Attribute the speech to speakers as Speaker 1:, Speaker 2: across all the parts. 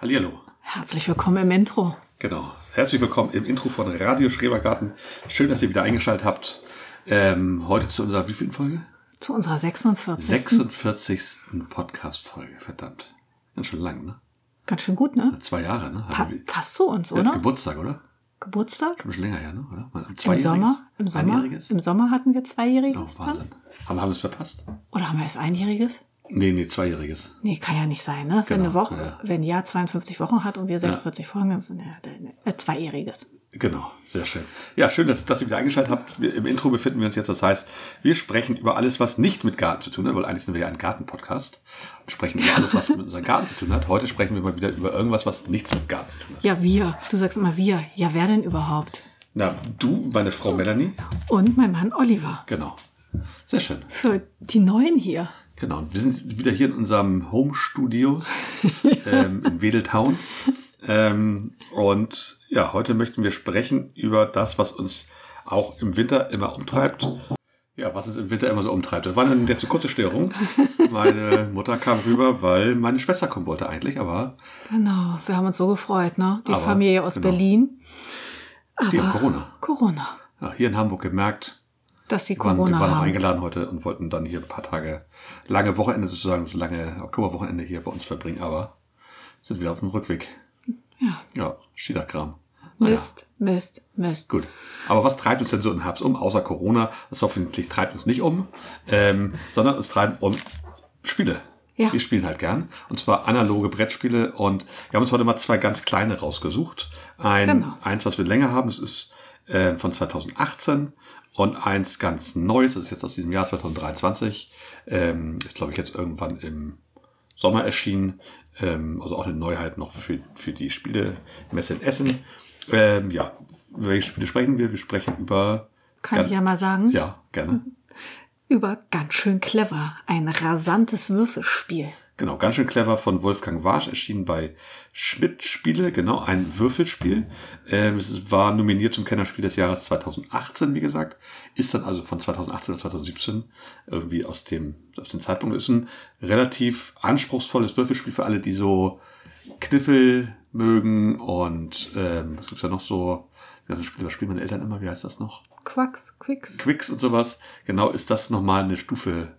Speaker 1: Hallihallo.
Speaker 2: Herzlich willkommen im Intro.
Speaker 1: Genau. Herzlich willkommen im Intro von Radio Schrebergarten. Schön, dass ihr wieder eingeschaltet habt. Ähm, heute zu unserer wievielten Folge?
Speaker 2: Zu unserer 46.
Speaker 1: 46. Podcast-Folge. Verdammt. Ganz schön lang, ne?
Speaker 2: Ganz schön gut, ne?
Speaker 1: Zwei Jahre, ne?
Speaker 2: Pa
Speaker 1: Hatten wir-
Speaker 2: passt zu uns,
Speaker 1: ihr habt
Speaker 2: oder?
Speaker 1: Geburtstag, oder?
Speaker 2: Geburtstag?
Speaker 1: Ein bisschen länger her, ne? Oder? Mal ein
Speaker 2: Im
Speaker 1: zweijähriges?
Speaker 2: Sommer? Im Sommer?
Speaker 1: Einjähriges?
Speaker 2: Im Sommer hatten wir
Speaker 1: Oh,
Speaker 2: Zweijähriges dann?
Speaker 1: Wahnsinn. Haben, haben wir es verpasst?
Speaker 2: Oder haben wir erst Einjähriges?
Speaker 1: Nee, nee, Zweijähriges.
Speaker 2: Nee, kann ja nicht sein, ne? Wenn
Speaker 1: Genau,
Speaker 2: eine Woche,
Speaker 1: ja.
Speaker 2: wenn ein Jahr 52 Wochen hat und wir 46 Folgen haben, ne, dann, äh, Zweijähriges.
Speaker 1: Genau, sehr schön. Ja, schön, dass, dass ihr wieder eingeschaltet habt. Wir, Im Intro befinden wir uns jetzt. Das heißt, wir sprechen über alles, was nicht mit Garten zu tun hat, weil eigentlich sind wir ja ein Garten-Podcast und sprechen über alles, was mit unserem Garten zu tun hat. Heute sprechen wir mal wieder über irgendwas, was nichts mit Garten zu tun hat.
Speaker 2: Ja, wir. Du sagst immer wir. Ja, wer denn überhaupt?
Speaker 1: Na, du, meine Frau Melanie.
Speaker 2: Und mein Mann Oliver.
Speaker 1: Genau. Sehr schön.
Speaker 2: Für die Neuen hier.
Speaker 1: Genau. Und wir sind wieder hier in unserem Home-Studios ähm, in Wedeltown. Ähm, und ja, heute möchten wir sprechen über das, was uns auch im Winter immer umtreibt. Ja, was uns im Winter immer so umtreibt. Das war eine letzte kurze Störung. Meine Mutter kam rüber, weil meine Schwester kommen wollte eigentlich, aber
Speaker 2: Genau. Wir haben uns so gefreut, ne? Die
Speaker 1: Aber,
Speaker 2: Familie aus
Speaker 1: genau.
Speaker 2: Berlin. Aber
Speaker 1: die haben Corona.
Speaker 2: Corona.
Speaker 1: Ja, hier in Hamburg gemerkt,
Speaker 2: Dass sie
Speaker 1: Wir waren, wir
Speaker 2: Corona
Speaker 1: waren auch
Speaker 2: haben.
Speaker 1: eingeladen heute und wollten dann hier ein paar Tage, lange Wochenende sozusagen, das lange Oktoberwochenende hier bei uns verbringen, aber sind wieder auf dem Rückweg.
Speaker 2: Ja.
Speaker 1: Ja, Schiederkram. Naja,
Speaker 2: Mist, Mist, Mist.
Speaker 1: Ah gut. Aber was treibt uns denn so im Herbst um, außer Corona? Das hoffentlich treibt uns nicht um, ähm, sondern uns treiben um Spiele.
Speaker 2: Ja.
Speaker 1: Wir spielen halt gern. Und zwar analoge Brettspiele. Und wir haben uns heute mal zwei ganz kleine rausgesucht. Ein,
Speaker 2: Genau.
Speaker 1: Eins, was wir länger haben, das ist äh, von 2018. Und eins ganz Neues, das ist jetzt aus diesem Jahr 2023. Ähm, ist, glaube ich, jetzt irgendwann im Sommer erschienen. Ähm, also auch eine Neuheit noch für, für die Spielemesse in Essen. Ähm, ja, über welche Spiele sprechen wir? Wir sprechen über.
Speaker 2: Kann
Speaker 1: Gern-
Speaker 2: ich ja mal sagen.
Speaker 1: Ja, gerne.
Speaker 2: Über ganz schön clever. Ein rasantes Würfelspiel.
Speaker 1: Genau, ganz schön clever von Wolfgang Warsch, erschienen bei Schmidt Spiele, genau, ein Würfelspiel. Ähm, es war nominiert zum Kennerspiel des Jahres 2018, wie gesagt. Ist dann also von 2018 oder 2017 irgendwie aus dem, aus dem Zeitpunkt. Ist ein relativ anspruchsvolles Würfelspiel für alle, die so Kniffel mögen und ähm, was gibt's da noch so? Die ganzen Spiele, was spielen meine Eltern immer? Wie heißt das noch?
Speaker 2: Quacks, Quicks.
Speaker 1: Quicks und sowas. Genau, ist das nochmal eine Stufe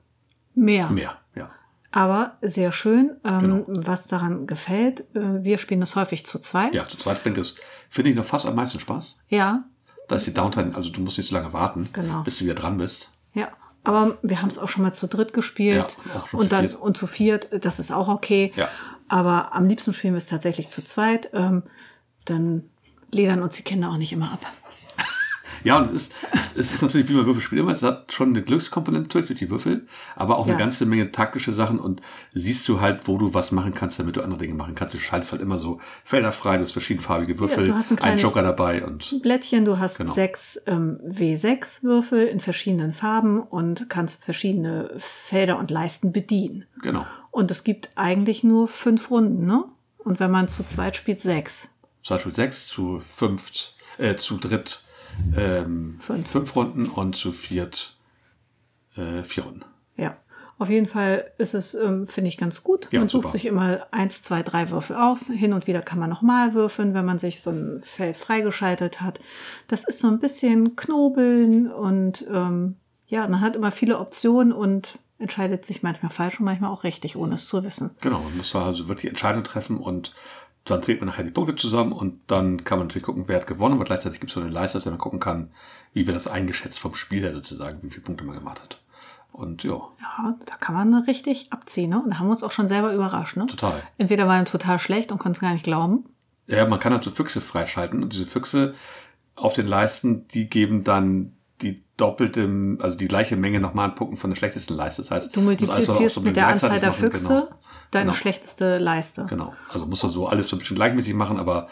Speaker 2: Mehr.
Speaker 1: mehr, ja.
Speaker 2: Aber sehr schön. Ähm,
Speaker 1: Genau.
Speaker 2: Was daran gefällt, äh, wir spielen das häufig zu zweit.
Speaker 1: Ja, zu zweit bringt es, finde ich, noch fast am meisten Spaß.
Speaker 2: Ja.
Speaker 1: Da ist die Downtime, also du musst nicht so lange warten,
Speaker 2: Genau.
Speaker 1: bis du wieder dran bist.
Speaker 2: ja. Aber wir haben es auch schon mal zu dritt gespielt.
Speaker 1: Ja, auch schon
Speaker 2: und
Speaker 1: zu
Speaker 2: dann
Speaker 1: viert.
Speaker 2: und zu viert, das ist auch okay.
Speaker 1: Ja.
Speaker 2: Aber am liebsten spielen wir es tatsächlich zu zweit. Ähm, dann ledern uns die Kinder auch nicht immer ab.
Speaker 1: Ja, und es ist, es, es ist natürlich, wie man Würfel spielt immer, es hat schon eine Glückskomponente durch durch die Würfel, aber auch
Speaker 2: Ja.
Speaker 1: eine ganze Menge taktische Sachen und siehst du halt, wo du was machen kannst, damit du andere Dinge machen kannst. Du schaltest halt immer so Felder frei, du hast verschiedenfarbige Würfel,
Speaker 2: du hast ein
Speaker 1: einen
Speaker 2: kleines-
Speaker 1: Joker dabei und
Speaker 2: Blättchen. Du hast
Speaker 1: Genau.
Speaker 2: sechs ähm, W6-Würfel in verschiedenen Farben und kannst verschiedene Felder und Leisten bedienen.
Speaker 1: genau.
Speaker 2: Und es gibt eigentlich nur fünf Runden, ne? Und wenn man zu zweit spielt, sechs.
Speaker 1: Zum Beispiel sechs zu fünft, äh, zu dritt ähm,
Speaker 2: Fünf.
Speaker 1: fünf Runden und zu viert äh, vier Runden.
Speaker 2: Ja. Auf jeden Fall ist es, ähm, finde ich, ganz gut.
Speaker 1: Ja,
Speaker 2: man
Speaker 1: super.
Speaker 2: sucht sich immer eins, zwei, drei Würfel aus. Hin und wieder kann man nochmal würfeln, wenn man sich so ein Feld freigeschaltet hat. Das ist so ein bisschen Knobeln und ähm, ja, man hat immer viele Optionen und entscheidet sich manchmal falsch und manchmal auch richtig, ohne es zu wissen.
Speaker 1: Genau, man muss da also wirklich Entscheidungen treffen und dann zählt man nachher die Punkte zusammen und dann kann man natürlich gucken, wer hat gewonnen, aber gleichzeitig gibt es so eine Leiste, auf der man gucken kann, wie wird das eingeschätzt vom Spieler sozusagen, wie viele Punkte man gemacht hat. Und ja,
Speaker 2: Ja, da kann man richtig abziehen, ne? Und da haben wir uns auch schon selber überrascht, ne?
Speaker 1: total.
Speaker 2: Entweder waren wir total schlecht und konnten es gar nicht glauben.
Speaker 1: Ja, man kann halt so Füchse freischalten und diese Füchse auf den Leisten, die geben dann die doppelte, also die gleiche Menge nochmal an Punkten von der schlechtesten Leiste. Das heißt,
Speaker 2: Du
Speaker 1: muss alles so-
Speaker 2: multiplizierst
Speaker 1: so
Speaker 2: mit der Anzahl
Speaker 1: gleichzeitig
Speaker 2: der
Speaker 1: machen,
Speaker 2: Füchse
Speaker 1: genau.
Speaker 2: deine
Speaker 1: Genau.
Speaker 2: schlechteste Leiste.
Speaker 1: Genau. Also muss man so alles so ein bisschen gleichmäßig machen, aber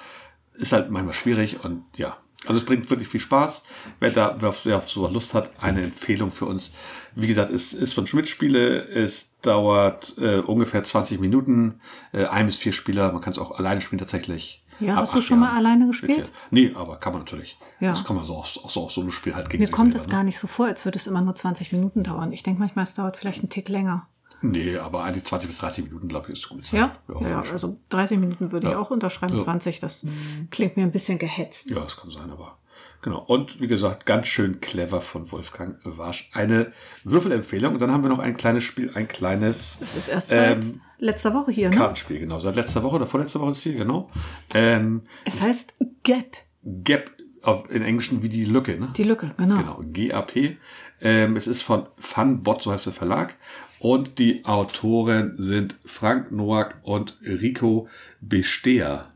Speaker 1: ist halt manchmal schwierig und ja. Also es bringt wirklich viel Spaß. Wer da wer auf, wer auf sowas Lust hat, eine Empfehlung für uns. Wie gesagt, es ist von Schmidt Spiele. Es dauert äh, ungefähr 20 Minuten. Äh, ein bis vier Spieler. Man kann es auch alleine spielen tatsächlich.
Speaker 2: Ja,
Speaker 1: Ab
Speaker 2: hast du
Speaker 1: acht
Speaker 2: schon mal
Speaker 1: Jahren.
Speaker 2: alleine gespielt?
Speaker 1: Mit dir. Nee, aber kann man natürlich.
Speaker 2: Ja.
Speaker 1: Das kann man so auch, auch so, auch so ein Spiel halt gegen
Speaker 2: Mir
Speaker 1: sich
Speaker 2: kommt
Speaker 1: selber,
Speaker 2: es
Speaker 1: ne?
Speaker 2: gar nicht so vor, als würde es immer nur 20 Minuten dauern. Ich denke manchmal, es dauert vielleicht einen Tick länger.
Speaker 1: Nee, aber eigentlich 20 bis 30 Minuten, glaube ich, ist gut.
Speaker 2: Ja,
Speaker 1: ja,
Speaker 2: ja, also 30 Minuten würde ich
Speaker 1: Ja.
Speaker 2: auch unterschreiben,
Speaker 1: Ja. Mhm.
Speaker 2: 20, das klingt mir ein bisschen gehetzt.
Speaker 1: Ja, das kann sein, aber genau. Und wie gesagt, ganz schön clever von Wolfgang Warsch. Eine Würfelempfehlung. Und dann haben wir noch ein kleines Spiel, ein kleines
Speaker 2: Das ist erst seit
Speaker 1: Ähm,
Speaker 2: letzter Woche hier, ne?
Speaker 1: Kartenspiel, genau. Seit letzter Woche oder vorletzter Woche ist hier, genau. Ähm,
Speaker 2: Es heißt Gap,
Speaker 1: Gap auf, in Englischen wie die Lücke, ne?
Speaker 2: die Lücke, genau.
Speaker 1: Genau, GAP. Ähm, es ist von Funbot, so heißt der Verlag. Und die Autoren sind Frank Noack und Rico Besteher.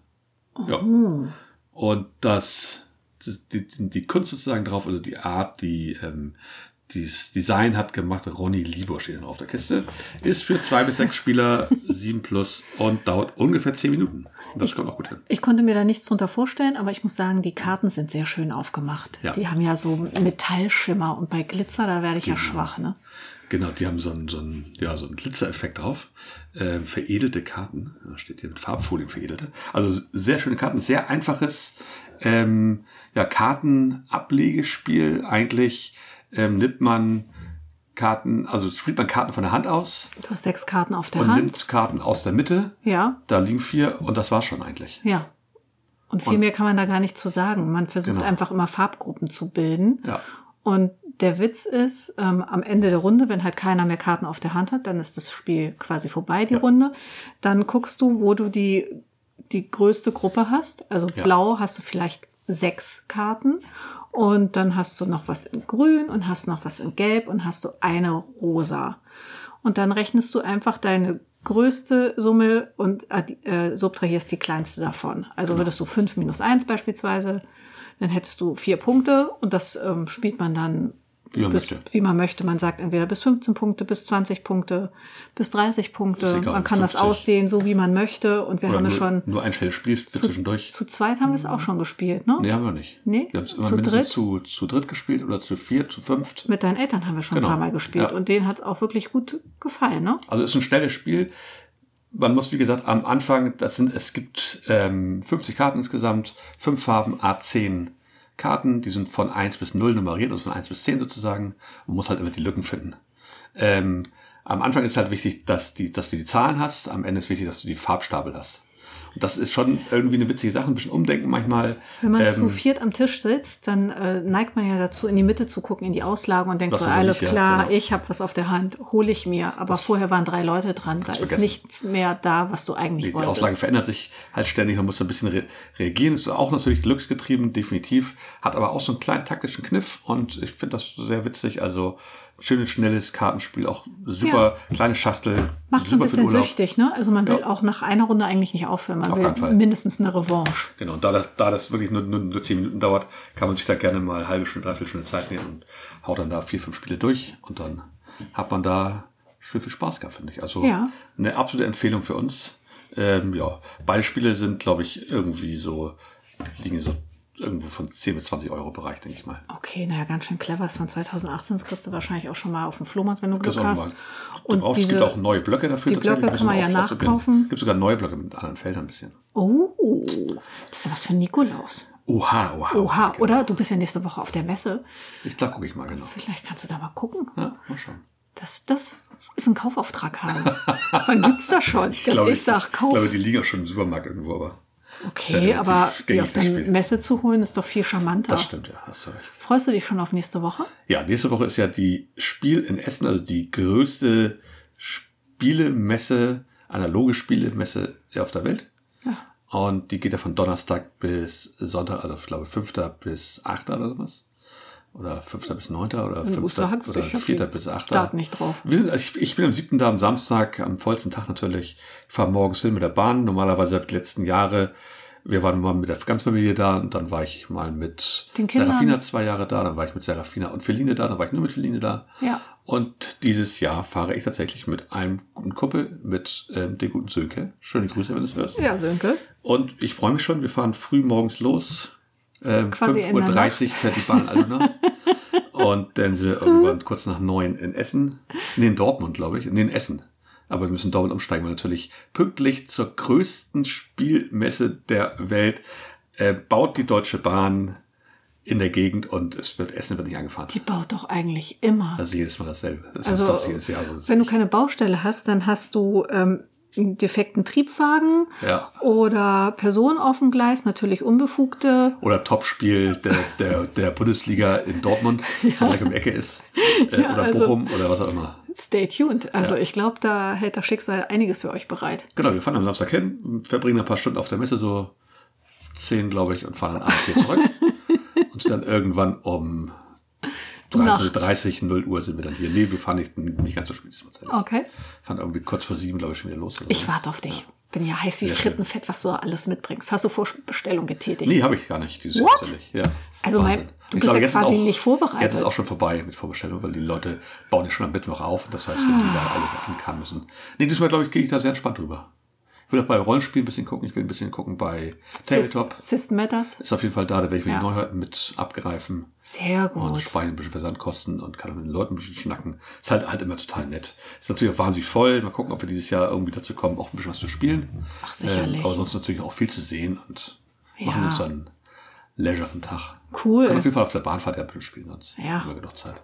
Speaker 1: Ja. Und das, die, die die Kunst sozusagen drauf, also die Art, die ähm, das Design hat gemacht, Ronny Lieber steht noch auf der Kiste. Ist für zwei bis sechs Spieler sieben plus und dauert ungefähr zehn Minuten. Und das kommt auch gut hin.
Speaker 2: Ich konnte mir da nichts drunter vorstellen, aber ich muss sagen, die Karten sind sehr schön aufgemacht.
Speaker 1: Ja.
Speaker 2: Die haben ja so Metallschimmer und bei Glitzer, da werde ich ja schwach, ne?
Speaker 1: Genau, die haben so einen, so einen, ja, so einen Glitzereffekt drauf. Ähm, veredelte Karten, da steht hier mit Farbfolie veredelte. Also s- sehr schöne Karten, sehr einfaches ähm, ja, Kartenablegespiel. Eigentlich ähm, nimmt man Karten, also spielt man Karten von der Hand aus
Speaker 2: Du hast sechs Karten auf der
Speaker 1: und
Speaker 2: Hand.
Speaker 1: nimmt Karten aus der Mitte.
Speaker 2: Ja,
Speaker 1: Da liegen vier und das war schon eigentlich.
Speaker 2: ja. Und viel mehr kann man da gar nicht zu sagen. Man versucht
Speaker 1: Genau.
Speaker 2: einfach immer Farbgruppen zu bilden.
Speaker 1: Ja.
Speaker 2: Und der Witz ist, ähm, am Ende der Runde, wenn halt keiner mehr Karten auf der Hand hat, dann ist das Spiel quasi vorbei, die Runde. Dann guckst du, wo du die, die größte Gruppe hast. Also
Speaker 1: Ja.
Speaker 2: blau hast du vielleicht sechs Karten. Und dann hast du noch was in grün und hast noch was in gelb und hast du eine rosa. Und dann rechnest du einfach deine größte Summe und addi- äh, subtrahierst die kleinste davon. Also
Speaker 1: Genau.
Speaker 2: würdest du 5 minus 1 beispielsweise, dann hättest du vier Punkte und das ähm, spielt man dann
Speaker 1: Wie man
Speaker 2: bis,
Speaker 1: möchte.
Speaker 2: wie man möchte. Man sagt entweder bis 15 Punkte, bis 20 Punkte, bis 30 Punkte.
Speaker 1: Ist egal,
Speaker 2: man kann das
Speaker 1: 50.
Speaker 2: ausdehnen, so wie man möchte. Und wir haben
Speaker 1: nur,
Speaker 2: es schon
Speaker 1: nur ein schnelles Spiel zwischendurch.
Speaker 2: zu zweit haben wir es auch schon gespielt, ne?
Speaker 1: nee, haben wir nicht.
Speaker 2: Nee,
Speaker 1: Wir haben es immer
Speaker 2: zu
Speaker 1: mindestens
Speaker 2: dritt?
Speaker 1: zu, zu dritt gespielt oder zu vier, zu fünft.
Speaker 2: Mit deinen Eltern haben wir schon
Speaker 1: Genau,
Speaker 2: ein paar Mal gespielt
Speaker 1: ja.
Speaker 2: und denen hat es auch wirklich gut gefallen, ne?
Speaker 1: Also ist ein schnelles Spiel. Man muss, wie gesagt, am Anfang, das sind, es gibt ähm, 50 Karten insgesamt, fünf Farben, A10 Karten, die sind von 1 bis 0 nummeriert, also von 1 bis 10 sozusagen. Man muss halt immer die Lücken finden. Ähm, am Anfang ist halt wichtig, dass, die, dass du die Zahlen hast, am Ende ist wichtig, dass du die Farbstapel hast. Und das ist schon irgendwie eine witzige Sache, ein bisschen umdenken manchmal.
Speaker 2: Wenn man
Speaker 1: Ähm,
Speaker 2: zu viert am Tisch sitzt, dann äh, neigt man ja dazu, in die Mitte zu gucken, in die Auslagen und denkt
Speaker 1: Das
Speaker 2: so,
Speaker 1: ist
Speaker 2: alles
Speaker 1: richtig, ja,
Speaker 2: klar,
Speaker 1: genau.
Speaker 2: ich habe was auf der Hand, hole ich mir. Aber vorher waren drei Leute dran, da ist
Speaker 1: vergessen.
Speaker 2: nichts mehr da, was du eigentlich
Speaker 1: Die, die
Speaker 2: wolltest.
Speaker 1: Auslage verändert sich halt ständig, man muss ein bisschen re reagieren. Ist auch natürlich glücksgetrieben, definitiv. Hat aber auch so einen kleinen taktischen Kniff und ich finde das sehr witzig. Also schönes, schnelles Kartenspiel, auch super kleine Schachtel.
Speaker 2: Macht so ein
Speaker 1: super für den
Speaker 2: bisschen
Speaker 1: Urlaub.
Speaker 2: süchtig, ne? Also man will
Speaker 1: Ja.
Speaker 2: auch nach einer Runde eigentlich nicht aufhören, man
Speaker 1: Auf keinen
Speaker 2: will
Speaker 1: Fall.
Speaker 2: mindestens eine Revanche.
Speaker 1: Genau, und da das, da das wirklich nur, nur, nur 10 Minuten dauert, kann man sich da gerne mal eine halbe Stunde, dreiviertel Stunde Zeit nehmen und haut dann da vier, fünf Spiele durch und dann hat man da schön viel Spaß gehabt, finde ich. Also
Speaker 2: Ja.
Speaker 1: eine absolute Empfehlung für uns. Ähm, ja, beide Spiele sind, glaube ich, irgendwie so, liegen so irgendwo von 10 bis 20 Euro Bereich, denke ich mal.
Speaker 2: Okay, naja, ganz schön clever. Ist von 2018, das kriegst du wahrscheinlich auch schon mal auf dem Flohmarkt, wenn du
Speaker 1: Das
Speaker 2: Glück
Speaker 1: auch
Speaker 2: hast.
Speaker 1: nochmal gebraucht. es gibt auch neue Blöcke dafür.
Speaker 2: die
Speaker 1: tatsächlich,
Speaker 2: Blöcke
Speaker 1: muss
Speaker 2: kann man
Speaker 1: auch
Speaker 2: ja
Speaker 1: ausprobieren.
Speaker 2: nachkaufen.
Speaker 1: Es gibt sogar neue Blöcke mit anderen Feldern ein bisschen.
Speaker 2: Oh, das ist ja was für Nikolaus.
Speaker 1: Oha, oha.
Speaker 2: Oha,
Speaker 1: genau.
Speaker 2: oder? Du bist ja nächste Woche auf der Messe.
Speaker 1: Ich, da gucke ich mal genau.
Speaker 2: Vielleicht kannst du da mal gucken.
Speaker 1: Ja, mal schauen.
Speaker 2: Das, das ist ein Kaufauftrag haben. Wann gibt's das schon? Dass ich, sag, kauf.
Speaker 1: glaube, die liegen auch schon im Supermarkt irgendwo, aber. ist
Speaker 2: okay,
Speaker 1: ja relativ
Speaker 2: aber sie
Speaker 1: gängig,
Speaker 2: auf
Speaker 1: das
Speaker 2: der
Speaker 1: Spiel.
Speaker 2: Messe zu holen, ist doch viel charmanter.
Speaker 1: Das stimmt, ja, hast du recht.
Speaker 2: Freust du dich schon auf nächste Woche?
Speaker 1: Ja, nächste Woche ist ja die Spiel in Essen, also die größte Spielemesse, analoge Spielemesse auf der Welt. Und die geht ja von Donnerstag bis Sonntag, also ich glaube 5. bis 8. oder sowas. Oder 5. bis 9. oder 5.
Speaker 2: Oster hat's
Speaker 1: oder
Speaker 2: dich, ich hab
Speaker 1: 4.
Speaker 2: die
Speaker 1: bis 8.
Speaker 2: Daten nicht drauf.
Speaker 1: Wir sind, also ich, ich bin am 7. da am Samstag, am vollsten Tag natürlich. Ich fahre morgens hin mit der Bahn. Normalerweise habe ich die letzten Jahre, wir waren mal mit der ganzen Familie da und dann war ich mal mit
Speaker 2: Den Kindern.
Speaker 1: Serafina zwei Jahre da, dann war ich mit Serafina und Feline da, dann war ich nur mit Feline da.
Speaker 2: Ja.
Speaker 1: Und dieses Jahr fahre ich tatsächlich mit einem guten Kumpel, mit ähm, dem guten Sönke. Schöne Grüße, wenn du es hörst.
Speaker 2: Ja, Sönke.
Speaker 1: Und ich freue mich schon, wir fahren früh morgens los. Ähm,
Speaker 2: Quasi
Speaker 1: 5.30
Speaker 2: in der
Speaker 1: Uhr fährt die Bahn Altona. Und dann sind wir irgendwann kurz nach neun in Essen. Nee, in Dortmund, glaube ich. Nee, in Essen. Aber wir müssen Dortmund umsteigen, weil natürlich pünktlich zur größten Spielmesse der Welt äh, baut die Deutsche Bahn in der Gegend und es wird Essen wird nicht angefahren.
Speaker 2: Die baut doch eigentlich immer.
Speaker 1: Das ist jedes Mal dasselbe. Das
Speaker 2: Also,
Speaker 1: ist fast jedes Jahr so. Das-
Speaker 2: Wenn du keine Baustelle hast, dann hast du ähm, einen defekten Triebwagen
Speaker 1: Ja.
Speaker 2: oder Personen auf dem Gleis, natürlich Unbefugte.
Speaker 1: Oder Topspiel der, der, der Bundesliga in Dortmund, ja. gleich um die Ecke ist. Äh,
Speaker 2: Ja,
Speaker 1: oder
Speaker 2: also-
Speaker 1: Bochum oder was auch immer.
Speaker 2: Stay tuned. Also ich glaube, da hält das Schicksal einiges für euch bereit.
Speaker 1: Genau, wir fahren am Samstag hin, verbringen ein paar Stunden auf der Messe, so zehn, glaube ich, und fahren dann abends wieder zurück. und sind dann irgendwann um 13.30 0 Uhr sind wir dann hier. Nee, wir fahren nicht, nicht ganz so spät. ist die Uhrzeit.
Speaker 2: Okay.
Speaker 1: Fahren irgendwie kurz vor sieben, glaube ich, schon wieder los. Oder so.
Speaker 2: Ich warte auf dich. Bin ja heiß wie
Speaker 1: Sehr schön.
Speaker 2: Frittenfett, was du da alles mitbringst. Hast du Vorbestellung getätigt?
Speaker 1: Nee, habe ich gar nicht. Dieses Jahr
Speaker 2: What?
Speaker 1: tatsächlich. Ja.
Speaker 2: Also mein-
Speaker 1: Wahnsinn.
Speaker 2: du
Speaker 1: Ich
Speaker 2: bist ja
Speaker 1: jetzt ist
Speaker 2: quasi nicht vorbereitet.
Speaker 1: Jetzt ist auch schon vorbei mit Vorbestellung, weil die Leute bauen ja schon am Mittwoch auf. Das heißt, wenn die da
Speaker 2: Ah.
Speaker 1: alles ankamen müssen. Nee, diesmal, glaube ich, gehe ich da sehr entspannt drüber. Ich will auch bei Rollenspielen ein bisschen gucken. Ich will ein bisschen gucken bei
Speaker 2: Sys-
Speaker 1: Tabletop.
Speaker 2: System Matters.
Speaker 1: Ist auf jeden Fall da, da werde ich mir
Speaker 2: Ja.
Speaker 1: die Neuheiten mit abgreifen.
Speaker 2: Sehr
Speaker 1: Und
Speaker 2: gut.
Speaker 1: spare ein bisschen Versandkosten und kann mit den Leuten ein bisschen schnacken. Ist halt, halt immer total nett. Ist natürlich auch wahnsinnig voll. Mal gucken, ob wir dieses Jahr irgendwie dazu kommen, auch ein bisschen was zu spielen. Ähm,
Speaker 2: Ach, sicherlich.
Speaker 1: aber sonst natürlich auch viel zu sehen und
Speaker 2: Ja.
Speaker 1: machen uns dann Leisure vom Tag.
Speaker 2: Cool.
Speaker 1: Kann auf jeden Fall auf der Bahnfahrt ja ein bisschen spielen, sonst
Speaker 2: Ja.
Speaker 1: haben wir genug Zeit.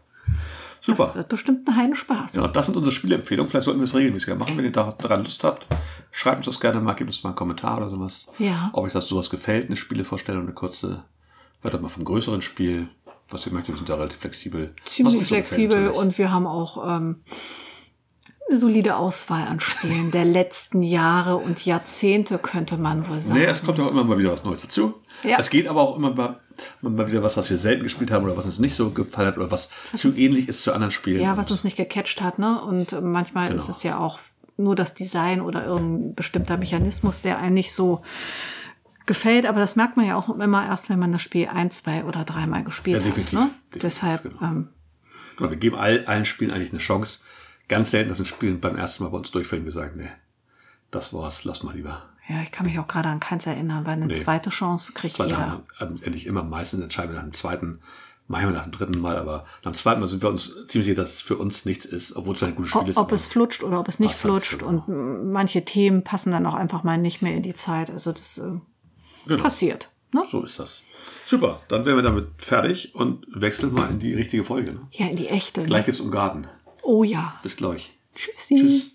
Speaker 2: Das
Speaker 1: Super.
Speaker 2: wird bestimmt einen heiden Spaß.
Speaker 1: Ja, das sind unsere Spielempfehlungen. Vielleicht sollten wir es regelmäßiger machen, wenn ihr da- daran Lust habt. Schreibt uns das gerne mal, gebt uns mal einen Kommentar oder sowas.
Speaker 2: Ja.
Speaker 1: Ob euch das sowas gefällt, eine Spielevorstellung, eine kurze. Hört doch mal vom größeren Spiel. Was ihr möchtet, wir sind da relativ flexibel. Was
Speaker 2: Ziemlich
Speaker 1: uns so gefällt,
Speaker 2: flexibel
Speaker 1: natürlich.
Speaker 2: und wir haben auch ähm, eine solide Auswahl an Spielen der letzten Jahre und Jahrzehnte, könnte man wohl sagen.
Speaker 1: Nee, es kommt ja auch immer mal wieder was Neues dazu.
Speaker 2: Ja.
Speaker 1: Es geht aber auch immer mal, mal wieder was, was wir selten gespielt haben oder was uns nicht so gefallen hat oder was, zu ähnlich ist zu anderen Spielen.
Speaker 2: Ja,
Speaker 1: Und
Speaker 2: was uns nicht gecatcht hat, ne? Und äh, manchmal ist
Speaker 1: Genau.
Speaker 2: es ja auch nur das Design oder irgendein bestimmter Mechanismus, der einem nicht so gefällt. Aber das merkt man ja auch immer erst, wenn man das Spiel ein, zwei oder dreimal gespielt
Speaker 1: Ja, definitiv.
Speaker 2: hat. Ne?
Speaker 1: Definitiv,
Speaker 2: Deshalb,
Speaker 1: genau.
Speaker 2: ähm,
Speaker 1: Genau, wir geben all, allen Spielen eigentlich eine Chance. Ganz selten, dass ein Spiel beim ersten Mal bei uns durchfällt und wir sagen, nee, das war's, lass mal lieber.
Speaker 2: ja, ich kann mich auch gerade an keins erinnern, weil eine zweite Chance kriegt
Speaker 1: Weil
Speaker 2: jeder.
Speaker 1: dann haben- ähm, endlich immer meistens entscheiden wir nach dem zweiten, manchmal nach dem dritten Mal, aber nach dem zweiten Mal sind wir uns ziemlich sicher, dass es für uns nichts ist, obwohl es ein gutes Spiel
Speaker 2: Ob,
Speaker 1: ist.
Speaker 2: ob
Speaker 1: aber
Speaker 2: es flutscht oder ob es nicht
Speaker 1: Passt halt nicht
Speaker 2: flutscht.
Speaker 1: so
Speaker 2: Und m, manche Themen passen dann auch einfach mal nicht mehr in die Zeit. Also das äh,
Speaker 1: Genau.
Speaker 2: passiert. Ne?
Speaker 1: so ist das. Super, dann wären wir damit fertig und wechseln mal in die richtige Folge. Ne?
Speaker 2: Ja, in die echte. ne?
Speaker 1: Gleich geht's um Garten.
Speaker 2: Oh ja.
Speaker 1: Bis gleich.
Speaker 2: Tschüssi.
Speaker 1: Tschüss.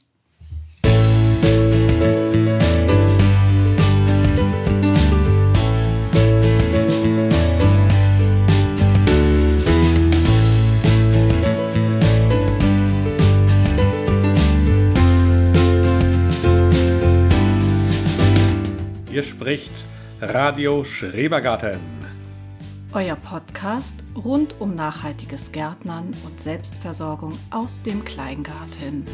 Speaker 1: Hier spricht Radio Schrebergarten.
Speaker 2: Euer Podcast rund um nachhaltiges Gärtnern und Selbstversorgung aus dem Kleingarten.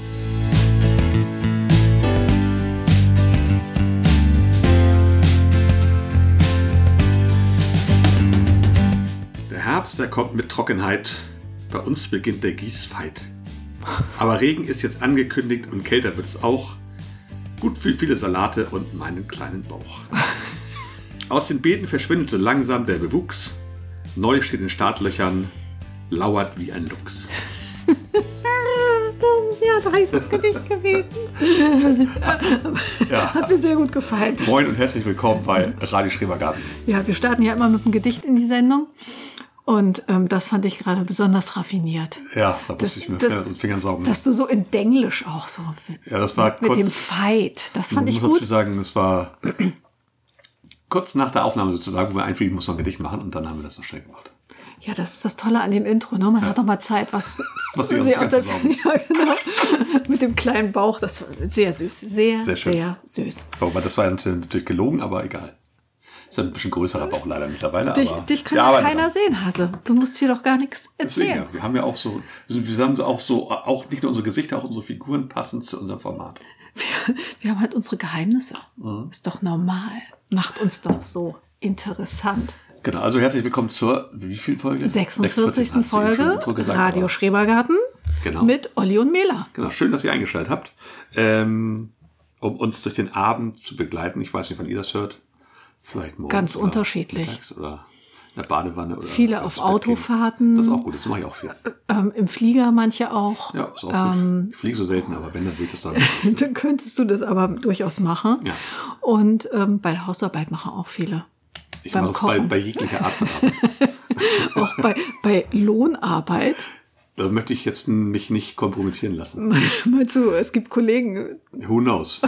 Speaker 1: Der Herbst, der kommt mit Trockenheit. Bei uns beginnt der Gießfeit. Aber Regen ist jetzt angekündigt und kälter wird es auch. Gut für viele Salate und meinen kleinen Bauch. Aus den Beeten verschwindet so langsam der Bewuchs. Neu steht in Startlöchern, lauert wie ein Luchs.
Speaker 2: Das ist ja ein heißes Gedicht gewesen.
Speaker 1: Ja.
Speaker 2: Hat mir sehr gut gefallen.
Speaker 1: Moin und herzlich willkommen bei Radio Schrebergarten.
Speaker 2: Ja, wir starten ja immer mit einem Gedicht in die Sendung. Und ähm, das fand ich gerade besonders raffiniert.
Speaker 1: Ja, da
Speaker 2: Das-
Speaker 1: musste ich mir
Speaker 2: das-
Speaker 1: schnell aus den Fingern saugen.
Speaker 2: Dass du so in Denglisch auch so mit,
Speaker 1: Ja, das war
Speaker 2: mit
Speaker 1: kurz-
Speaker 2: dem Fight. Das fand ich
Speaker 1: muss dazu
Speaker 2: gut.
Speaker 1: sagen, es war kurz nach der Aufnahme sozusagen, wo wir einfliegen, muss noch ein Gedicht machen und dann haben wir das noch schnell gemacht.
Speaker 2: Ja, das ist das Tolle an dem Intro. Ne? Man hat doch mal Zeit, was,
Speaker 1: Was sie aus
Speaker 2: sie
Speaker 1: dem
Speaker 2: aus der,
Speaker 1: Ganzen
Speaker 2: ja, genau. Mit dem kleinen Bauch. Das war sehr süß. Sehr,
Speaker 1: Sehr
Speaker 2: sehr,
Speaker 1: schön.
Speaker 2: süß.
Speaker 1: Wobei, das war ja natürlich gelogen, aber egal. Ist ja ein bisschen größerer Bauch leider mittlerweile.
Speaker 2: Dich,
Speaker 1: aber
Speaker 2: dich kann
Speaker 1: Wir
Speaker 2: ja,
Speaker 1: arbeiten
Speaker 2: keiner
Speaker 1: dran.
Speaker 2: sehen, Hase. Du musst hier doch gar nichts
Speaker 1: Deswegen,
Speaker 2: erzählen.
Speaker 1: ja, wir haben ja auch so, wir, sind, wir haben so auch so, auch nicht nur unsere Gesichter, auch unsere Figuren passend zu unserem Format.
Speaker 2: Wir, wir haben halt unsere Geheimnisse.
Speaker 1: Mhm.
Speaker 2: Ist doch normal. Macht uns doch so interessant.
Speaker 1: Genau, also herzlich willkommen zur, wie viel Folge?
Speaker 2: 46.
Speaker 1: hat sie schon im
Speaker 2: Folge
Speaker 1: Intro gesagt,
Speaker 2: Radio
Speaker 1: aber-
Speaker 2: Schrebergarten
Speaker 1: Genau.
Speaker 2: mit Olli und Mela.
Speaker 1: Genau, schön, dass ihr eingeschaltet habt, ähm, um uns durch den Abend zu begleiten. Ich weiß nicht, wann ihr das hört. Vielleicht morgen.
Speaker 2: Ganz
Speaker 1: oder
Speaker 2: unterschiedlich.
Speaker 1: mittags Oder in der Badewanne. Oder
Speaker 2: Viele
Speaker 1: ins
Speaker 2: auf
Speaker 1: Bett gehen.
Speaker 2: Autofahrten.
Speaker 1: Das ist auch gut, das mache ich auch viel.
Speaker 2: Ähm, Im Flieger manche auch.
Speaker 1: Ja, ist auch
Speaker 2: Ähm,
Speaker 1: gut. Ich fliege so selten, aber wenn, dann würde ich das sagen.
Speaker 2: dann könntest du das aber durchaus machen.
Speaker 1: Ja.
Speaker 2: Und ähm, bei der Hausarbeit machen auch viele.
Speaker 1: Ich
Speaker 2: Beim
Speaker 1: mache es bei,
Speaker 2: Kochen.
Speaker 1: bei jeglicher Art von Arbeit.
Speaker 2: Auch bei, bei Lohnarbeit.
Speaker 1: Da möchte ich jetzt mich nicht kompromittieren lassen.
Speaker 2: Mal, mal zu, es gibt Kollegen,
Speaker 1: Who knows?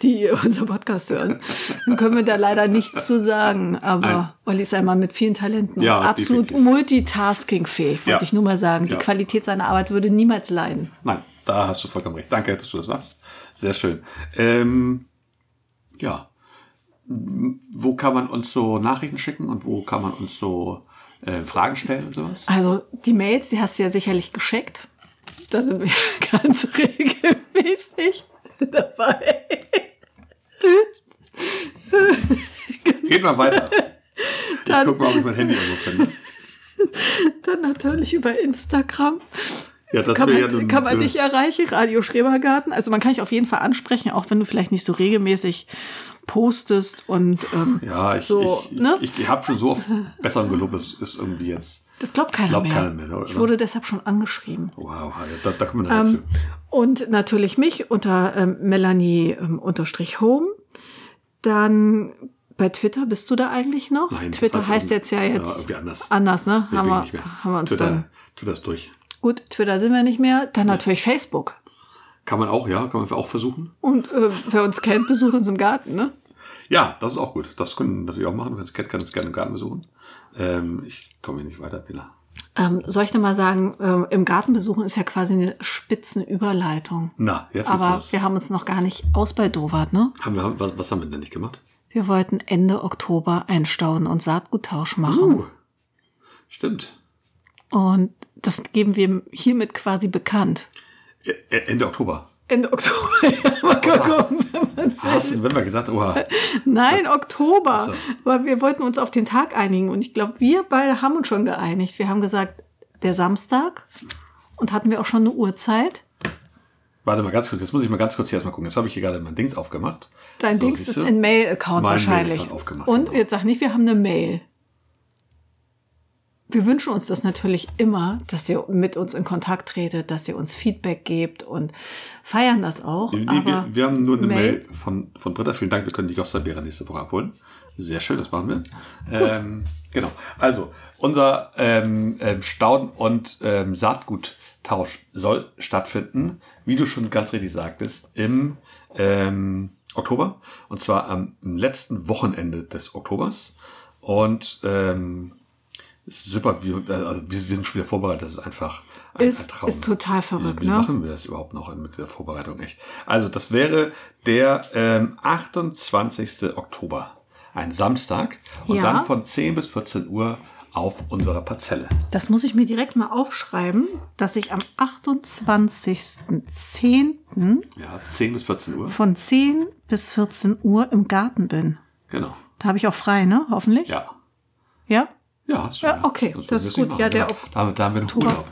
Speaker 2: die unser Podcast hören. Dann können wir da leider nichts zu sagen. Aber
Speaker 1: Nein.
Speaker 2: Olli ist einmal mit vielen Talenten
Speaker 1: Ja,
Speaker 2: und absolut
Speaker 1: definitiv.
Speaker 2: multitaskingfähig, wollte
Speaker 1: Ja.
Speaker 2: ich nur mal sagen. Die
Speaker 1: Ja.
Speaker 2: Qualität seiner Arbeit würde niemals leiden.
Speaker 1: Nein, da hast du vollkommen recht. Danke, dass du das sagst. Sehr schön. Ähm, ja. Wo kann man uns so Nachrichten schicken und wo kann man uns so äh, Fragen stellen und sowas?
Speaker 2: Also die Mails, die hast du ja sicherlich geschickt. Da sind wir ganz regelmäßig dabei.
Speaker 1: Geht mal weiter. Ich guck mal, ob ich mein Handy irgendwo finde.
Speaker 2: Dann natürlich über Instagram.
Speaker 1: Ja, das
Speaker 2: kann
Speaker 1: wäre
Speaker 2: man,
Speaker 1: ja nun-
Speaker 2: kann man
Speaker 1: äh,
Speaker 2: dich erreichen, Radio Schrebergarten. Also man kann dich auf jeden Fall ansprechen, auch wenn du vielleicht nicht so regelmäßig postest und ähm,
Speaker 1: Ja, ich,
Speaker 2: so,
Speaker 1: ich,
Speaker 2: ne?
Speaker 1: ich, ich habe schon so oft besseren gelobt, es ist irgendwie jetzt.
Speaker 2: das glaubt keiner
Speaker 1: glaub
Speaker 2: mehr.
Speaker 1: keiner mehr, oder?
Speaker 2: Ich wurde deshalb schon angeschrieben.
Speaker 1: Wow, da, da kommen wir nachher
Speaker 2: Ähm, und natürlich mich unter ähm, Melanie ähm, unterstrich Home. Dann bei Twitter bist du da eigentlich noch?
Speaker 1: Nein, das
Speaker 2: Twitter
Speaker 1: heißt
Speaker 2: heißt jetzt ja
Speaker 1: irgendwie- ja,
Speaker 2: jetzt
Speaker 1: irgendwie anders.
Speaker 2: ne?
Speaker 1: zu.
Speaker 2: haben,
Speaker 1: bin
Speaker 2: wir,
Speaker 1: nicht mehr.
Speaker 2: haben wir uns
Speaker 1: tu, da-
Speaker 2: dann.
Speaker 1: tu das durch.
Speaker 2: Gut, Twitter sind wir nicht mehr. Dann natürlich Facebook.
Speaker 1: Kann man auch, ja, kann man auch versuchen.
Speaker 2: Und äh, wer uns kennt, besucht uns im Garten, ne?
Speaker 1: Ja, das ist auch gut. Das können natürlich auch machen. Wenn es kennt, kann uns gerne im Garten besuchen. Ähm, ich komme hier nicht weiter, Pilla.
Speaker 2: Ähm, soll ich denn mal sagen, ähm, im Garten besuchen ist ja quasi eine Spitzenüberleitung.
Speaker 1: Na, Hm, jetzt ist
Speaker 2: Aber
Speaker 1: los.
Speaker 2: wir haben uns noch gar nicht ausbaldowert, ne?
Speaker 1: Haben wir, was, was haben wir denn nicht gemacht?
Speaker 2: Wir wollten Ende Oktober einstauen und Saatguttausch machen.
Speaker 1: Uh, stimmt.
Speaker 2: Und das geben wir hiermit quasi bekannt.
Speaker 1: Ä- Ä- äh, Ende Oktober.
Speaker 2: Ende Oktober. Ja, mal gucken, wenn man
Speaker 1: Hast du, wenn wir gesagt, oha,
Speaker 2: Nein, Oktober.
Speaker 1: so.
Speaker 2: Weil wir wollten uns auf den Tag einigen. Und ich glaube, wir beide haben uns schon geeinigt. Wir haben gesagt, der Samstag. Und hatten wir auch schon eine Uhrzeit.
Speaker 1: warte mal ganz kurz, jetzt muss ich mal ganz kurz hier erstmal gucken. Jetzt habe ich hier gerade mein Dings aufgemacht.
Speaker 2: Dein
Speaker 1: So,
Speaker 2: Dings
Speaker 1: siehst
Speaker 2: ist
Speaker 1: du?
Speaker 2: ein Mail-Account
Speaker 1: Mein
Speaker 2: wahrscheinlich.
Speaker 1: Mail-Account aufgemacht,
Speaker 2: und
Speaker 1: genau.
Speaker 2: jetzt sag nicht, wir haben eine Mail. Wir wünschen uns das natürlich immer, dass ihr mit uns in Kontakt tretet, dass ihr uns Feedback gebt und feiern das auch.
Speaker 1: Die, die,
Speaker 2: Genau, aber
Speaker 1: wir, wir haben nur eine Mail, von, von Britta. Vielen Dank, wir können die Gosselbeere nächste Woche abholen. Sehr schön, das machen wir. Ähm, genau. Also, unser ähm, ähm, Stauden- und ähm, Saatguttausch soll stattfinden, wie du schon ganz richtig sagtest, im ähm, Oktober. Und zwar am letzten Wochenende des Oktobers. Und ähm, ist super, wir, also wir, wir sind schon wieder vorbereitet, das ist einfach ein,
Speaker 2: Ist- ist total verrückt,
Speaker 1: Wie, wie
Speaker 2: ne?
Speaker 1: machen wir das überhaupt noch mit der Vorbereitung? Echt? Also das wäre der ähm, 28. Oktober, ein Samstag und
Speaker 2: Ja.
Speaker 1: dann von 10 bis 14 Uhr auf unserer Parzelle.
Speaker 2: Das muss ich mir direkt mal aufschreiben, dass ich am 28.10.
Speaker 1: Ja, 10 bis 14 Uhr.
Speaker 2: von 10 bis 14 Uhr im Garten bin.
Speaker 1: Genau.
Speaker 2: Da habe ich auch frei, ne? Hoffentlich.
Speaker 1: Ja.
Speaker 2: ja?
Speaker 1: Ja, hast du.
Speaker 2: Ja, okay,
Speaker 1: Sonst
Speaker 2: das
Speaker 1: würden wir es
Speaker 2: ist
Speaker 1: nicht machen.
Speaker 2: gut. Ja, der
Speaker 1: genau. da, haben wir- da haben wir noch Urlaub.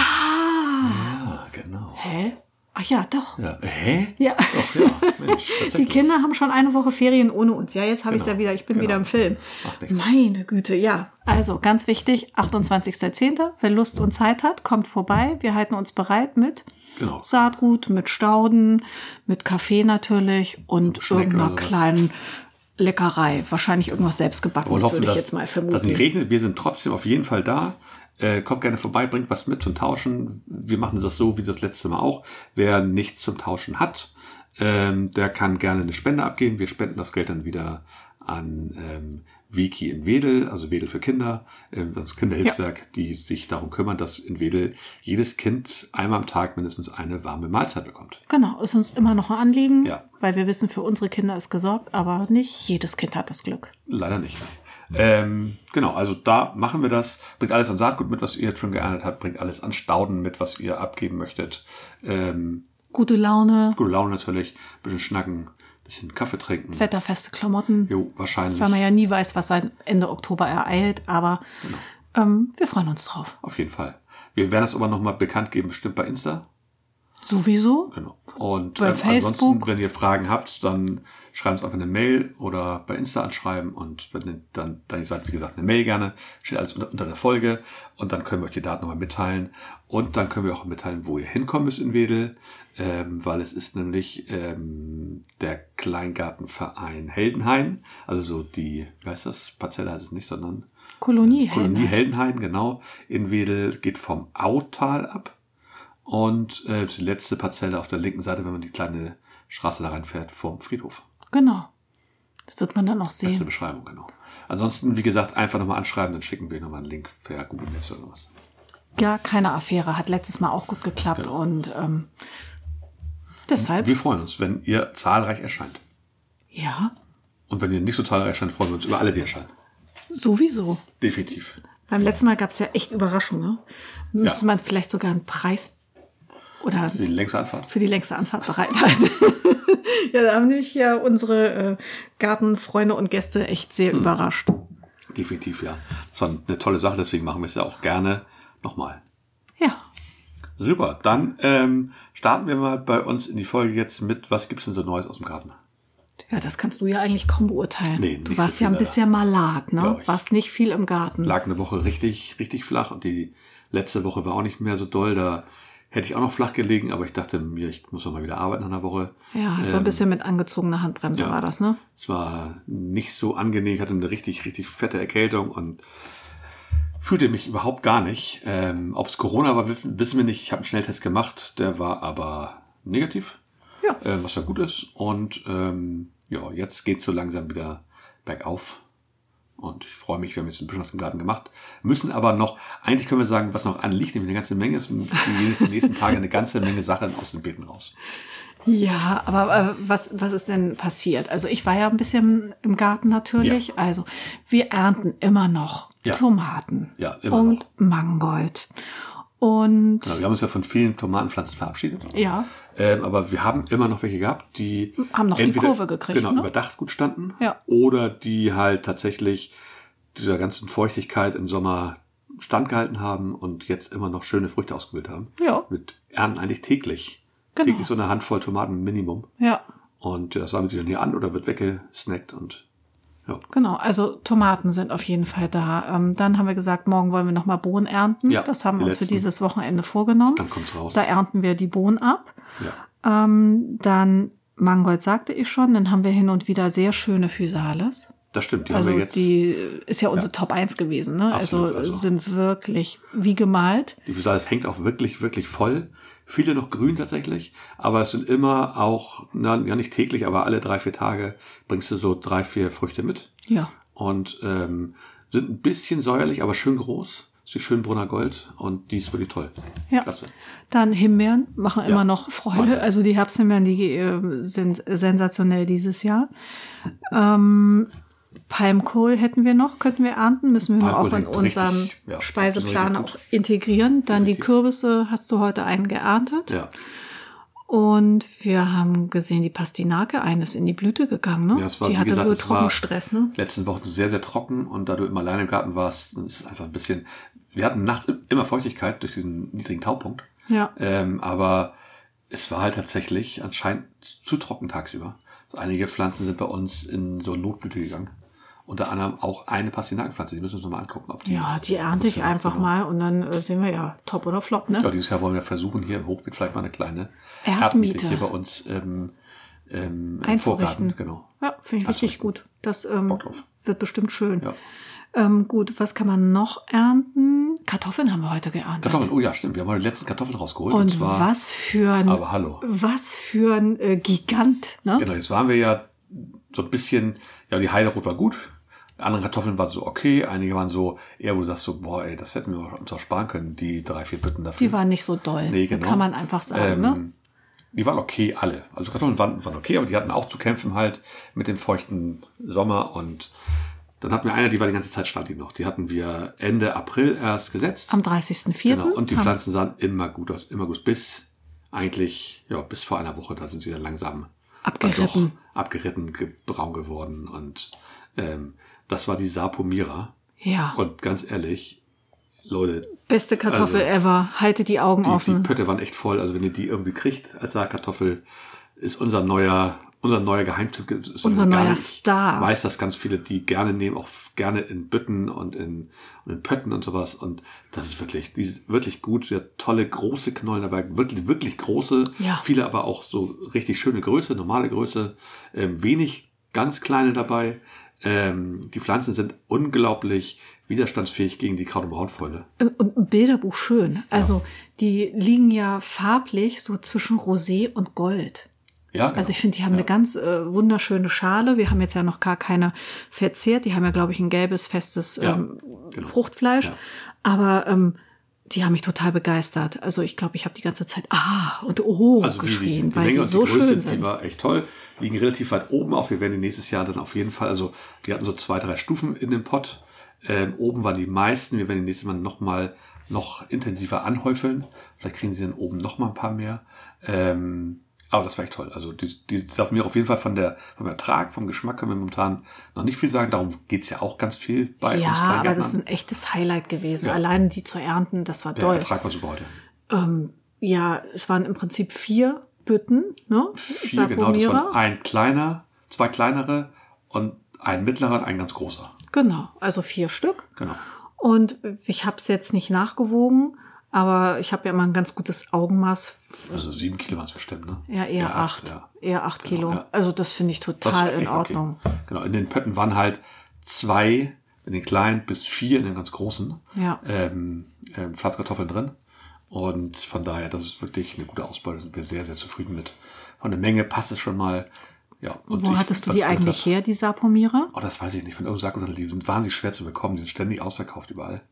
Speaker 1: Ah. Ja, genau.
Speaker 2: Hä? Ach ja, doch.
Speaker 1: Ja. Hä?
Speaker 2: Ja.
Speaker 1: Doch, ja. Mensch,
Speaker 2: Die
Speaker 1: tatsächlich.
Speaker 2: Kinder haben schon eine Woche Ferien ohne uns. Ja, jetzt habe ich es ja
Speaker 1: Genau,
Speaker 2: wieder. Ich bin
Speaker 1: genau.
Speaker 2: wieder im Film.
Speaker 1: Macht nichts.
Speaker 2: Meine Güte, ja. Also ganz wichtig, 28.10. Wer Lust und Zeit hat, kommt vorbei. Wir halten uns bereit mit
Speaker 1: Genau.
Speaker 2: Saatgut, mit Stauden, mit Kaffee natürlich und
Speaker 1: Schnecken
Speaker 2: irgendeiner
Speaker 1: oder was.
Speaker 2: kleinen Leckerei. Wahrscheinlich irgendwas selbstgebackenes,
Speaker 1: Und hoffen,
Speaker 2: würde ich
Speaker 1: dass,
Speaker 2: jetzt mal
Speaker 1: dass nicht
Speaker 2: vermuten.
Speaker 1: regnet. Wir sind trotzdem auf jeden Fall da. Äh, kommt gerne vorbei, bringt was mit zum Tauschen. Wir machen das so wie das letzte Mal auch. Wer nichts zum Tauschen hat, ähm, der kann gerne eine Spende abgeben. Wir spenden das Geld dann wieder an ähm, Wiki in Wedel, also Wedel für Kinder, ähm, das Kinderhilfswerk, die sich darum kümmern, dass in Wedel jedes Kind einmal am Tag mindestens eine warme Mahlzeit bekommt.
Speaker 2: Genau, ist uns immer noch ein Anliegen,
Speaker 1: Ja.
Speaker 2: weil wir wissen, für unsere Kinder ist gesorgt, aber nicht jedes Kind hat das Glück.
Speaker 1: Leider nicht. Ähm, genau, also da machen wir das. Bringt alles an Saatgut mit, was ihr jetzt schon geerntet habt. Bringt alles an Stauden mit, was ihr abgeben möchtet. Ähm,
Speaker 2: Gute Laune,
Speaker 1: gute Laune natürlich. bisschen schnacken, bisschen Kaffee trinken.
Speaker 2: wetterfeste Klamotten.
Speaker 1: Jo, wahrscheinlich.
Speaker 2: Weil man ja nie weiß, was sein Ende Oktober ereilt, aber
Speaker 1: Genau.
Speaker 2: ähm, wir freuen uns drauf.
Speaker 1: Auf jeden Fall. Wir werden das aber nochmal bekannt geben, bestimmt bei Insta.
Speaker 2: Sowieso?
Speaker 1: Genau. Und ähm,
Speaker 2: Bei
Speaker 1: ansonsten,
Speaker 2: Facebook.
Speaker 1: wenn ihr Fragen habt, dann schreiben uns einfach eine Mail oder bei Insta anschreiben und wenn ihr dann, dann ihr seid, wie gesagt, eine Mail gerne, steht alles unter, unter der Folge und dann können wir euch die Daten nochmal mitteilen und dann können wir auch mitteilen, wo ihr hinkommen müsst in Wedel, ähm, weil es ist nämlich ähm, der Kleingartenverein Heldenhain, also so die, wie heißt das, Parzelle heißt es nicht, sondern
Speaker 2: Kolonie,
Speaker 1: Kolonie Heldenhain, genau, in Wedel geht vom Autal ab. Und äh, die letzte Parzelle auf der linken Seite, wenn man die kleine Straße da reinfährt, vom Friedhof.
Speaker 2: Genau. Das wird man dann auch
Speaker 1: Beste
Speaker 2: sehen.
Speaker 1: Beschreibung, genau. Ansonsten, wie gesagt, einfach nochmal anschreiben, dann schicken wir Ihnen nochmal einen Link per Google Maps oder was.
Speaker 2: Ja, keine Affäre. Hat letztes Mal auch gut geklappt
Speaker 1: Genau.
Speaker 2: und ähm, deshalb,
Speaker 1: Wir freuen uns, wenn ihr zahlreich erscheint.
Speaker 2: ja,
Speaker 1: Und wenn ihr nicht so zahlreich erscheint, freuen wir uns über alle, die erscheinen.
Speaker 2: sowieso.
Speaker 1: Definitiv.
Speaker 2: Beim letzten Mal gab es ja echt Überraschungen. Ne? Müsste
Speaker 1: Ja.
Speaker 2: man vielleicht sogar einen Preis oder
Speaker 1: Für die längste Anfahrt.
Speaker 2: für die längste Anfahrt bereithalten. ja, da haben nämlich ja unsere äh, Gartenfreunde und Gäste echt sehr
Speaker 1: Hm.
Speaker 2: überrascht.
Speaker 1: Definitiv, ja. Das war eine tolle Sache, deswegen machen wir es ja auch gerne nochmal.
Speaker 2: Ja,
Speaker 1: Super, dann ähm, starten wir mal bei uns in die Folge jetzt mit, was gibt's denn so Neues aus dem Garten?
Speaker 2: ja, das kannst du ja eigentlich kaum beurteilen.
Speaker 1: Nee,
Speaker 2: du
Speaker 1: nicht
Speaker 2: warst
Speaker 1: so
Speaker 2: ja ein
Speaker 1: viel,
Speaker 2: bisschen malat, ne?
Speaker 1: Ja, ich-
Speaker 2: Warst nicht viel im Garten.
Speaker 1: lag eine Woche richtig, richtig flach und die letzte Woche war auch nicht mehr so doll. Da hätte ich auch noch flach gelegen, aber ich dachte mir, ich muss doch mal wieder arbeiten nach einer Woche.
Speaker 2: ja, hast du
Speaker 1: Ähm,
Speaker 2: ein bisschen mit angezogener Handbremse war das, ne?
Speaker 1: Es war nicht so angenehm. Ich hatte eine richtig, richtig fette Erkältung und fühlte mich überhaupt gar nicht. Ähm, Ob es Corona war, wissen wissen wir nicht. Ich habe einen Schnelltest gemacht, der war aber negativ,
Speaker 2: Ja.
Speaker 1: äh, was ja gut ist. Und ähm, ja, jetzt geht es so langsam wieder bergauf. Und ich freue mich, wir haben jetzt ein bisschen was im Garten gemacht. Müssen aber noch, eigentlich können wir sagen, was noch anliegt, nämlich eine ganze Menge, ist die nächsten Tage eine ganze Menge Sachen aus den Beeten raus.
Speaker 2: Ja, aber äh, was, was ist denn passiert? Also ich war ja ein bisschen im Garten natürlich. Also wir ernten immer noch
Speaker 1: Ja.
Speaker 2: Tomaten
Speaker 1: Ja, immer
Speaker 2: und Mangold. Und
Speaker 1: Genau, wir haben uns ja von vielen Tomatenpflanzen verabschiedet.
Speaker 2: Ja.
Speaker 1: Ähm, aber wir haben immer noch welche gehabt, die
Speaker 2: Haben noch die Kurve gekriegt,
Speaker 1: Genau,
Speaker 2: ne?
Speaker 1: überdacht gut standen.
Speaker 2: Ja.
Speaker 1: Oder die halt tatsächlich dieser ganzen Feuchtigkeit im Sommer standgehalten haben und jetzt immer noch schöne Früchte ausgebildet haben.
Speaker 2: Ja.
Speaker 1: Mit Ernten eigentlich täglich.
Speaker 2: Genau.
Speaker 1: Täglich so eine Handvoll Tomaten Minimum.
Speaker 2: ja,
Speaker 1: Und das sammelt sich dann hier an oder wird weggesnackt und ja.
Speaker 2: genau. Also Tomaten sind auf jeden Fall da. Ähm, dann haben wir gesagt, morgen wollen wir nochmal Bohnen ernten.
Speaker 1: Ja,
Speaker 2: das haben wir
Speaker 1: die
Speaker 2: uns für
Speaker 1: letzten.
Speaker 2: dieses Wochenende vorgenommen.
Speaker 1: Dann kommt's raus.
Speaker 2: Da ernten wir die Bohnen ab.
Speaker 1: ja.
Speaker 2: Ähm, dann Mangold sagte ich schon. Dann haben wir hin und wieder sehr schöne Physalis.
Speaker 1: Das stimmt, die
Speaker 2: Also
Speaker 1: haben wir jetzt. Die,
Speaker 2: die ist ja unsere Top 1 gewesen, ne?
Speaker 1: Absolut,
Speaker 2: also,
Speaker 1: also.
Speaker 2: sind wirklich wie gemalt.
Speaker 1: die Physalis hängt auch wirklich, wirklich voll. Viele noch grün tatsächlich, aber es sind immer auch, na, ja nicht täglich, aber alle drei, vier Tage bringst du so drei, vier Früchte mit.
Speaker 2: Ja.
Speaker 1: Und ähm, sind ein bisschen säuerlich, aber schön groß. Ist die Schönbrunner Gold und die ist wirklich toll.
Speaker 2: Ja.
Speaker 1: Klasse.
Speaker 2: Dann Himbeeren machen immer noch Freude.
Speaker 1: Wahnsinn.
Speaker 2: Also die Herbsthimbeeren, die äh, sind sensationell dieses Jahr. Ähm, Palmkohl hätten wir noch, könnten wir ernten, müssen wir
Speaker 1: Palmkohl
Speaker 2: auch in
Speaker 1: hängt
Speaker 2: unserem
Speaker 1: richtig, ja, richtig
Speaker 2: Speiseplan auch
Speaker 1: gut.
Speaker 2: integrieren. Dann die Kürbisse hast du heute einen geerntet.
Speaker 1: Ja.
Speaker 2: Und wir haben gesehen, die Pastinake, eine ist in die Blüte gegangen. Ne?
Speaker 1: ja es war,
Speaker 2: die
Speaker 1: wie
Speaker 2: hatte
Speaker 1: gesagt,
Speaker 2: wohl
Speaker 1: es war
Speaker 2: Trockenstress. Ne?
Speaker 1: Letzten Wochen sehr, sehr trocken und da du immer alleine im Garten warst, dann ist es einfach ein bisschen. Wir hatten nachts immer Feuchtigkeit durch diesen niedrigen Taupunkt.
Speaker 2: Ja.
Speaker 1: Ähm, aber es war halt tatsächlich anscheinend zu trocken tagsüber. Also einige Pflanzen sind bei uns in so Notblüte gegangen. Unter anderem auch eine Pastinakenpflanze. Die müssen wir uns nochmal angucken. Ob die,
Speaker 2: Ja, die ernte ich einfach mal und dann äh, sehen wir ja, top oder flop, ne?
Speaker 1: genau. Ja, dieses Jahr wollen wir versuchen, hier im Hochbeet vielleicht mal eine kleine
Speaker 2: Erdmiete.
Speaker 1: Erdmiete hier bei uns ähm, ähm, im
Speaker 2: Einzurichten.
Speaker 1: Vorgarten. Genau.
Speaker 2: Ja, finde ich richtig gut. Das ähm,
Speaker 1: Bock drauf.
Speaker 2: wird bestimmt schön.
Speaker 1: Ja.
Speaker 2: Ähm, gut, was kann man noch ernten? Kartoffeln haben wir heute geerntet.
Speaker 1: Kartoffeln, oh ja, stimmt. Wir haben heute die letzten Kartoffeln rausgeholt.
Speaker 2: Und was für ein,
Speaker 1: Aber hallo.
Speaker 2: was für ein äh, Gigant, ne?
Speaker 1: Genau, jetzt waren wir ja so ein bisschen, ja, die Heiderot war gut. Andere Kartoffeln waren so okay, einige waren so eher, wo du sagst so, boah, ey, das hätten wir uns auch sparen können, die drei, vier Bütten dafür.
Speaker 2: Die waren nicht so doll.
Speaker 1: Nee, genau.
Speaker 2: Kann man einfach sagen, ne?
Speaker 1: Ähm, Die waren okay, alle. Also Kartoffeln waren, waren okay, aber die hatten auch zu kämpfen halt mit dem feuchten Sommer und dann hatten wir eine, die war die ganze Zeit stand die noch. Die hatten wir Ende April erst gesetzt.
Speaker 2: Am Hm. 30.04.
Speaker 1: Genau, und die
Speaker 2: haben-
Speaker 1: Pflanzen sahen immer gut aus, immer gut. Bis eigentlich, ja, bis vor einer Woche, da sind sie dann langsam
Speaker 2: Abgeritten.
Speaker 1: doch abgeritten, ge- braun geworden. Und ähm, das war die Sapomira.
Speaker 2: Ja,
Speaker 1: Und ganz ehrlich, Leute,
Speaker 2: beste Kartoffel
Speaker 1: also,
Speaker 2: ever. Halte die Augen
Speaker 1: die, die
Speaker 2: offen.
Speaker 1: Pötte waren echt voll. Also wenn ihr die irgendwie kriegt als Saatkartoffel, ist unser neuer unser neuer Geheimtipp ist
Speaker 2: Unser
Speaker 1: gar
Speaker 2: neuer
Speaker 1: nicht-
Speaker 2: Star.
Speaker 1: weiß, dass ganz viele die gerne nehmen, auch gerne in Bütten und in, und in Pötten und sowas. Und das ist wirklich, die ist wirklich gut. Sie hat tolle, große Knollen dabei, wirklich, wirklich große.
Speaker 2: Ja.
Speaker 1: Viele aber auch so richtig schöne Größe, normale Größe. Ähm, wenig ganz kleine dabei. Ähm, die Pflanzen sind unglaublich widerstandsfähig gegen die Kraut- und Braunfäule.
Speaker 2: Äh, Und ein Bilderbuch schön. Also die liegen ja farblich so zwischen Rosé und Gold.
Speaker 1: Ja, genau.
Speaker 2: Also ich finde, die haben
Speaker 1: ja.
Speaker 2: eine ganz äh, wunderschöne Schale. Wir haben jetzt ja noch gar keine verzehrt. Die haben ja, glaube ich, ein gelbes, festes
Speaker 1: Ja,
Speaker 2: ähm,
Speaker 1: genau.
Speaker 2: Fruchtfleisch.
Speaker 1: Ja.
Speaker 2: Aber ähm, die haben mich total begeistert. Also ich glaube, ich habe die ganze Zeit ah und oh
Speaker 1: Also die, die,
Speaker 2: geschrien,
Speaker 1: die
Speaker 2: weil
Speaker 1: Menge
Speaker 2: die
Speaker 1: und
Speaker 2: so
Speaker 1: die Größe,
Speaker 2: schön
Speaker 1: die
Speaker 2: sind.
Speaker 1: war echt toll. Liegen relativ weit oben auf. Wir werden die nächstes Jahr dann auf jeden Fall, also die hatten so zwei, drei Stufen in dem Pott. Ähm, oben waren die meisten. Wir werden die nächste Mal nochmal noch intensiver anhäufeln. Vielleicht kriegen sie dann oben nochmal ein paar mehr. Ähm, aber das war echt toll. Also die, die darf mir auf jeden Fall von der, vom Ertrag, vom Geschmack können wir momentan noch nicht viel sagen. Darum geht's ja auch ganz viel bei
Speaker 2: ja,
Speaker 1: uns
Speaker 2: aber das ist
Speaker 1: Kleingärtnern.
Speaker 2: ein echtes Highlight gewesen.
Speaker 1: Ja.
Speaker 2: Allein die zu ernten, das war
Speaker 1: Der
Speaker 2: toll.
Speaker 1: Ertrag war super heute.
Speaker 2: Ähm, ja, es waren im Prinzip vier Bütten, ne?
Speaker 1: Vier, genau. Das
Speaker 2: Saponera.
Speaker 1: waren ein kleiner, zwei kleinere und ein mittlerer und ein ganz großer.
Speaker 2: Genau, also vier Stück.
Speaker 1: Genau.
Speaker 2: Und ich habe es jetzt nicht nachgewogen, aber ich habe ja immer ein ganz gutes Augenmaß.
Speaker 1: Also sieben Kilo waren es bestimmt, ne?
Speaker 2: Ja, eher acht.
Speaker 1: ja.
Speaker 2: Eher acht
Speaker 1: Genau,
Speaker 2: Kilo.
Speaker 1: ja.
Speaker 2: Also das finde ich
Speaker 1: Das
Speaker 2: total
Speaker 1: ist
Speaker 2: in
Speaker 1: echt okay.
Speaker 2: Ordnung.
Speaker 1: Genau, in den Pötten waren halt zwei, in den kleinen bis vier, in den ganz großen
Speaker 2: Ja.
Speaker 1: ähm, ähm, Pflanzkartoffeln drin. Und von daher, das ist wirklich eine gute Ausbeute, da sind wir sehr, sehr zufrieden mit. Von der Menge passt es schon mal. Ja, und
Speaker 2: Wo
Speaker 1: ich-
Speaker 2: hattest du
Speaker 1: was
Speaker 2: die
Speaker 1: ich gehört
Speaker 2: eigentlich
Speaker 1: hab-
Speaker 2: her, die Sapomira?
Speaker 1: Oh, das weiß ich nicht. Von irgendeinem Sack die sind wahnsinnig schwer zu bekommen. Die sind ständig ausverkauft überall.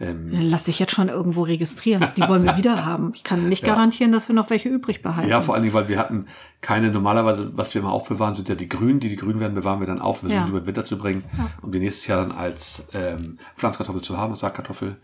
Speaker 1: Ähm,
Speaker 2: Äh, Lass dich jetzt schon irgendwo registrieren. Die wollen wir wieder haben. Ich kann nicht garantieren, dass wir noch welche übrig behalten.
Speaker 1: Ja, vor allen Dingen, weil wir hatten keine, normalerweise, was wir immer aufbewahren, sind ja die Grünen, die die grün werden, bewahren wir dann auf, um
Speaker 2: Ja.
Speaker 1: sie über den Winter zu bringen, um die nächstes Jahr dann als ähm, Pflanzkartoffel zu haben, als Saatkartoffel.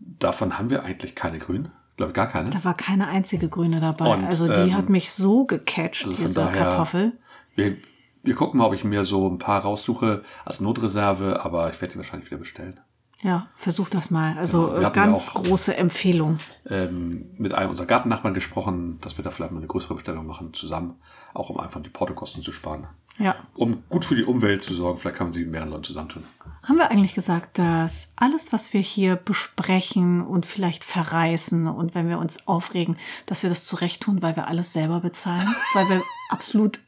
Speaker 1: Davon haben wir eigentlich keine Grünen, glaube ich gar keine.
Speaker 2: Da war keine einzige Grüne dabei.
Speaker 1: Und,
Speaker 2: also die
Speaker 1: ähm,
Speaker 2: hat mich so gecatcht,
Speaker 1: Also
Speaker 2: diese Kartoffel.
Speaker 1: Wir, wir gucken mal, ob ich mir so ein paar raussuche als Notreserve, aber ich werde die wahrscheinlich wieder bestellen.
Speaker 2: Ja, versuch das mal. Also
Speaker 1: wir
Speaker 2: äh,
Speaker 1: hatten ja
Speaker 2: ganz
Speaker 1: auch-
Speaker 2: große Empfehlung.
Speaker 1: Ähm, mit einem unserer Gartennachbarn gesprochen, dass wir da vielleicht mal eine größere Bestellung machen zusammen, auch um einfach die Portokosten zu sparen.
Speaker 2: Ja.
Speaker 1: Um gut für die Umwelt zu sorgen, vielleicht kann man sie mit mehreren Leuten zusammentun.
Speaker 2: Haben wir eigentlich gesagt, dass alles, was wir hier besprechen und vielleicht verreißen und wenn wir uns aufregen, dass wir das zurecht tun, weil wir alles selber bezahlen, weil wir absolut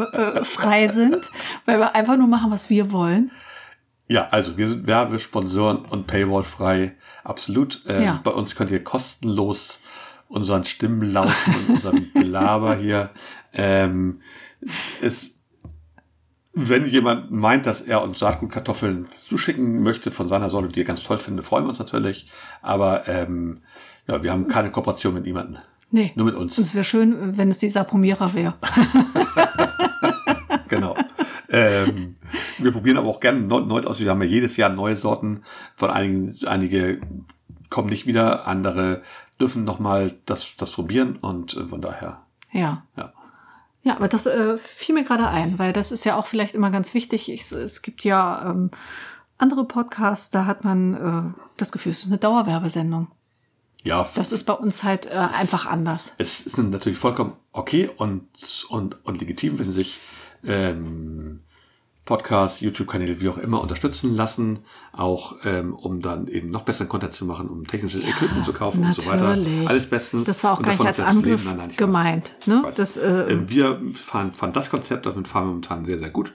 Speaker 2: werbefrei sind, weil wir einfach nur machen, was wir wollen?
Speaker 1: Ja, also wir sind Werbe, Sponsoren und Paywall frei. Absolut. Ähm,
Speaker 2: Ja.
Speaker 1: Bei uns könnt ihr kostenlos unseren Stimmen lauschen und unserem Gelaber hier. Ähm, es, wenn jemand meint, dass er uns Saatgutkartoffeln zuschicken möchte von seiner Sorte, die er ganz toll findet, freuen wir uns natürlich. Aber ähm, ja, wir haben keine Kooperation mit niemandem.
Speaker 2: Nee.
Speaker 1: Nur mit uns.
Speaker 2: Und es wäre schön, wenn es die Sapromierer wäre.
Speaker 1: genau. ähm, wir probieren aber auch gerne neu- Neues aus. Wir haben ja jedes Jahr neue Sorten. Von einigen, einige kommen nicht wieder, andere dürfen nochmal das, das probieren und äh, von daher,
Speaker 2: Ja.
Speaker 1: ja.
Speaker 2: Ja, aber das äh, fiel mir gerade ein, weil das ist ja auch vielleicht immer ganz wichtig. Ich, es gibt ja ähm, andere Podcasts, da hat man äh, das Gefühl, es ist eine Dauerwerbesendung.
Speaker 1: Ja,
Speaker 2: Das ist bei uns halt äh, einfach anders.
Speaker 1: es ist natürlich vollkommen okay und, und, und legitim, wenn sich ähm, Podcasts, YouTube-Kanäle, wie auch immer, unterstützen lassen, auch ähm, um dann eben noch besseren Content zu machen, um technisches Equipment zu kaufen und so
Speaker 2: Natürlich.
Speaker 1: weiter. Alles bestens.
Speaker 2: Das war auch
Speaker 1: Und
Speaker 2: gar nicht
Speaker 1: davon
Speaker 2: als
Speaker 1: das Leben-
Speaker 2: Angriff
Speaker 1: Nein, nein, ich
Speaker 2: gemeint,
Speaker 1: weiß.
Speaker 2: ne?
Speaker 1: Ich weiß.
Speaker 2: Das, äh,
Speaker 1: ähm, wir fahren, fahren das Konzept, damit fahren wir momentan sehr, sehr gut.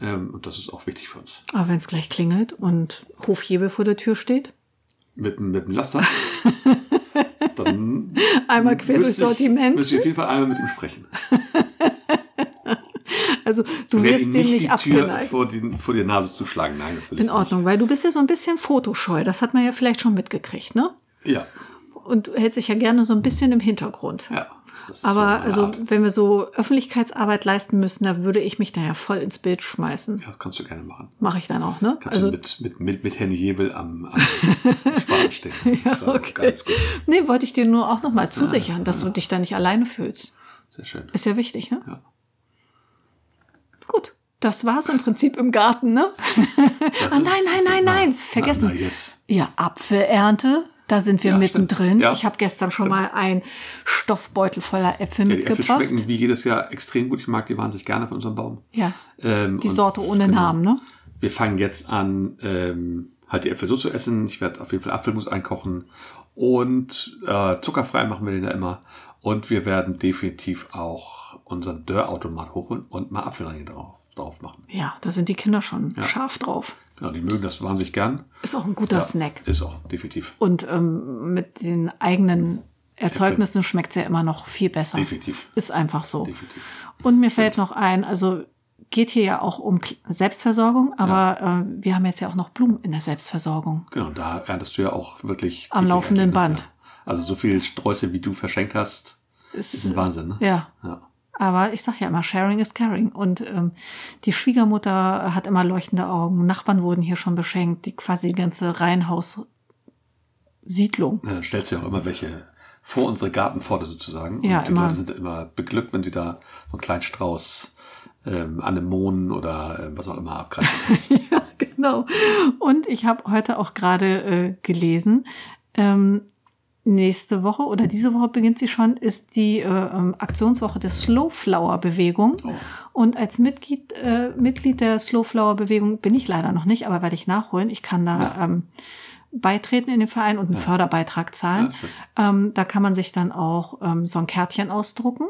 Speaker 1: Ähm, und das ist auch wichtig für uns.
Speaker 2: Aber wenn es gleich klingelt und Hofjebel vor der Tür steht,
Speaker 1: Mit, dem- mit dem Laster. dann
Speaker 2: einmal quer
Speaker 1: müsste
Speaker 2: durchs
Speaker 1: ich-
Speaker 2: Sortiment.
Speaker 1: Müsste ich auf jeden Fall einmal mit ihm sprechen.
Speaker 2: Also
Speaker 1: Wer
Speaker 2: du
Speaker 1: ihm
Speaker 2: wirst dem
Speaker 1: nicht
Speaker 2: nicht
Speaker 1: die Tür
Speaker 2: abgeneigt.
Speaker 1: vor die, vor die Nase zu schlagen. Nein, das will ich
Speaker 2: In Ordnung, weil du bist ja so ein bisschen fotoscheu. Das hat man ja vielleicht schon mitgekriegt, ne?
Speaker 1: Nicht. Ja.
Speaker 2: Und du hältst dich ja gerne so ein bisschen im Hintergrund.
Speaker 1: ja. Das ist so
Speaker 2: Aber
Speaker 1: meine
Speaker 2: also,
Speaker 1: Art.
Speaker 2: wenn wir so Öffentlichkeitsarbeit leisten müssen, da würde ich mich da ja voll ins Bild schmeißen.
Speaker 1: Ja, das kannst du gerne machen.
Speaker 2: Mache ich dann auch, ne?
Speaker 1: Kannst
Speaker 2: also
Speaker 1: du mit, mit, mit, mit Herrn Jebel am, am Spaten stehen. Das war
Speaker 2: okay.
Speaker 1: Ganz gut.
Speaker 2: nee, wollte ich dir nur auch noch mal zusichern, dass du dich da nicht alleine fühlst.
Speaker 1: Sehr schön.
Speaker 2: Ist ja wichtig, ne?
Speaker 1: Ja.
Speaker 2: Gut. Das war's im Prinzip im Garten, ne?
Speaker 1: Das
Speaker 2: Ah, nein,
Speaker 1: ist-
Speaker 2: nein, nein,
Speaker 1: na,
Speaker 2: nein,
Speaker 1: Na,
Speaker 2: vergessen.
Speaker 1: na jetzt.
Speaker 2: Ja, Apfelernte, Da sind wir
Speaker 1: Ja,
Speaker 2: mittendrin.
Speaker 1: stimmt. Ja.
Speaker 2: Ich habe gestern schon mal einen Stoffbeutel voller Äpfel
Speaker 1: Ja, die Äpfel
Speaker 2: mitgebracht.
Speaker 1: schmecken wie jedes Jahr extrem gut. Ich mag die wahnsinnig gerne von unserem Baum.
Speaker 2: ja,
Speaker 1: Ähm,
Speaker 2: die
Speaker 1: und-
Speaker 2: Sorte ohne
Speaker 1: genau.
Speaker 2: Namen, ne?
Speaker 1: Wir fangen jetzt an, ähm, halt die Äpfel so zu essen. Ich werde auf jeden Fall Apfelmus einkochen und äh, zuckerfrei machen wir den ja immer. Und wir werden definitiv auch unseren Dörrautomat hochholen und mal Apfel rein drauf, drauf machen.
Speaker 2: Ja, da sind die Kinder schon scharf drauf.
Speaker 1: Genau, die mögen das wahnsinnig gern.
Speaker 2: Ist auch ein guter
Speaker 1: Ja,
Speaker 2: Snack.
Speaker 1: Ist auch, definitiv.
Speaker 2: Und ähm, mit den eigenen Erzeugnissen schmeckt's ja immer noch viel besser.
Speaker 1: Definitiv.
Speaker 2: Ist einfach so.
Speaker 1: Definitiv.
Speaker 2: Und mir fällt noch ein, also geht hier ja auch um Kl- Selbstversorgung, aber äh, wir haben jetzt ja auch noch Blumen in der Selbstversorgung.
Speaker 1: Genau, da erntest du ja auch wirklich.
Speaker 2: Am
Speaker 1: täglich
Speaker 2: laufenden
Speaker 1: Artikel,
Speaker 2: Band.
Speaker 1: Ja. Also so viel Sträuße, wie du verschenkt hast, ist ein Wahnsinn, ne?
Speaker 2: Ja.
Speaker 1: Ja.
Speaker 2: Aber ich sag ja immer, sharing is caring. Und ähm, die Schwiegermutter hat immer leuchtende Augen. Nachbarn wurden hier schon beschenkt. Die quasi die ganze Reihenhaus-Siedlung.
Speaker 1: Ja, Dann äh, stellst du ja auch immer welche vor unsere Gartenpforte sozusagen.
Speaker 2: Ja,
Speaker 1: und die
Speaker 2: immer.
Speaker 1: Leute sind immer beglückt, wenn sie da so einen kleinen Strauß ähm, Anemonen oder ähm, was auch immer abgreifen.
Speaker 2: Ja, genau. Und ich habe heute auch gerade äh, gelesen, ähm, nächste Woche oder diese Woche beginnt sie schon, ist die äh, ähm, Aktionswoche der Slow Flower Bewegung.
Speaker 1: Oh.
Speaker 2: Und als Mitglied, äh, Mitglied der Slow Flower Bewegung bin ich leider noch nicht, aber werde ich nachholen. Ich kann da ähm, beitreten in den Verein und einen Förderbeitrag zahlen.
Speaker 1: Ja, schön.
Speaker 2: ähm, da kann man sich dann auch ähm, so ein Kärtchen ausdrucken.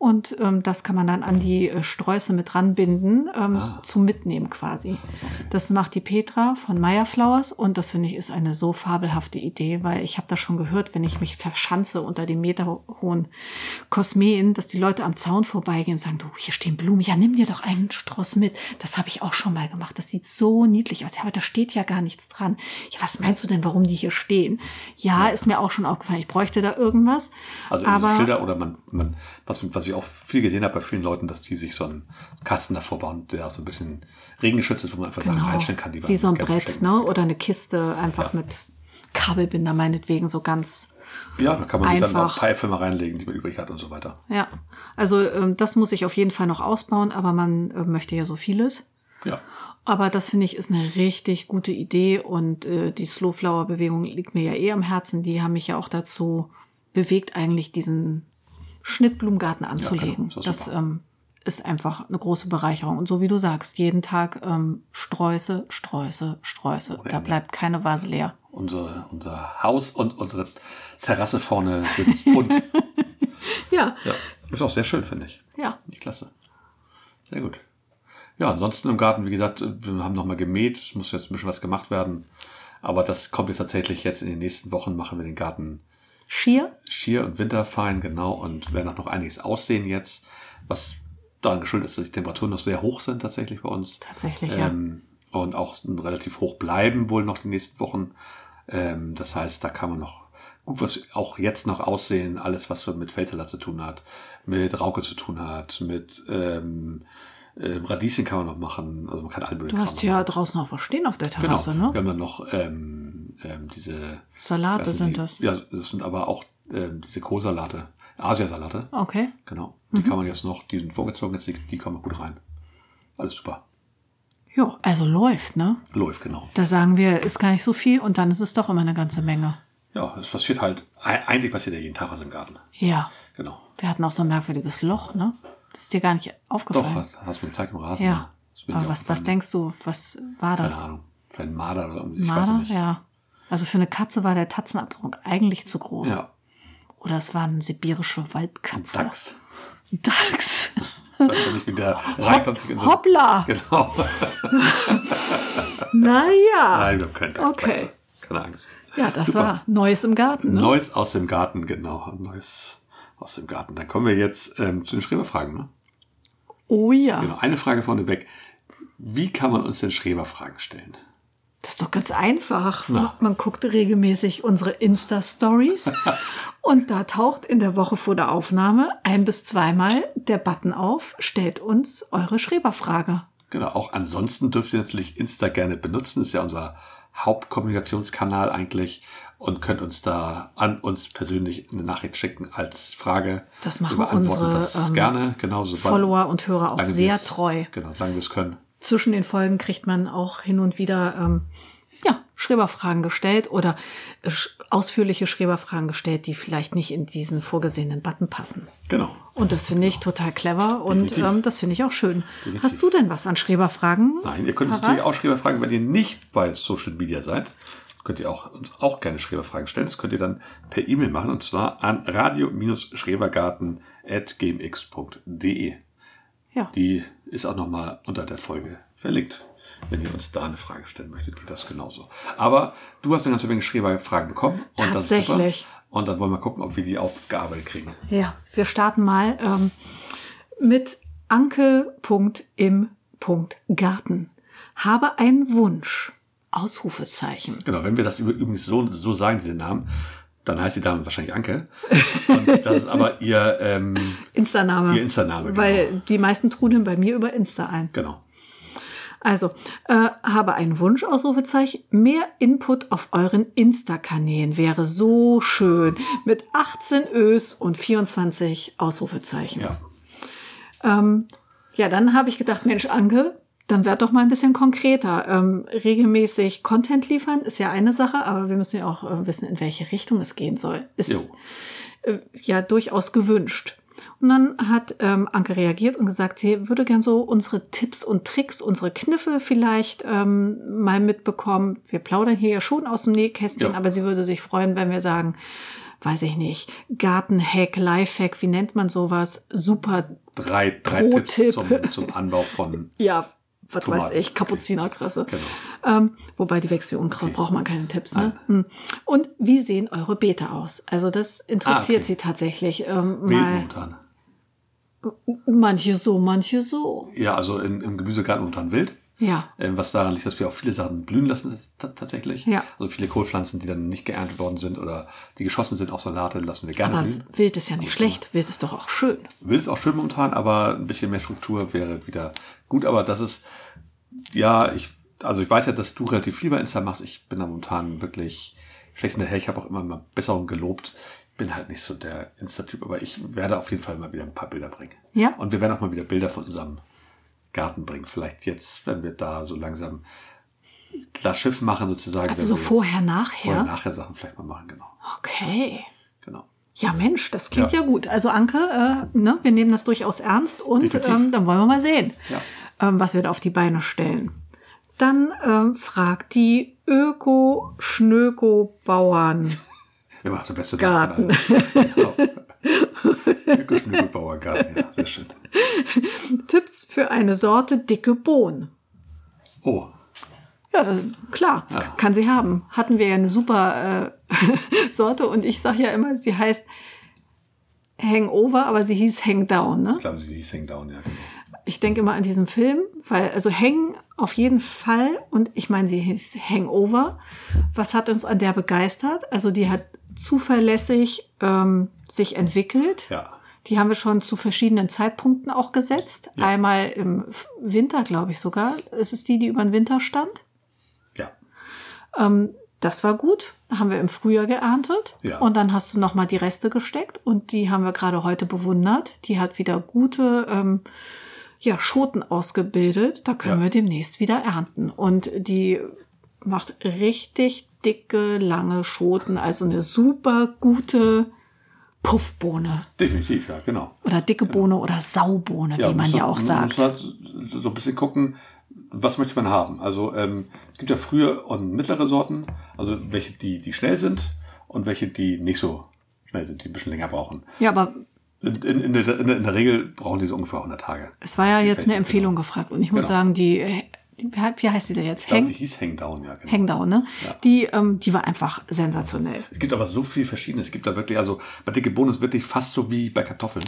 Speaker 2: Und ähm, das kann man dann an die äh, Sträuße mit ranbinden, ähm,
Speaker 1: Ah.
Speaker 2: zum Mitnehmen quasi. Das macht die Petra von Meyer Flowers und das finde ich ist eine so fabelhafte Idee, weil ich habe das schon gehört, wenn ich mich verschanze unter den meterhohen Kosmeen, dass die Leute am Zaun vorbeigehen und sagen, du, hier stehen Blumen, ja, nimm dir doch einen Strauß mit. Das habe ich auch schon mal gemacht. Das sieht so niedlich aus. Ja, aber da steht ja gar nichts dran. Ja, was meinst du denn, warum die hier stehen? Ja, ist mir auch schon aufgefallen. Ich bräuchte da irgendwas.
Speaker 1: Also
Speaker 2: aber
Speaker 1: aber, Schilder oder man, man was, was ich auch viel gesehen habe bei vielen Leuten, dass die sich so einen Kasten davor bauen, der auch so ein bisschen regengeschützt ist, wo man einfach Sachen reinstellen kann, die man
Speaker 2: Genau. Wie so ein
Speaker 1: gerne
Speaker 2: Brett,
Speaker 1: verschenken
Speaker 2: ne? Oder eine Kiste einfach mit Kabelbinder meinetwegen so ganz.
Speaker 1: Ja, da kann man sich dann
Speaker 2: Einfach.
Speaker 1: noch ein paar Äpfel mal reinlegen, die man übrig hat und so weiter.
Speaker 2: Ja, also ähm, das muss ich auf jeden Fall noch ausbauen, aber man äh, möchte ja so vieles.
Speaker 1: Ja.
Speaker 2: Aber das finde ich ist eine richtig gute Idee und äh, die Slow Flower Bewegung liegt mir ja eh am Herzen. Die haben mich ja auch dazu bewegt, eigentlich diesen Schnittblumengarten anzulegen.
Speaker 1: genau, das ist
Speaker 2: das
Speaker 1: super.
Speaker 2: ähm, ist einfach eine große Bereicherung. Und so wie du sagst, jeden Tag ähm, Sträuße, Sträuße, Sträuße. Da
Speaker 1: Ende.
Speaker 2: bleibt keine Vase leer.
Speaker 1: Unsere, unser Haus und unsere Terrasse vorne sind bunt.
Speaker 2: Ja,
Speaker 1: ja. Ist auch sehr schön, finde ich.
Speaker 2: ja.
Speaker 1: Nicht klasse. Sehr gut. Ja, ansonsten im Garten, wie gesagt, wir haben nochmal gemäht. Es muss jetzt ein bisschen was gemacht werden. Aber das kommt jetzt tatsächlich jetzt in den nächsten Wochen, machen wir den Garten
Speaker 2: Schier
Speaker 1: schier und winterfein, genau. Und werden auch noch einiges aussehen jetzt, was daran geschuldet ist, dass die Temperaturen noch sehr hoch sind tatsächlich bei uns.
Speaker 2: Tatsächlich, ja.
Speaker 1: ähm, ja. Und auch relativ hoch bleiben wohl noch die nächsten Wochen. Ähm, das heißt, da kann man noch gut was auch jetzt noch aussehen, alles was so mit Feldteller zu tun hat, mit Rauke zu tun hat, mit ähm, ähm, Radieschen kann man noch machen. Also man kann alle
Speaker 2: Du hast ja draußen auch was stehen auf der
Speaker 1: genau.
Speaker 2: Terrasse,
Speaker 1: Wir
Speaker 2: ne?
Speaker 1: haben dann noch ähm, ähm, diese
Speaker 2: Salate
Speaker 1: weiß ich
Speaker 2: sind
Speaker 1: nicht.
Speaker 2: das.
Speaker 1: Ja, das sind aber auch ähm, diese Co-Salate, Asiasalate.
Speaker 2: Okay.
Speaker 1: Genau.
Speaker 2: Mhm.
Speaker 1: Die kann man jetzt noch, die sind vorgezogen, jetzt die, die kommen gut rein. Alles super.
Speaker 2: Ja, also läuft, ne?
Speaker 1: Läuft, genau.
Speaker 2: Da sagen wir, ist gar nicht so viel und dann ist es doch immer eine ganze Menge.
Speaker 1: Ja, es passiert halt, e- eigentlich passiert ja jeden Tag was im Garten.
Speaker 2: Ja.
Speaker 1: Genau.
Speaker 2: Wir hatten auch so ein merkwürdiges Loch, ne? Das ist dir gar nicht
Speaker 1: Doch,
Speaker 2: aufgefallen.
Speaker 1: hast, hast du mir gezeigt im Rasen.
Speaker 2: ja.
Speaker 1: Das bin ich
Speaker 2: Aber
Speaker 1: auch
Speaker 2: was, was
Speaker 1: gefallen.
Speaker 2: denkst du, was war das?
Speaker 1: Keine Ahnung. Vielleicht ein Marder oder irgendwie. Ich
Speaker 2: Marder?
Speaker 1: weiß es nicht.
Speaker 2: Ja. Also für eine Katze war der Tatzenabdruck eigentlich zu groß.
Speaker 1: Ja.
Speaker 2: Oder es war eine sibirische Waldkatze.
Speaker 1: Dachs.
Speaker 2: Ein Dachs.
Speaker 1: Ich weiß ja nicht, wie der reinkommt. sich in so-
Speaker 2: Hoppla!
Speaker 1: Genau.
Speaker 2: Naja.
Speaker 1: Nein, wir haben keinen Dachs.
Speaker 2: Okay.
Speaker 1: weißt du. Keine Angst.
Speaker 2: Ja, das
Speaker 1: Super.
Speaker 2: war Neues im Garten. Ne?
Speaker 1: Neues aus dem Garten, genau. Neues aus dem Garten. Dann kommen wir jetzt ähm, zu den Schreberfragen. Ne?
Speaker 2: Oh ja.
Speaker 1: Genau, eine Frage vorneweg. Wie kann man uns denn Schreberfragen stellen?
Speaker 2: Das ist doch ganz einfach.
Speaker 1: Na.
Speaker 2: Man guckt regelmäßig unsere Insta-Stories und da taucht in der Woche vor der Aufnahme ein bis zweimal der Button auf, stellt uns eure Schreberfrage.
Speaker 1: Genau, auch ansonsten dürft ihr natürlich Insta gerne benutzen, ist ja unser Hauptkommunikationskanal eigentlich und könnt uns da an uns persönlich eine Nachricht schicken als Frage.
Speaker 2: Das machen
Speaker 1: Wir beantworten
Speaker 2: unsere,
Speaker 1: das
Speaker 2: ähm,
Speaker 1: gerne, genau, sobald-
Speaker 2: Follower und Hörer auch
Speaker 1: solange
Speaker 2: sehr
Speaker 1: wir's-
Speaker 2: treu.
Speaker 1: Genau, solange wir es können.
Speaker 2: Zwischen den Folgen kriegt man auch hin und wieder ähm, ja, Schreberfragen gestellt oder äh, sch- ausführliche Schreberfragen gestellt, die vielleicht nicht in diesen vorgesehenen Button passen.
Speaker 1: Genau.
Speaker 2: Und das finde ich total clever und
Speaker 1: Definitiv.
Speaker 2: ähm, das finde ich auch schön. Hast du denn was an Schreberfragen?
Speaker 1: Nein, ihr könnt uns natürlich auch Schreberfragen, wenn ihr nicht bei Social Media seid, könnt ihr auch, uns auch gerne Schreberfragen stellen. Das könnt ihr dann per E-Mail machen und zwar an radio-schrebergarten.gmx.de.
Speaker 2: Ja.
Speaker 1: Die ist auch nochmal unter der Folge verlinkt. Wenn ihr uns da eine Frage stellen möchtet, geht das genauso. Aber du hast eine ganze Menge Schreberfragen bekommen. Und das ist super.
Speaker 2: Tatsächlich.
Speaker 1: Und dann wollen wir gucken, ob wir die aufgearbeitet kriegen.
Speaker 2: Ja, wir starten mal ähm, mit Anke.im.garten. Habe einen Wunsch. Ausrufezeichen.
Speaker 1: Genau, wenn wir das über- übrigens so, so sagen, diesen Namen, dann heißt die Dame wahrscheinlich Anke. Und das ist aber ihr, ähm,
Speaker 2: Insta-Name.
Speaker 1: Ihr Insta-Name,
Speaker 2: Weil die meisten trudeln bei mir über Insta ein.
Speaker 1: genau.
Speaker 2: Also, äh, habe einen Wunsch, Ausrufezeichen. Mehr Input auf euren Insta-Kanälen wäre so schön. Mit 18 Ös und 24 Ausrufezeichen.
Speaker 1: Ja.
Speaker 2: Ähm, ja, dann habe ich gedacht, Mensch, Anke, dann werd doch mal ein bisschen konkreter. Ähm, regelmäßig Content liefern ist ja eine Sache, aber wir müssen ja auch äh, wissen, in welche Richtung es gehen soll. Ist
Speaker 1: Jo.
Speaker 2: äh, ja durchaus gewünscht. Und dann hat ähm, Anke reagiert und gesagt, sie würde gern so unsere Tipps und Tricks, unsere Kniffe vielleicht ähm, mal mitbekommen. Wir plaudern hier ja schon aus dem Nähkästchen,
Speaker 1: Ja.
Speaker 2: aber sie würde sich freuen, wenn wir sagen, weiß ich nicht, Gartenhack, Lifehack, wie nennt man sowas? Super
Speaker 1: Drei, drei
Speaker 2: Pro
Speaker 1: Tipps
Speaker 2: Tipp.
Speaker 1: Zum, zum Anbau von.
Speaker 2: ja, was
Speaker 1: Tomaten.
Speaker 2: weiß ich, Kapuzinerkresse.
Speaker 1: Genau.
Speaker 2: Ähm, wobei die wächst wie Unkraut, braucht man keine Tipps. Ne? Hm. Und wie sehen eure Beete aus? Also das interessiert
Speaker 1: Ah, okay.
Speaker 2: sie tatsächlich. Ähm,
Speaker 1: Wild
Speaker 2: mal
Speaker 1: momentan.
Speaker 2: manche so, manche so.
Speaker 1: Ja, also in, im Gemüsegarten momentan wild.
Speaker 2: Ja.
Speaker 1: Ähm, was daran liegt, dass wir auch viele Sachen blühen lassen ta- tatsächlich.
Speaker 2: Ja.
Speaker 1: Also viele Kohlpflanzen, die dann nicht geerntet worden sind oder die geschossen sind, auch Salate lassen wir gerne
Speaker 2: Aber
Speaker 1: blühen.
Speaker 2: wild ist ja nicht schlecht, wild ist doch auch schön.
Speaker 1: Wild ist auch schön momentan, aber ein bisschen mehr Struktur wäre wieder gut. Aber das ist, ja, ich, also ich weiß ja, dass du relativ viel bei Insta machst. Ich bin da momentan wirklich schlecht hinterher. Ich habe auch immer mal Besserung gelobt. Ich bin halt nicht so der Insta-Typ, aber ich werde auf jeden Fall mal wieder ein paar Bilder bringen.
Speaker 2: Ja.
Speaker 1: Und wir werden auch mal wieder Bilder von unserem Garten bringen. Vielleicht jetzt, wenn wir da so langsam das Schiff machen sozusagen.
Speaker 2: Also
Speaker 1: wenn
Speaker 2: so
Speaker 1: wir
Speaker 2: vorher,
Speaker 1: jetzt
Speaker 2: nachher.
Speaker 1: vorher, nachher Sachen vielleicht mal machen, genau.
Speaker 2: Okay.
Speaker 1: genau.
Speaker 2: Ja, Mensch, das klingt ja,
Speaker 1: Ja.
Speaker 2: gut. Also Anke, äh, ne, wir nehmen das durchaus ernst und
Speaker 1: Definitiv.
Speaker 2: ähm, dann wollen wir mal sehen,
Speaker 1: Ja.
Speaker 2: ähm, was wir da auf die Beine stellen. Dann ähm, fragt die Öko-Schnöko-Bauern.
Speaker 1: Immer der beste
Speaker 2: Garten.
Speaker 1: Ökoschnügelbauergarten, genau. ja, sehr schön.
Speaker 2: Tipps für eine Sorte dicke Bohnen.
Speaker 1: Oh,
Speaker 2: Ja, das, klar,
Speaker 1: Ja.
Speaker 2: k- kann sie haben. Hatten wir ja eine super äh, Sorte und ich sage ja immer, sie heißt Hangover, aber sie hieß Hangdown. Ne?
Speaker 1: ich glaube, sie hieß Hangdown, ja, genau.
Speaker 2: Ich denke immer an diesen Film, weil also Hang auf jeden Fall und ich meine, sie hieß Hangover. Was hat uns an der begeistert? Also die hat zuverlässig ähm, sich entwickelt.
Speaker 1: Ja,
Speaker 2: Die haben wir schon zu verschiedenen Zeitpunkten auch gesetzt. Einmal im F- Winter, glaube ich sogar. Ist es die, die über den Winter stand?
Speaker 1: ja,
Speaker 2: Ähm, das war gut. Haben wir im Frühjahr geerntet.
Speaker 1: Ja.
Speaker 2: Und dann hast du nochmal die Reste gesteckt. Und die haben wir gerade heute bewundert. Die hat wieder gute ähm, ja, Schoten ausgebildet. Da können
Speaker 1: Ja.
Speaker 2: wir demnächst wieder ernten. Und die macht richtig dicke, lange Schoten. Also eine super gute Puffbohne.
Speaker 1: definitiv, ja, genau.
Speaker 2: Oder dicke Bohne oder Saubohne,
Speaker 1: Ja,
Speaker 2: wie man
Speaker 1: muss
Speaker 2: ja
Speaker 1: man-
Speaker 2: auch
Speaker 1: muss
Speaker 2: sagt.
Speaker 1: man so so ein bisschen gucken, was möchte man haben. Also ähm, es gibt ja frühe und mittlere Sorten, also welche, die, die schnell sind und welche, die nicht so schnell sind, die ein bisschen länger brauchen.
Speaker 2: Ja, aber
Speaker 1: In, in, in, der, in, der, in der Regel brauchen die so ungefähr 100 Tage.
Speaker 2: es war ja jetzt
Speaker 1: weiß
Speaker 2: eine
Speaker 1: nicht
Speaker 2: Empfehlung gefragt. Und ich muss
Speaker 1: Genau.
Speaker 2: sagen, die, äh, wie heißt sie denn jetzt?
Speaker 1: Ich glaube, die
Speaker 2: Hang,
Speaker 1: hieß Hangdown, ja, genau.
Speaker 2: Hangdown, ne?
Speaker 1: Ja.
Speaker 2: Die, ähm, die war einfach sensationell.
Speaker 1: Es gibt aber so viel verschiedene. Es gibt da wirklich, also bei dicke Bohnen ist wirklich fast so wie bei Kartoffeln.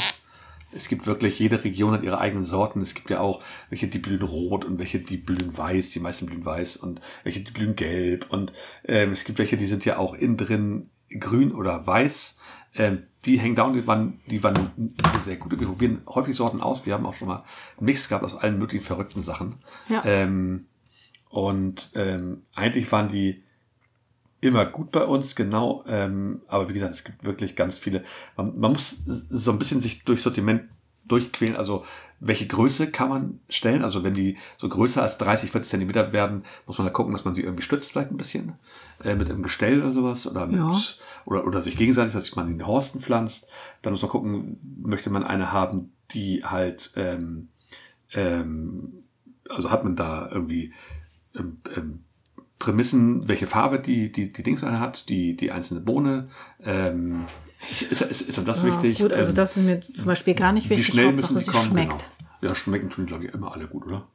Speaker 1: Es gibt wirklich, jede Region hat ihre eigenen Sorten. Es gibt ja auch welche, die blühen rot und welche, die blühen weiß. Die meisten blühen weiß und welche, die blühen gelb. Und ähm, es gibt welche, die sind ja auch innen drin grün oder weiß. Ähm, die Hangdown, die waren, die waren eine sehr gut. Wir probieren häufig Sorten aus. Wir haben auch schon mal einen Mix gehabt aus allen möglichen verrückten Sachen.
Speaker 2: Ja.
Speaker 1: Ähm, und ähm, eigentlich waren die immer gut bei uns, genau. Ähm, aber wie gesagt, es gibt wirklich ganz viele. Man, man muss so ein bisschen sich durch Sortiment durchquälen. Also welche Größe kann man stellen? Also wenn die so größer als 30, 40 Zentimeter werden, muss man da gucken, dass man sie irgendwie stützt vielleicht ein bisschen. Äh, mit einem Gestell oder sowas. Oder, mit,
Speaker 2: Ja.
Speaker 1: oder, oder sich gegenseitig, dass man in den Horsten pflanzt. Dann muss man gucken, möchte man eine haben, die halt... Ähm, ähm, also hat man da irgendwie ähm, ähm, Prämissen, welche Farbe die, die, die Dings hat, die, die einzelne Bohne. Ähm, ist, ist, ist, ist einem das wichtig?
Speaker 2: Gut, also
Speaker 1: Ähm,
Speaker 2: das ist mir zum Beispiel gar nicht wichtig.
Speaker 1: Wie schnell
Speaker 2: Hauptsache,
Speaker 1: müssen die
Speaker 2: sie
Speaker 1: kommen?
Speaker 2: schmeckt.
Speaker 1: Genau. Ja, schmecken tun, glaube ich, immer alle gut, oder?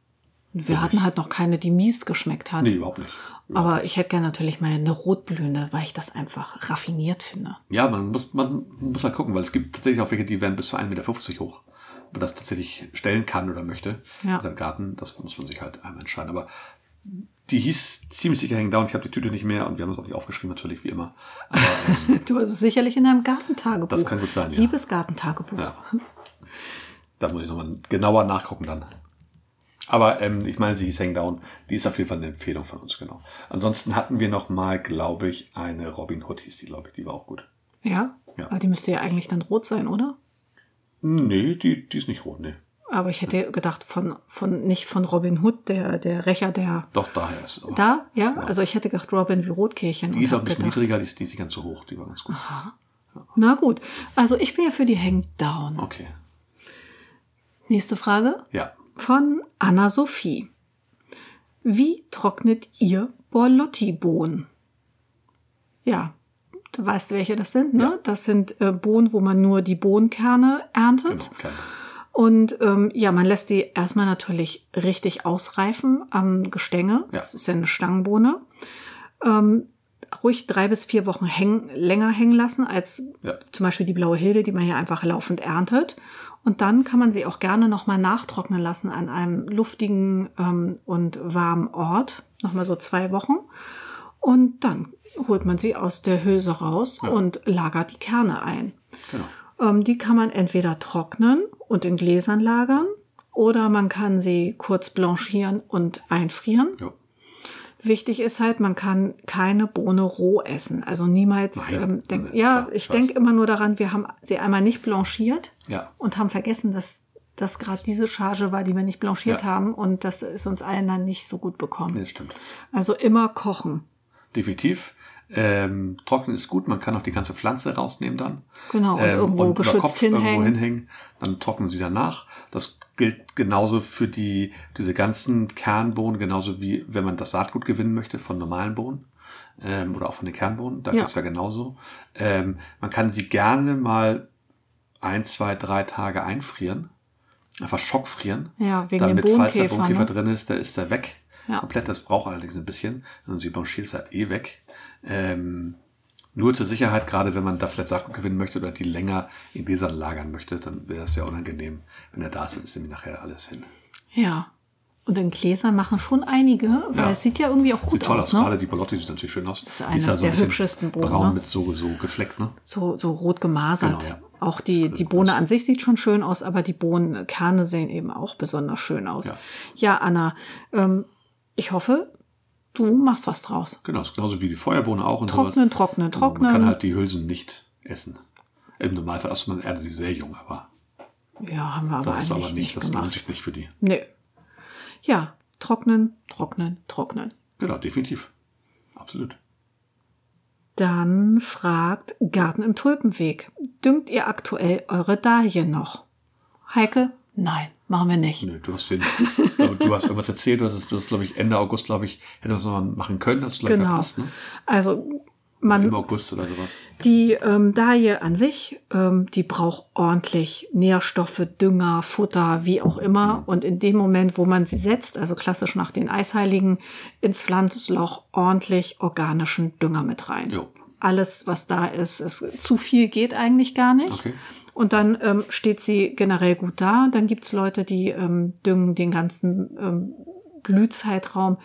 Speaker 2: Und wir hatten halt noch keine, die mies geschmeckt hat.
Speaker 1: Nee, überhaupt nicht.
Speaker 2: Aber ich hätte gerne natürlich mal eine rotblühende, weil ich das einfach raffiniert finde.
Speaker 1: Ja, man muss, man muss halt gucken, weil es gibt tatsächlich auch welche, die werden bis zu 1,50 Meter hoch. Ob man das tatsächlich stellen kann oder möchte
Speaker 2: Ja.
Speaker 1: in seinem Garten, das muss man sich halt einmal entscheiden. Aber die hieß ziemlich sicher hängen da und ich habe die Tüte nicht mehr und wir haben es auch nicht aufgeschrieben, natürlich, wie immer.
Speaker 2: Du hast es sicherlich in deinem Gartentagebuch.
Speaker 1: Das kann gut sein, ja.
Speaker 2: Liebes Gartentagebuch.
Speaker 1: Ja. Da muss ich nochmal genauer nachgucken dann. Aber ähm, ich meine, sie hieß Hang Down. Die ist auf jeden Fall eine Empfehlung von uns, genau. Ansonsten hatten wir nochmal, glaube ich, eine Robin Hood hieß die, glaube ich. Die war auch gut.
Speaker 2: Ja?
Speaker 1: Ja.
Speaker 2: Aber die müsste ja eigentlich dann rot sein, oder?
Speaker 1: Nee, die, die ist nicht rot, nee.
Speaker 2: Aber ich hätte gedacht, von, von, nicht von Robin Hood, der, der Rächer, der.
Speaker 1: Doch, daher ist es aber.
Speaker 2: Da, ja? Also ich hätte gedacht, Robin wie Rotkehlchen.
Speaker 1: die
Speaker 2: und
Speaker 1: ist auch ein
Speaker 2: hab
Speaker 1: bisschen
Speaker 2: gedacht,
Speaker 1: niedriger, die ist, die ist nicht ganz so hoch. Die war ganz gut.
Speaker 2: Na gut. Also ich bin ja für die Hang Down.
Speaker 1: Okay.
Speaker 2: Nächste Frage
Speaker 1: Ja.
Speaker 2: von Anna-Sophie. Wie trocknet ihr Borlotti-Bohnen? Ja, du weißt, welche das sind, ne? Das sind äh, Bohnen, wo man nur die Bohnenkerne erntet.
Speaker 1: Genau, keine.
Speaker 2: Und ähm, ja, man lässt die erstmal natürlich richtig ausreifen am Gestänge. Das ist ja eine Stangenbohne. Ähm, ruhig drei bis vier Wochen häng, länger hängen lassen als
Speaker 1: Ja.
Speaker 2: zum Beispiel die blaue Hilde, die man ja einfach laufend erntet. Und dann kann man sie auch gerne nochmal nachtrocknen lassen an einem luftigen ähm, und warmen Ort. Nochmal so zwei Wochen. Und dann holt man sie aus der Hülse raus und lagert die Kerne ein.
Speaker 1: Genau.
Speaker 2: Ähm, die kann man entweder trocknen und in Gläsern lagern oder man kann sie kurz blanchieren und einfrieren.
Speaker 1: Jo.
Speaker 2: Wichtig ist halt, man kann keine Bohne roh essen. Also niemals.
Speaker 1: Nein.
Speaker 2: Ähm, denk,
Speaker 1: Nee,
Speaker 2: ja,
Speaker 1: klar,
Speaker 2: ich
Speaker 1: ich weiß.
Speaker 2: denke immer nur daran, wir haben sie einmal nicht blanchiert
Speaker 1: Ja.
Speaker 2: und haben vergessen, dass das gerade diese Charge war, die wir nicht blanchiert
Speaker 1: Ja.
Speaker 2: haben und das ist uns allen dann nicht so gut bekommen.
Speaker 1: Nee, das stimmt.
Speaker 2: Also immer kochen.
Speaker 1: Definitiv. Ähm, trocknen ist gut, man kann auch die ganze Pflanze rausnehmen dann.
Speaker 2: Genau, und irgendwo
Speaker 1: Ähm, über
Speaker 2: geschützt hinhängen.
Speaker 1: Irgendwo hinhängen, dann trocknen sie danach. Das gilt genauso für die, diese ganzen Kernbohnen, genauso wie wenn man das Saatgut gewinnen möchte von normalen Bohnen ähm, oder auch von den Kernbohnen, da
Speaker 2: Ja.
Speaker 1: geht's ja genauso. Ähm, man kann sie gerne mal ein, zwei, drei Tage einfrieren, einfach schockfrieren.
Speaker 2: Ja, wegen
Speaker 1: damit,
Speaker 2: dem
Speaker 1: falls der
Speaker 2: Bohnenkäfer,
Speaker 1: Bohnenkäfer
Speaker 2: ne?
Speaker 1: drin ist, der ist der weg.
Speaker 2: Ja.
Speaker 1: Komplett, das braucht allerdings ein bisschen. Und sie blanchiert es halt eh weg. Ähm, nur zur Sicherheit, gerade wenn man da vielleicht Sachen gewinnen möchte oder die länger in Gläsern lagern möchte, dann wäre das ja unangenehm. Wenn er da ist, dann ist nämlich nachher alles hin.
Speaker 2: Ja. Und in Gläsern machen schon einige, weil
Speaker 1: Ja.
Speaker 2: es sieht ja irgendwie auch
Speaker 1: Sieht
Speaker 2: gut
Speaker 1: toll
Speaker 2: aus,
Speaker 1: aus.
Speaker 2: ne?
Speaker 1: Gerade die Balotti sieht natürlich schön aus.
Speaker 2: Ist
Speaker 1: Die
Speaker 2: eine
Speaker 1: ja
Speaker 2: der
Speaker 1: ein bisschen
Speaker 2: hübschesten Bohnen,
Speaker 1: Braun
Speaker 2: ne?
Speaker 1: mit so, so gefleckt, ne?
Speaker 2: so, so rot gemasert.
Speaker 1: Genau, ja.
Speaker 2: Auch die, die Bohne an sich sieht schon schön aus, aber die Bohnenkerne sehen eben auch besonders schön aus. Ja,
Speaker 1: Ja.
Speaker 2: Anna, ähm, ich hoffe, du machst was draus.
Speaker 1: Genau, ist genauso wie die Feuerbohne auch und sowas.
Speaker 2: Trocknen, trocknen,
Speaker 1: Genau, Man
Speaker 2: trocknen.
Speaker 1: kann halt die Hülsen nicht essen. Im Normalfall, außer man erntet sie sehr jung, aber
Speaker 2: Ja, haben wir aber
Speaker 1: das ist
Speaker 2: eigentlich
Speaker 1: aber
Speaker 2: nicht
Speaker 1: nicht, das lohnt
Speaker 2: gemacht.
Speaker 1: sich nicht für die.
Speaker 2: Nee. Ja, trocknen, trocknen, trocknen.
Speaker 1: Genau, definitiv. Absolut.
Speaker 2: Dann fragt Garten im Tulpenweg. Düngt ihr aktuell eure Dahlien noch? Heike? Nein, machen wir nicht.
Speaker 1: Nö, du hast den, du, du hast irgendwas erzählt, du hast, es- du hast glaube ich, Ende August, glaube ich, hätte das nochmal machen können, das gleich
Speaker 2: Genau.
Speaker 1: verpasst, ne?
Speaker 2: Also man
Speaker 1: Im August oder sowas.
Speaker 2: Die ähm, Dalie an sich, ähm, die braucht ordentlich Nährstoffe, Dünger, Futter, wie auch immer. Und in dem Moment, wo man sie setzt, also klassisch nach den Eisheiligen, ins Pflanzloch ordentlich organischen Dünger mit rein.
Speaker 1: Jo.
Speaker 2: Alles, was da ist, ist, zu viel geht eigentlich gar nicht.
Speaker 1: Okay.
Speaker 2: Und dann ähm, steht sie generell gut da. Dann gibt's Leute, die ähm, düngen den ganzen ähm, Blühzeitraum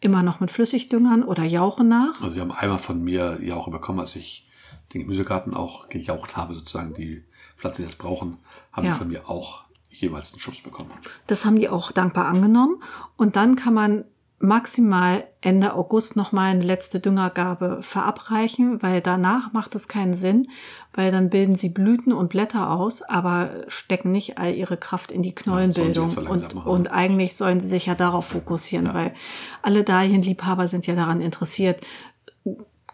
Speaker 2: immer noch mit Flüssigdüngern oder jauchen nach.
Speaker 1: Also sie haben einmal von mir Jauche bekommen, als ich den Gemüsegarten auch gejaucht habe, sozusagen die Pflanzen, die das brauchen, haben
Speaker 2: Ja.
Speaker 1: die von mir auch jeweils einen Schubs bekommen.
Speaker 2: Das haben die auch dankbar angenommen. Und dann kann man maximal Ende August nochmal eine letzte Düngergabe verabreichen, weil danach macht es keinen Sinn, weil dann bilden sie Blüten und Blätter aus, aber stecken nicht all ihre Kraft in die
Speaker 1: sollen
Speaker 2: Knollenbildung.
Speaker 1: sie jetzt so
Speaker 2: und,
Speaker 1: langsam machen. ne?
Speaker 2: und eigentlich sollen sie sich ja darauf fokussieren, weil alle Dahlienliebhaber sind ja daran interessiert,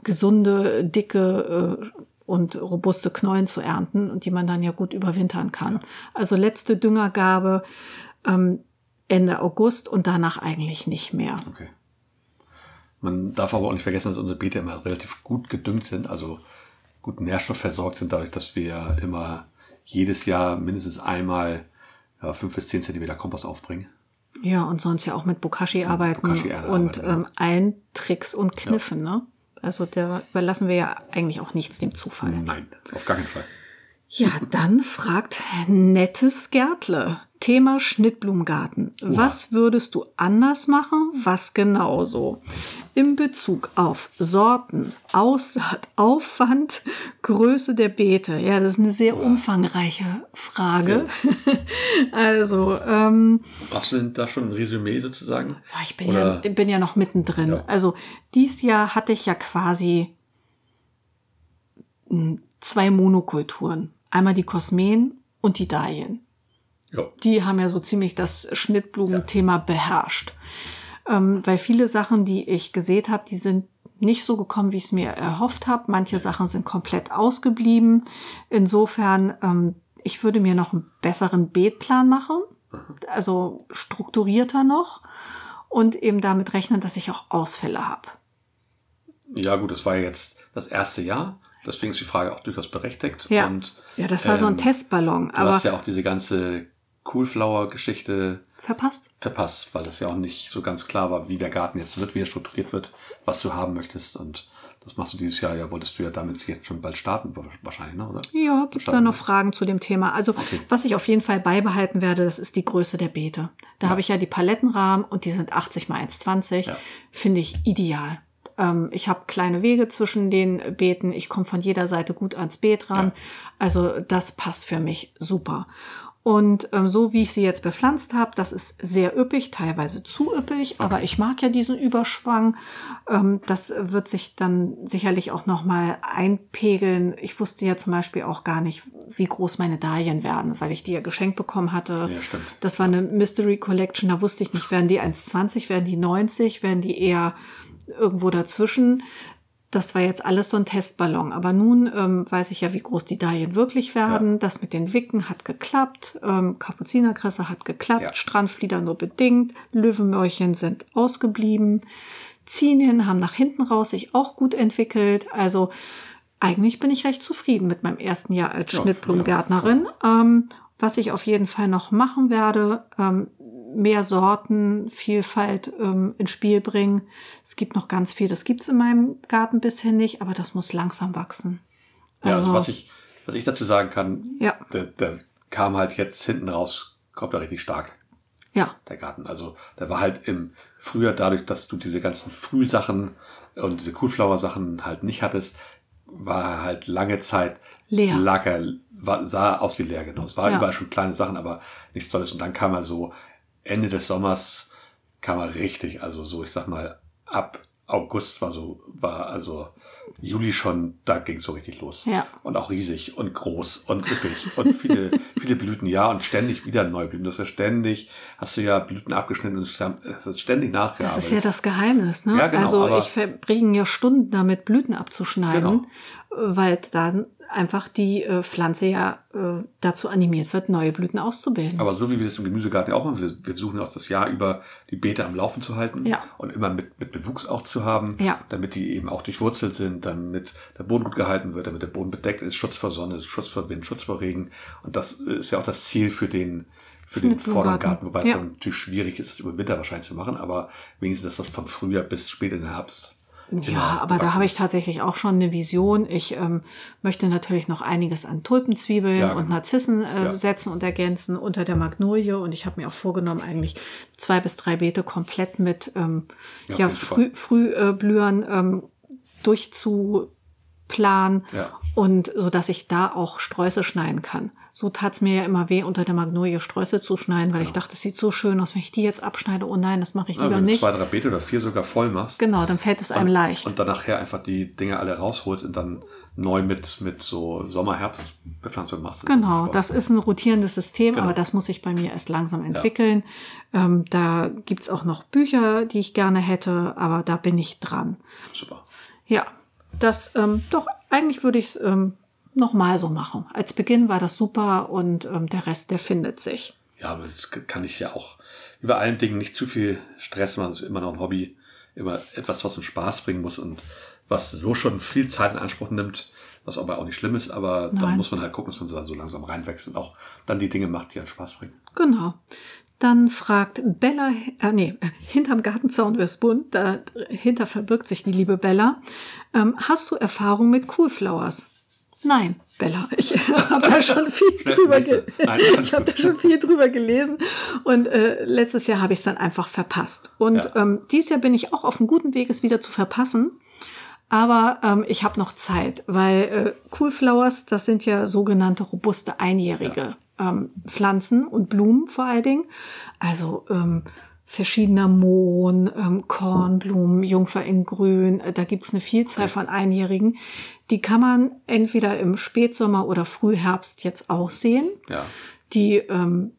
Speaker 2: gesunde, dicke äh, und robuste Knollen zu ernten und die man dann ja gut überwintern kann. Also letzte Düngergabe ähm, Ende August und danach eigentlich nicht mehr.
Speaker 1: Okay. Man darf aber auch nicht vergessen, dass unsere Beete immer relativ gut gedüngt sind, also gut nährstoffversorgt sind, dadurch, dass wir immer jedes Jahr mindestens einmal ja, 5 bis 10 Zentimeter Kompost aufbringen.
Speaker 2: Ja, und sonst ja auch mit Bokashi arbeiten
Speaker 1: Bokashi-Erde
Speaker 2: und
Speaker 1: arbeiten, ja.
Speaker 2: ähm, allen Tricks und Kniffen, ne? Also da überlassen wir ja eigentlich auch nichts dem Zufall.
Speaker 1: Nein, auf gar keinen Fall.
Speaker 2: Ja, dann fragt nettes Gärtle. Thema Schnittblumengarten. Was würdest du anders machen? Was genauso? Im Bezug auf Sorten, Aussaat, Aufwand, Größe der Beete. Ja, das ist eine sehr umfangreiche Frage. also, ähm,
Speaker 1: Hast du denn da schon ein Resümee sozusagen?
Speaker 2: ja, ich bin,
Speaker 1: Oder-
Speaker 2: ja, bin ja noch mittendrin.
Speaker 1: Ja.
Speaker 2: Also dies Jahr hatte ich ja quasi mm, zwei Monokulturen. Einmal die Kosmen und die Dahlien.
Speaker 1: Ja.
Speaker 2: Die haben ja so ziemlich das Schnittblumenthema beherrscht. Ähm, weil viele Sachen, die ich gesät habe, die sind nicht so gekommen, wie ich es mir erhofft habe. Manche Sachen sind komplett ausgeblieben. Insofern, ähm, ich würde mir noch einen besseren Beetplan machen, also strukturierter noch und eben damit rechnen, dass ich auch Ausfälle habe.
Speaker 1: Ja, gut, das war ja jetzt das erste Jahr. Deswegen ist die Frage auch durchaus berechtigt.
Speaker 2: Ja.
Speaker 1: Und
Speaker 2: ja, das war so ein
Speaker 1: ähm,
Speaker 2: Testballon,
Speaker 1: du
Speaker 2: aber
Speaker 1: hast ja auch diese ganze Coolflower-Geschichte
Speaker 2: verpasst.
Speaker 1: verpasst, weil das ja auch nicht so ganz klar war, wie der Garten jetzt wird, wie er strukturiert wird, was du haben möchtest. Und das machst du dieses Jahr, ja, wolltest du ja damit jetzt schon bald starten, wa- wahrscheinlich, ne, oder?
Speaker 2: Ja, gibt da
Speaker 1: Verstanden.
Speaker 2: noch Fragen zu dem Thema? Also, was ich auf jeden Fall beibehalten werde, das ist die Größe der Beete. Da habe ich ja die Palettenrahmen und die sind 80 mal 1,20.
Speaker 1: Ja.
Speaker 2: Finde ich ideal. Ähm, ich habe kleine Wege zwischen den Beeten. Ich komme von jeder Seite gut ans Beet ran.
Speaker 1: Ja.
Speaker 2: Also, das passt für mich super. Und ähm, so wie ich sie jetzt bepflanzt habe, das ist sehr üppig, teilweise zu üppig, aber ich mag ja diesen Überschwang. Ähm, das wird sich dann sicherlich auch nochmal einpegeln. Ich wusste ja zum Beispiel auch gar nicht, wie groß meine Dahlien werden, weil ich die ja geschenkt bekommen hatte.
Speaker 1: Ja, stimmt.
Speaker 2: Das war eine Mystery Collection, da wusste ich nicht, werden die 1,20, werden die 90, werden die eher irgendwo dazwischen. Das war jetzt alles so ein Testballon. Aber nun ähm, weiß ich ja, wie groß die Dahlien wirklich werden. Das mit den Wicken hat geklappt. Ähm, Kapuzinerkresse hat geklappt.
Speaker 1: Ja.
Speaker 2: Strandflieder nur bedingt. Löwenmäulchen sind ausgeblieben. Zinien haben nach hinten raus sich auch gut entwickelt. Also eigentlich bin ich recht zufrieden mit meinem ersten Jahr als
Speaker 1: Ja,
Speaker 2: Schnittblumengärtnerin. Ähm, was ich auf jeden Fall noch machen werde, ähm, mehr Sorten, Vielfalt ähm, ins Spiel bringen. Es gibt noch ganz viel, das gibt's in meinem Garten bisher nicht, aber das muss langsam wachsen.
Speaker 1: Ja, also,
Speaker 2: Also-
Speaker 1: was ich, was ich dazu sagen kann,
Speaker 2: Ja.
Speaker 1: der, der kam halt jetzt hinten raus, kommt da richtig stark.
Speaker 2: Ja,
Speaker 1: der Garten. Also der war halt im Frühjahr dadurch, dass du diese ganzen Frühsachen und diese Coolflower-Sachen halt nicht hattest, war er halt lange Zeit
Speaker 2: Leer.
Speaker 1: Lag er, war, sah aus wie leer, genau. Es war
Speaker 2: Ja.
Speaker 1: überall schon kleine Sachen, aber nichts Tolles. Und dann kam er so Ende des Sommers, kam er richtig, also so, ich sag mal, ab August war so, war also Juli schon, da ging so richtig los.
Speaker 2: Ja.
Speaker 1: Und auch riesig und groß und üppig und viele, viele Blüten, ja, und ständig wieder neue Blüten. Das ist ja ständig, hast du ja Blüten abgeschnitten und es ist ständig nachgearbeitet.
Speaker 2: das ist ja das Geheimnis. Ne?
Speaker 1: Ja, genau,
Speaker 2: also
Speaker 1: aber-
Speaker 2: ich verbringe ja Stunden damit, Blüten abzuschneiden,
Speaker 1: Genau.
Speaker 2: weil dann einfach die äh, Pflanze ja äh, dazu animiert wird, neue Blüten auszubilden.
Speaker 1: Aber so wie wir das im Gemüsegarten ja auch machen, wir, wir versuchen auch das Jahr über die Beete am Laufen zu halten
Speaker 2: Ja.
Speaker 1: und immer mit, mit Bewuchs auch zu haben,
Speaker 2: Ja.
Speaker 1: damit die eben auch durchwurzelt sind, damit der Boden gut gehalten wird, damit der Boden bedeckt ist, Schutz vor Sonne, Schutz vor Wind, Schutz vor Regen. Und das ist ja auch das Ziel für den, für den
Speaker 2: Schnittblumengarten.
Speaker 1: Vordergarten, wobei
Speaker 2: Ja.
Speaker 1: es dann natürlich schwierig ist, das über den Winter wahrscheinlich zu machen, aber wenigstens, dass das vom Frühjahr bis spät in den Herbst. immer
Speaker 2: Ja, aber da
Speaker 1: gewachsen
Speaker 2: habe ich
Speaker 1: ist.
Speaker 2: tatsächlich auch schon eine Vision. Ich ähm, möchte natürlich noch einiges an Tulpenzwiebeln
Speaker 1: Ja,
Speaker 2: und
Speaker 1: genau.
Speaker 2: Narzissen äh,
Speaker 1: Ja.
Speaker 2: setzen und ergänzen unter der Magnolie. Und ich habe mir auch vorgenommen, eigentlich zwei bis drei Beete komplett mit ähm, ja,
Speaker 1: Ja, finde
Speaker 2: Früh, Frühblühern ähm, durchzuplanen
Speaker 1: Ja.
Speaker 2: und so, dass ich da auch Sträuße schneiden kann. So tat es mir ja immer weh, unter der Magnolie Sträuße zu schneiden, weil ich dachte, es sieht so schön aus, wenn ich die jetzt abschneide. Oh nein, das mache ich
Speaker 1: Ja,
Speaker 2: lieber
Speaker 1: Genau. wenn du
Speaker 2: nicht.
Speaker 1: zwei, drei Beete oder vier sogar voll machst
Speaker 2: Genau, dann fällt es einem leicht.
Speaker 1: und dann nachher einfach die Dinge alle rausholst und dann neu mit, mit so Sommer, Herbst Bepflanzung machst. ist
Speaker 2: Genau,
Speaker 1: super.
Speaker 2: das ist ein rotierendes System,
Speaker 1: Genau.
Speaker 2: aber das muss ich bei mir erst langsam entwickeln. Ähm, da gibt's auch noch Bücher, die ich gerne hätte, aber da bin ich dran.
Speaker 1: Super.
Speaker 2: Ja, das ähm, doch, eigentlich würde ich's ähm, nochmal so machen. Als Beginn war das super und ähm, der Rest, der findet sich.
Speaker 1: Ja, aber das kann ich ja auch über allen Dingen nicht zu viel Stress machen. Es ist immer noch ein Hobby, immer etwas, was uns Spaß bringen muss und was so schon viel Zeit in Anspruch nimmt, was aber auch nicht schlimm ist. Aber dann
Speaker 2: Nein.
Speaker 1: muss man halt gucken, dass man da so langsam reinwächst und auch dann die Dinge macht, die einen Spaß bringen.
Speaker 2: Genau. Dann fragt Bella, äh, nee, hinterm Gartenzaun ist bunt, dahinter verbirgt sich die liebe Bella. Ähm, hast du Erfahrung mit Coolflowers? Nein, Bella, ich habe da schon viel
Speaker 1: Schnell
Speaker 2: drüber
Speaker 1: zum
Speaker 2: ge-
Speaker 1: nächsten. Nein, alles
Speaker 2: ich hab da
Speaker 1: gut.
Speaker 2: schon viel drüber gelesen und äh, letztes Jahr habe ich es dann einfach verpasst. Und
Speaker 1: Ja.
Speaker 2: ähm, dieses Jahr bin ich auch auf einem guten Weg, es wieder zu verpassen. Aber ähm, ich habe noch Zeit, weil äh, Coolflowers, das sind ja sogenannte robuste einjährige ähm, Pflanzen und Blumen vor allen Dingen. Also ähm, verschiedener Mohn, ähm, Kornblumen, Jungfer in Grün. Äh, da gibt's eine Vielzahl von einjährigen. Die kann man entweder im Spätsommer oder Frühherbst jetzt auch sehen.
Speaker 1: Ja.
Speaker 2: Die ähm,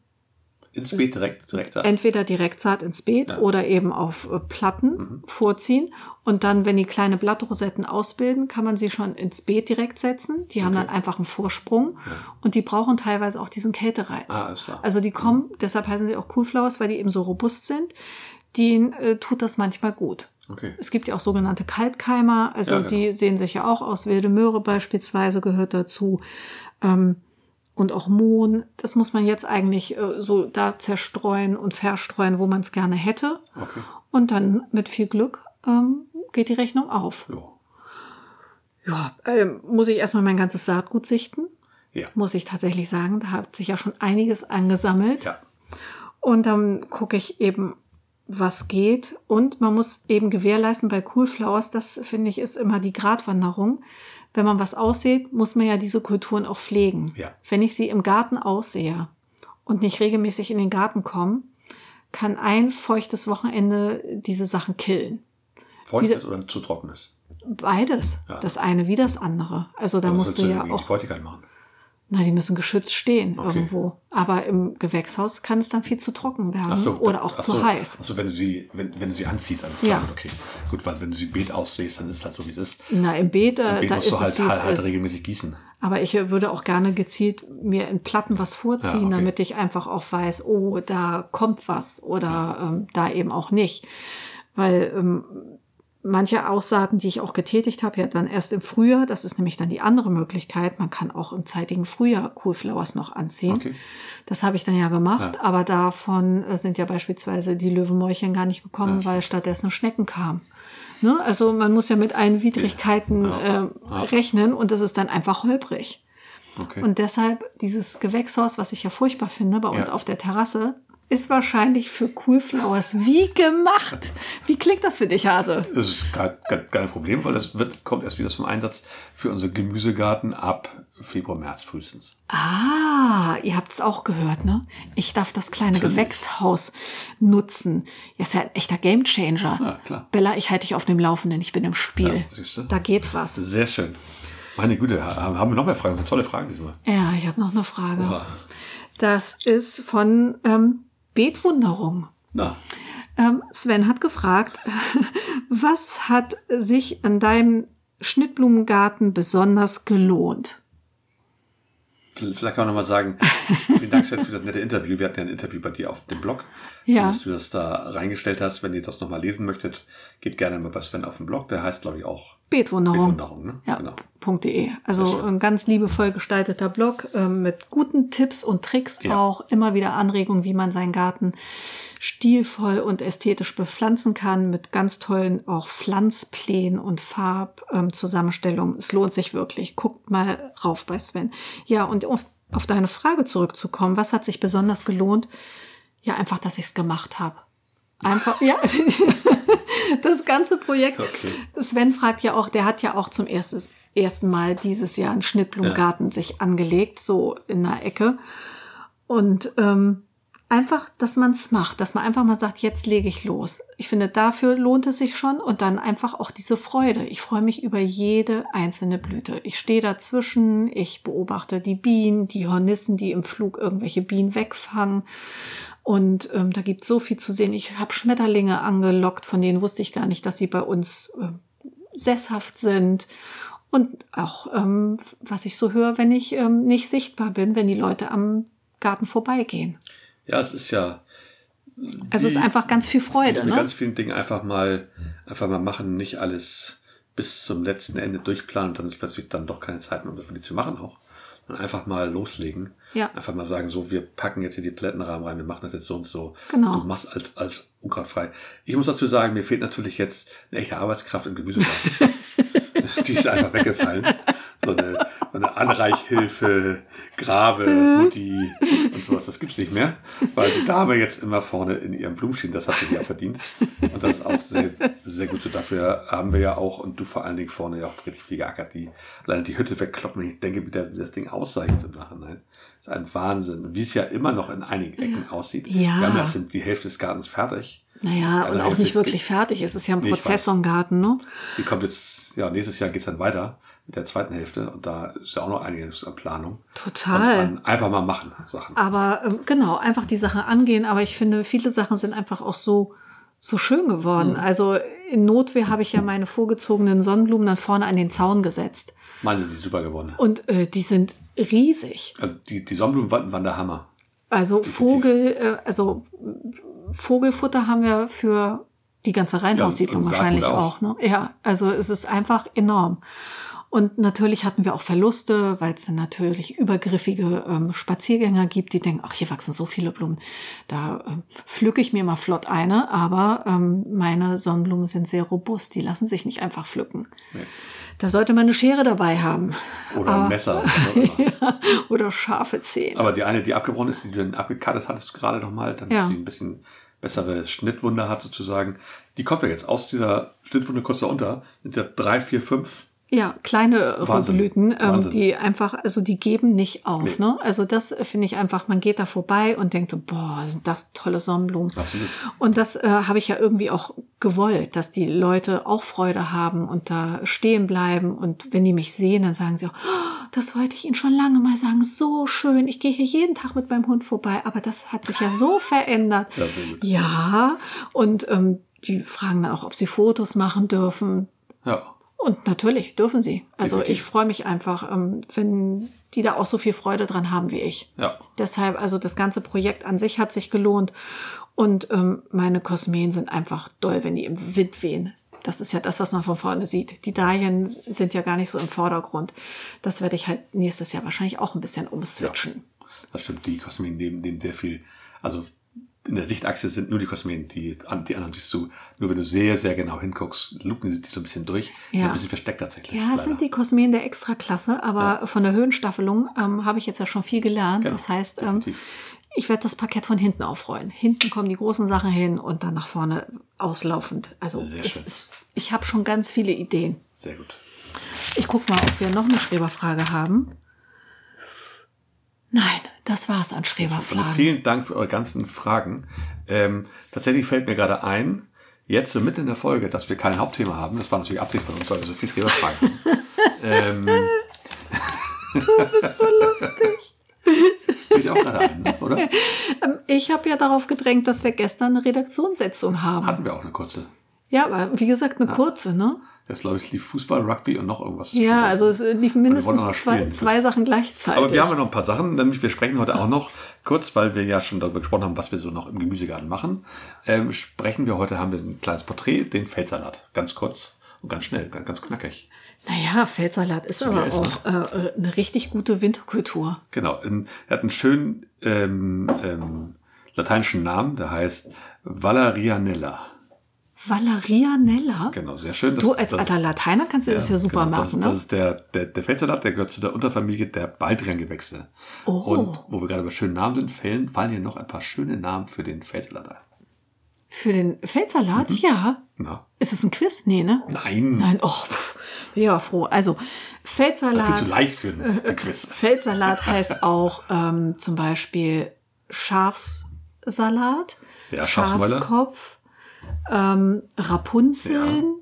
Speaker 1: Ins Beet direkt, direkt da.
Speaker 2: entweder direkt saat ins Beet oder eben auf äh, Platten
Speaker 1: Mhm.
Speaker 2: vorziehen. Und dann, wenn die kleine Blattrosetten ausbilden, kann man sie schon ins Beet direkt setzen. Die haben dann einfach einen Vorsprung und die brauchen teilweise auch diesen Kältereiz.
Speaker 1: Ah, alles klar.
Speaker 2: Also die kommen, deshalb heißen sie auch Coolflowers, weil die eben so robust sind. Denen äh, tut das manchmal gut.
Speaker 1: Okay.
Speaker 2: Es gibt ja auch sogenannte Kaltkeimer, also
Speaker 1: Ja, genau.
Speaker 2: die sehen sich ja auch aus. Wilde Möhre beispielsweise gehört dazu. Ähm, und auch Mohn, das muss man jetzt eigentlich äh, so da zerstreuen und verstreuen, wo man es gerne hätte.
Speaker 1: Okay.
Speaker 2: Und dann mit viel Glück ähm, geht die Rechnung auf.
Speaker 1: Jo.
Speaker 2: Ja, ähm, muss ich erstmal mein ganzes Saatgut sichten,
Speaker 1: Ja.
Speaker 2: muss ich tatsächlich sagen. Da hat sich ja schon einiges angesammelt.
Speaker 1: Ja.
Speaker 2: Und dann gucke ich eben, was geht. Und man muss eben gewährleisten bei Coolflowers, das finde ich ist immer die Gratwanderung. Wenn man was aussät, muss man ja diese Kulturen auch pflegen.
Speaker 1: Ja.
Speaker 2: Wenn ich sie im Garten aussehe und nicht regelmäßig in den Garten komme, kann ein feuchtes Wochenende diese Sachen killen.
Speaker 1: Feuchtes oder zu trockenes?
Speaker 2: Beides.
Speaker 1: Ja.
Speaker 2: Das eine wie das andere. Also da
Speaker 1: Aber
Speaker 2: musst
Speaker 1: sollst
Speaker 2: du ja
Speaker 1: gegen die
Speaker 2: auch, Mhm.
Speaker 1: Feuchtigkeit machen.
Speaker 2: na, die müssen geschützt stehen
Speaker 1: Okay.
Speaker 2: irgendwo. Aber im Gewächshaus kann es dann viel zu trocken werden
Speaker 1: Ach so,
Speaker 2: oder auch
Speaker 1: ach
Speaker 2: zu
Speaker 1: so,
Speaker 2: heiß.
Speaker 1: Ach so, wenn du sie, wenn, wenn du sie anziehst, alles
Speaker 2: Ja.
Speaker 1: klar. Okay. Gut, weil wenn du sie im Beet aussähst, dann ist es halt so, wie es ist.
Speaker 2: Na, im Beet,
Speaker 1: Im
Speaker 2: äh,
Speaker 1: Beet
Speaker 2: da
Speaker 1: musst
Speaker 2: ist
Speaker 1: du halt,
Speaker 2: es, wie es
Speaker 1: halt, halt
Speaker 2: ist.
Speaker 1: regelmäßig gießen.
Speaker 2: Aber ich äh, würde auch gerne gezielt mir in Platten was vorziehen,
Speaker 1: Ja, okay.
Speaker 2: damit ich einfach auch weiß, oh, da kommt was oder ähm, da eben auch nicht. Weil ähm, manche Aussaaten, die ich auch getätigt habe, ja dann erst im Frühjahr, das ist nämlich dann die andere Möglichkeit, man kann auch im zeitigen Frühjahr Coolflowers noch anziehen.
Speaker 1: Okay.
Speaker 2: Das habe ich dann ja gemacht,
Speaker 1: Ja.
Speaker 2: aber davon äh, sind ja beispielsweise die Löwenmäulchen gar nicht gekommen, weil stattdessen Schnecken kamen. Ne? Also man muss ja mit allen Widrigkeiten
Speaker 1: Ja.
Speaker 2: äh,
Speaker 1: Ja.
Speaker 2: rechnen und das ist dann einfach holprig.
Speaker 1: Okay.
Speaker 2: Und deshalb dieses Gewächshaus, was ich ja furchtbar finde, bei uns
Speaker 1: Ja.
Speaker 2: auf der Terrasse, ist wahrscheinlich für Coolflowers wie gemacht. Wie klingt das für dich, Hase?
Speaker 1: das ist gar, gar, kein Problem, weil das wird, kommt erst wieder zum Einsatz für unseren Gemüsegarten ab Februar, März frühestens.
Speaker 2: Ah, ihr habt es auch gehört, ne? Ich darf das kleine Gewächshaus nutzen. Ja, ist ja ein echter Gamechanger.
Speaker 1: Ja, klar.
Speaker 2: Bella, ich halte dich auf dem Laufenden, ich bin im Spiel.
Speaker 1: Ja, siehst du?
Speaker 2: da geht was.
Speaker 1: Sehr schön. Meine Güte, ha- haben wir noch mehr Fragen? Tolle Fragen diesmal.
Speaker 2: Ja, ich habe noch eine Frage.
Speaker 1: Oha.
Speaker 2: Das ist von ähm, Beetwunderung.
Speaker 1: Na,
Speaker 2: Ähm, Sven hat gefragt, was hat sich an deinem Schnittblumengarten besonders gelohnt?
Speaker 1: Vielleicht kann man nochmal sagen, vielen Dank Sven, für das nette Interview. Wir hatten ja ein Interview bei dir auf dem Blog.
Speaker 2: Ja.
Speaker 1: Dass du das da reingestellt hast. Wenn ihr das nochmal lesen möchtet, geht gerne mal bei Sven auf den Blog. Der heißt, glaube ich, auch
Speaker 2: Beetwunderung.
Speaker 1: Bewunderung. Ne?
Speaker 2: Oh. Ja,
Speaker 1: Genau.
Speaker 2: .de.
Speaker 1: Sehr
Speaker 2: Also
Speaker 1: schön.
Speaker 2: ein ganz liebevoll gestalteter Blog ähm, mit guten Tipps und Tricks
Speaker 1: Ja.
Speaker 2: auch. Immer wieder Anregungen, wie man seinen Garten stilvoll und ästhetisch bepflanzen kann mit ganz tollen auch Pflanzplänen und Farbzusammenstellungen. es lohnt sich wirklich. Guckt mal rauf bei Sven. Ja, und auf, auf deine Frage zurückzukommen, was hat sich besonders gelohnt? Ja, einfach, dass ich es gemacht habe. Einfach, ja. das ganze Projekt.
Speaker 1: Okay.
Speaker 2: Sven fragt ja auch, der hat ja auch zum erstes, ersten Mal dieses Jahr einen Schnittblumengarten sich angelegt, so in der Ecke. Und ähm, einfach, dass man es macht, dass man einfach mal sagt, jetzt lege ich los. Ich finde, dafür lohnt es sich schon und dann einfach auch diese Freude. Ich freue mich über jede einzelne Blüte. Ich stehe dazwischen, ich beobachte die Bienen, die Hornissen, die im Flug irgendwelche Bienen wegfangen. Und ähm, da gibt so viel zu sehen. Ich habe Schmetterlinge angelockt, von denen wusste ich gar nicht, dass sie bei uns äh, sesshaft sind. Und auch, ähm, was ich so höre, wenn ich ähm, nicht sichtbar bin, wenn die Leute am Garten vorbeigehen.
Speaker 1: Ja, es ist ja.
Speaker 2: Also es ist einfach ganz viel Freude.
Speaker 1: mit
Speaker 2: Ne?
Speaker 1: Mhm. Also ganz vielen Dingen einfach mal, einfach mal machen, nicht alles bis zum letzten Ende durchplanen und dann ist plötzlich dann doch keine Zeit mehr, um das wirklich zu machen auch. Und einfach mal loslegen.
Speaker 2: Ja.
Speaker 1: Einfach mal sagen, so, wir packen jetzt hier die Plättenrahmen rein, wir machen das jetzt so und so.
Speaker 2: Genau.
Speaker 1: Du machst als, als unkrautfrei. Ich muss dazu sagen, mir fehlt natürlich jetzt eine echte Arbeitskraft im Gemüsegarten. die ist einfach weggefallen. So eine, so eine Anreichhilfe, Grabe, Mutti und sowas, das gibt's nicht mehr. Weil die Dame jetzt immer vorne in ihrem Blumenschienen, das hat sie ja verdient. Und das ist auch sehr, sehr gut so. Dafür haben wir ja auch und du vor allen Dingen vorne ja auch richtig viel geackert, die alleine die Hütte wegkloppen. Ich denke, wie der- wie das Ding aussieht im Nachhinein. Das ne? ist ein Wahnsinn. Und Wie es ja immer noch in einigen Ecken aussieht.
Speaker 2: Ja.
Speaker 1: Wir haben ja sind die Hälfte des Gartens fertig.
Speaker 2: Naja,
Speaker 1: Also
Speaker 2: und auch
Speaker 1: Hälfte-
Speaker 2: nicht wirklich fertig. Es ist ja ein
Speaker 1: Nee, ich
Speaker 2: Prozess,
Speaker 1: weiß.
Speaker 2: so ein Garten. Ne?
Speaker 1: Die kommt jetzt, ja, nächstes Jahr geht's dann weiter mit der zweiten Hälfte und da ist ja auch noch einiges an Planung.
Speaker 2: Total.
Speaker 1: Und an einfach mal machen, Sachen.
Speaker 2: Aber ähm, genau, einfach die Sache angehen. Aber ich finde, viele Sachen sind einfach auch so, so schön geworden.
Speaker 1: Mhm.
Speaker 2: Also in Notwehr habe ich ja meine vorgezogenen Sonnenblumen dann vorne an den Zaun gesetzt.
Speaker 1: Meine sind die super geworden.
Speaker 2: Und äh, die sind riesig.
Speaker 1: Also die, die Sonnenblumenwanden waren der Hammer.
Speaker 2: Also Vogel, äh, also äh, Vogelfutter haben wir für die ganze Reinhaussiedlung
Speaker 1: Ja, und- und
Speaker 2: wahrscheinlich
Speaker 1: Saatgut
Speaker 2: auch.
Speaker 1: auch.
Speaker 2: ne? Ja, also es ist einfach enorm. Und natürlich hatten wir auch Verluste, weil es dann natürlich übergriffige ähm, Spaziergänger gibt, die denken, ach, hier wachsen so viele Blumen. Da ähm, pflücke ich mir mal flott eine, aber ähm, meine Sonnenblumen sind sehr robust, die lassen sich nicht einfach pflücken.
Speaker 1: Nee.
Speaker 2: Da sollte man eine Schere dabei haben.
Speaker 1: Oder ein
Speaker 2: Aber-
Speaker 1: Messer. oder so.
Speaker 2: ja, oder scharfe Zähne.
Speaker 1: Aber die eine, die abgebrochen ist, die du dann abgekattet hattest gerade nochmal, damit
Speaker 2: Ja.
Speaker 1: sie ein bisschen bessere Schnittwunde hat sozusagen, die kommt ja jetzt aus dieser Schnittwunde kurz darunter, sind ja drei, vier, fünf.
Speaker 2: Ja, kleine
Speaker 1: Wahnsinn.
Speaker 2: Rosenblüten, ähm,
Speaker 1: Wahnsinn.
Speaker 2: die einfach, also die geben nicht auf.
Speaker 1: Nee.
Speaker 2: Ne? Also das äh, finde ich einfach, man geht da vorbei und denkt so, boah, sind das tolle Sonnenblumen.
Speaker 1: Absolut.
Speaker 2: Und das äh, habe ich ja irgendwie auch gewollt, dass die Leute auch Freude haben und da stehen bleiben. Und wenn die mich sehen, dann sagen sie auch, oh, das wollte ich Ihnen schon lange mal sagen, so schön. Ich gehe hier jeden Tag mit meinem Hund vorbei, aber das hat sich ja so verändert.
Speaker 1: Ja, sehr gut.
Speaker 2: Ja, und ähm, die fragen dann auch, ob sie Fotos machen dürfen.
Speaker 1: Ja.
Speaker 2: Und natürlich dürfen sie. Also
Speaker 1: Definitiv.
Speaker 2: ich freue mich einfach, ähm, wenn die da auch so viel Freude dran haben wie ich.
Speaker 1: Ja.
Speaker 2: Deshalb, also das ganze Projekt an sich hat sich gelohnt. Und ähm, meine Kosmeen sind einfach doll, wenn die im Wind wehen. Das ist ja das, was man von vorne sieht. Die Dahlien sind ja gar nicht so im Vordergrund. Das werde ich halt nächstes Jahr wahrscheinlich auch ein bisschen umswitchen.
Speaker 1: Das stimmt, die Kosmeen nehmen dem sehr viel, also in der Sichtachse sind nur die Kosmeen, die, an- die anderen siehst du, nur wenn du sehr, sehr genau hinguckst, lupen die so ein bisschen durch,
Speaker 2: Ja.
Speaker 1: ein bisschen versteckt tatsächlich.
Speaker 2: Ja, es
Speaker 1: leider.
Speaker 2: sind die Kosmeen der Extraklasse, aber von der Höhenstaffelung ähm, habe ich jetzt ja schon viel gelernt.
Speaker 1: Genau,
Speaker 2: Das heißt, ähm,
Speaker 1: definitiv.
Speaker 2: ich werde das Parkett von hinten aufrollen. Hinten kommen die großen Sachen hin und dann nach vorne auslaufend. Also
Speaker 1: Sehr
Speaker 2: es
Speaker 1: schön.
Speaker 2: ist, ich habe schon ganz viele Ideen.
Speaker 1: Sehr gut.
Speaker 2: Ich gucke mal, ob wir noch eine Schreberfrage haben. Nein, das war's an
Speaker 1: Also
Speaker 2: Schreberfragen.
Speaker 1: vielen Dank für eure ganzen Fragen. Ähm, tatsächlich fällt mir gerade ein, jetzt so mitten in der Folge, dass wir kein Hauptthema haben. Das war natürlich Absicht von uns, weil wir so viel drüber fragen. ähm,
Speaker 2: Du bist so lustig.
Speaker 1: bin ich auch gerade ein, oder?
Speaker 2: Ähm, Ich habe ja darauf gedrängt, dass wir gestern eine Redaktionssitzung haben.
Speaker 1: Hatten wir auch eine kurze.
Speaker 2: Ja, aber wie gesagt, eine kurze, ne?
Speaker 1: Das glaube ich lief Fußball, Rugby und noch irgendwas.
Speaker 2: Ja, also es äh, liefen
Speaker 1: wollen auch
Speaker 2: mindestens
Speaker 1: noch
Speaker 2: zwei,
Speaker 1: spielen.
Speaker 2: zwei Sachen gleichzeitig.
Speaker 1: Aber wir haben ja noch ein paar Sachen, nämlich wir sprechen heute auch noch kurz, weil wir ja schon darüber gesprochen haben, was wir so noch im Gemüsegarten machen. Ähm, sprechen wir heute, haben wir ein kleines Porträt, den Feldsalat. Ganz kurz und ganz schnell, ganz, ganz knackig.
Speaker 2: naja, Feldsalat ist aber
Speaker 1: ist,
Speaker 2: auch äh, äh, eine richtig gute Winterkultur.
Speaker 1: Genau. ähm, Er hat einen schönen ähm, ähm, lateinischen Namen, der heißt Valerianella.
Speaker 2: Valerianella?
Speaker 1: Genau, sehr schön. Das-
Speaker 2: Du als
Speaker 1: das-
Speaker 2: alter Lateiner kannst du das ja super
Speaker 1: genau, das,
Speaker 2: machen,
Speaker 1: Das
Speaker 2: ne?
Speaker 1: ist der, der, der Feldsalat, der gehört zu der Unterfamilie der Baldriangewächse.
Speaker 2: Oh.
Speaker 1: Und wo wir gerade bei schönen Namen sind, fallen, fallen hier noch ein paar schöne Namen für den Feldsalat ein.
Speaker 2: Für den Feldsalat? Ja.
Speaker 1: Na,
Speaker 2: Ist es ein Quiz? Nee, ne?
Speaker 1: Mhm. nein.
Speaker 2: Nein, oh, pff, bin ja froh. Also,
Speaker 1: Das ist viel zu
Speaker 2: Feldsalat.
Speaker 1: leicht für ein für ein Quiz.
Speaker 2: Feldsalat heißt auch ähm, zum Beispiel Schafssalat,
Speaker 1: Ja, Schafsmäuler.
Speaker 2: Schafskopf, ähm, Rapunzeln.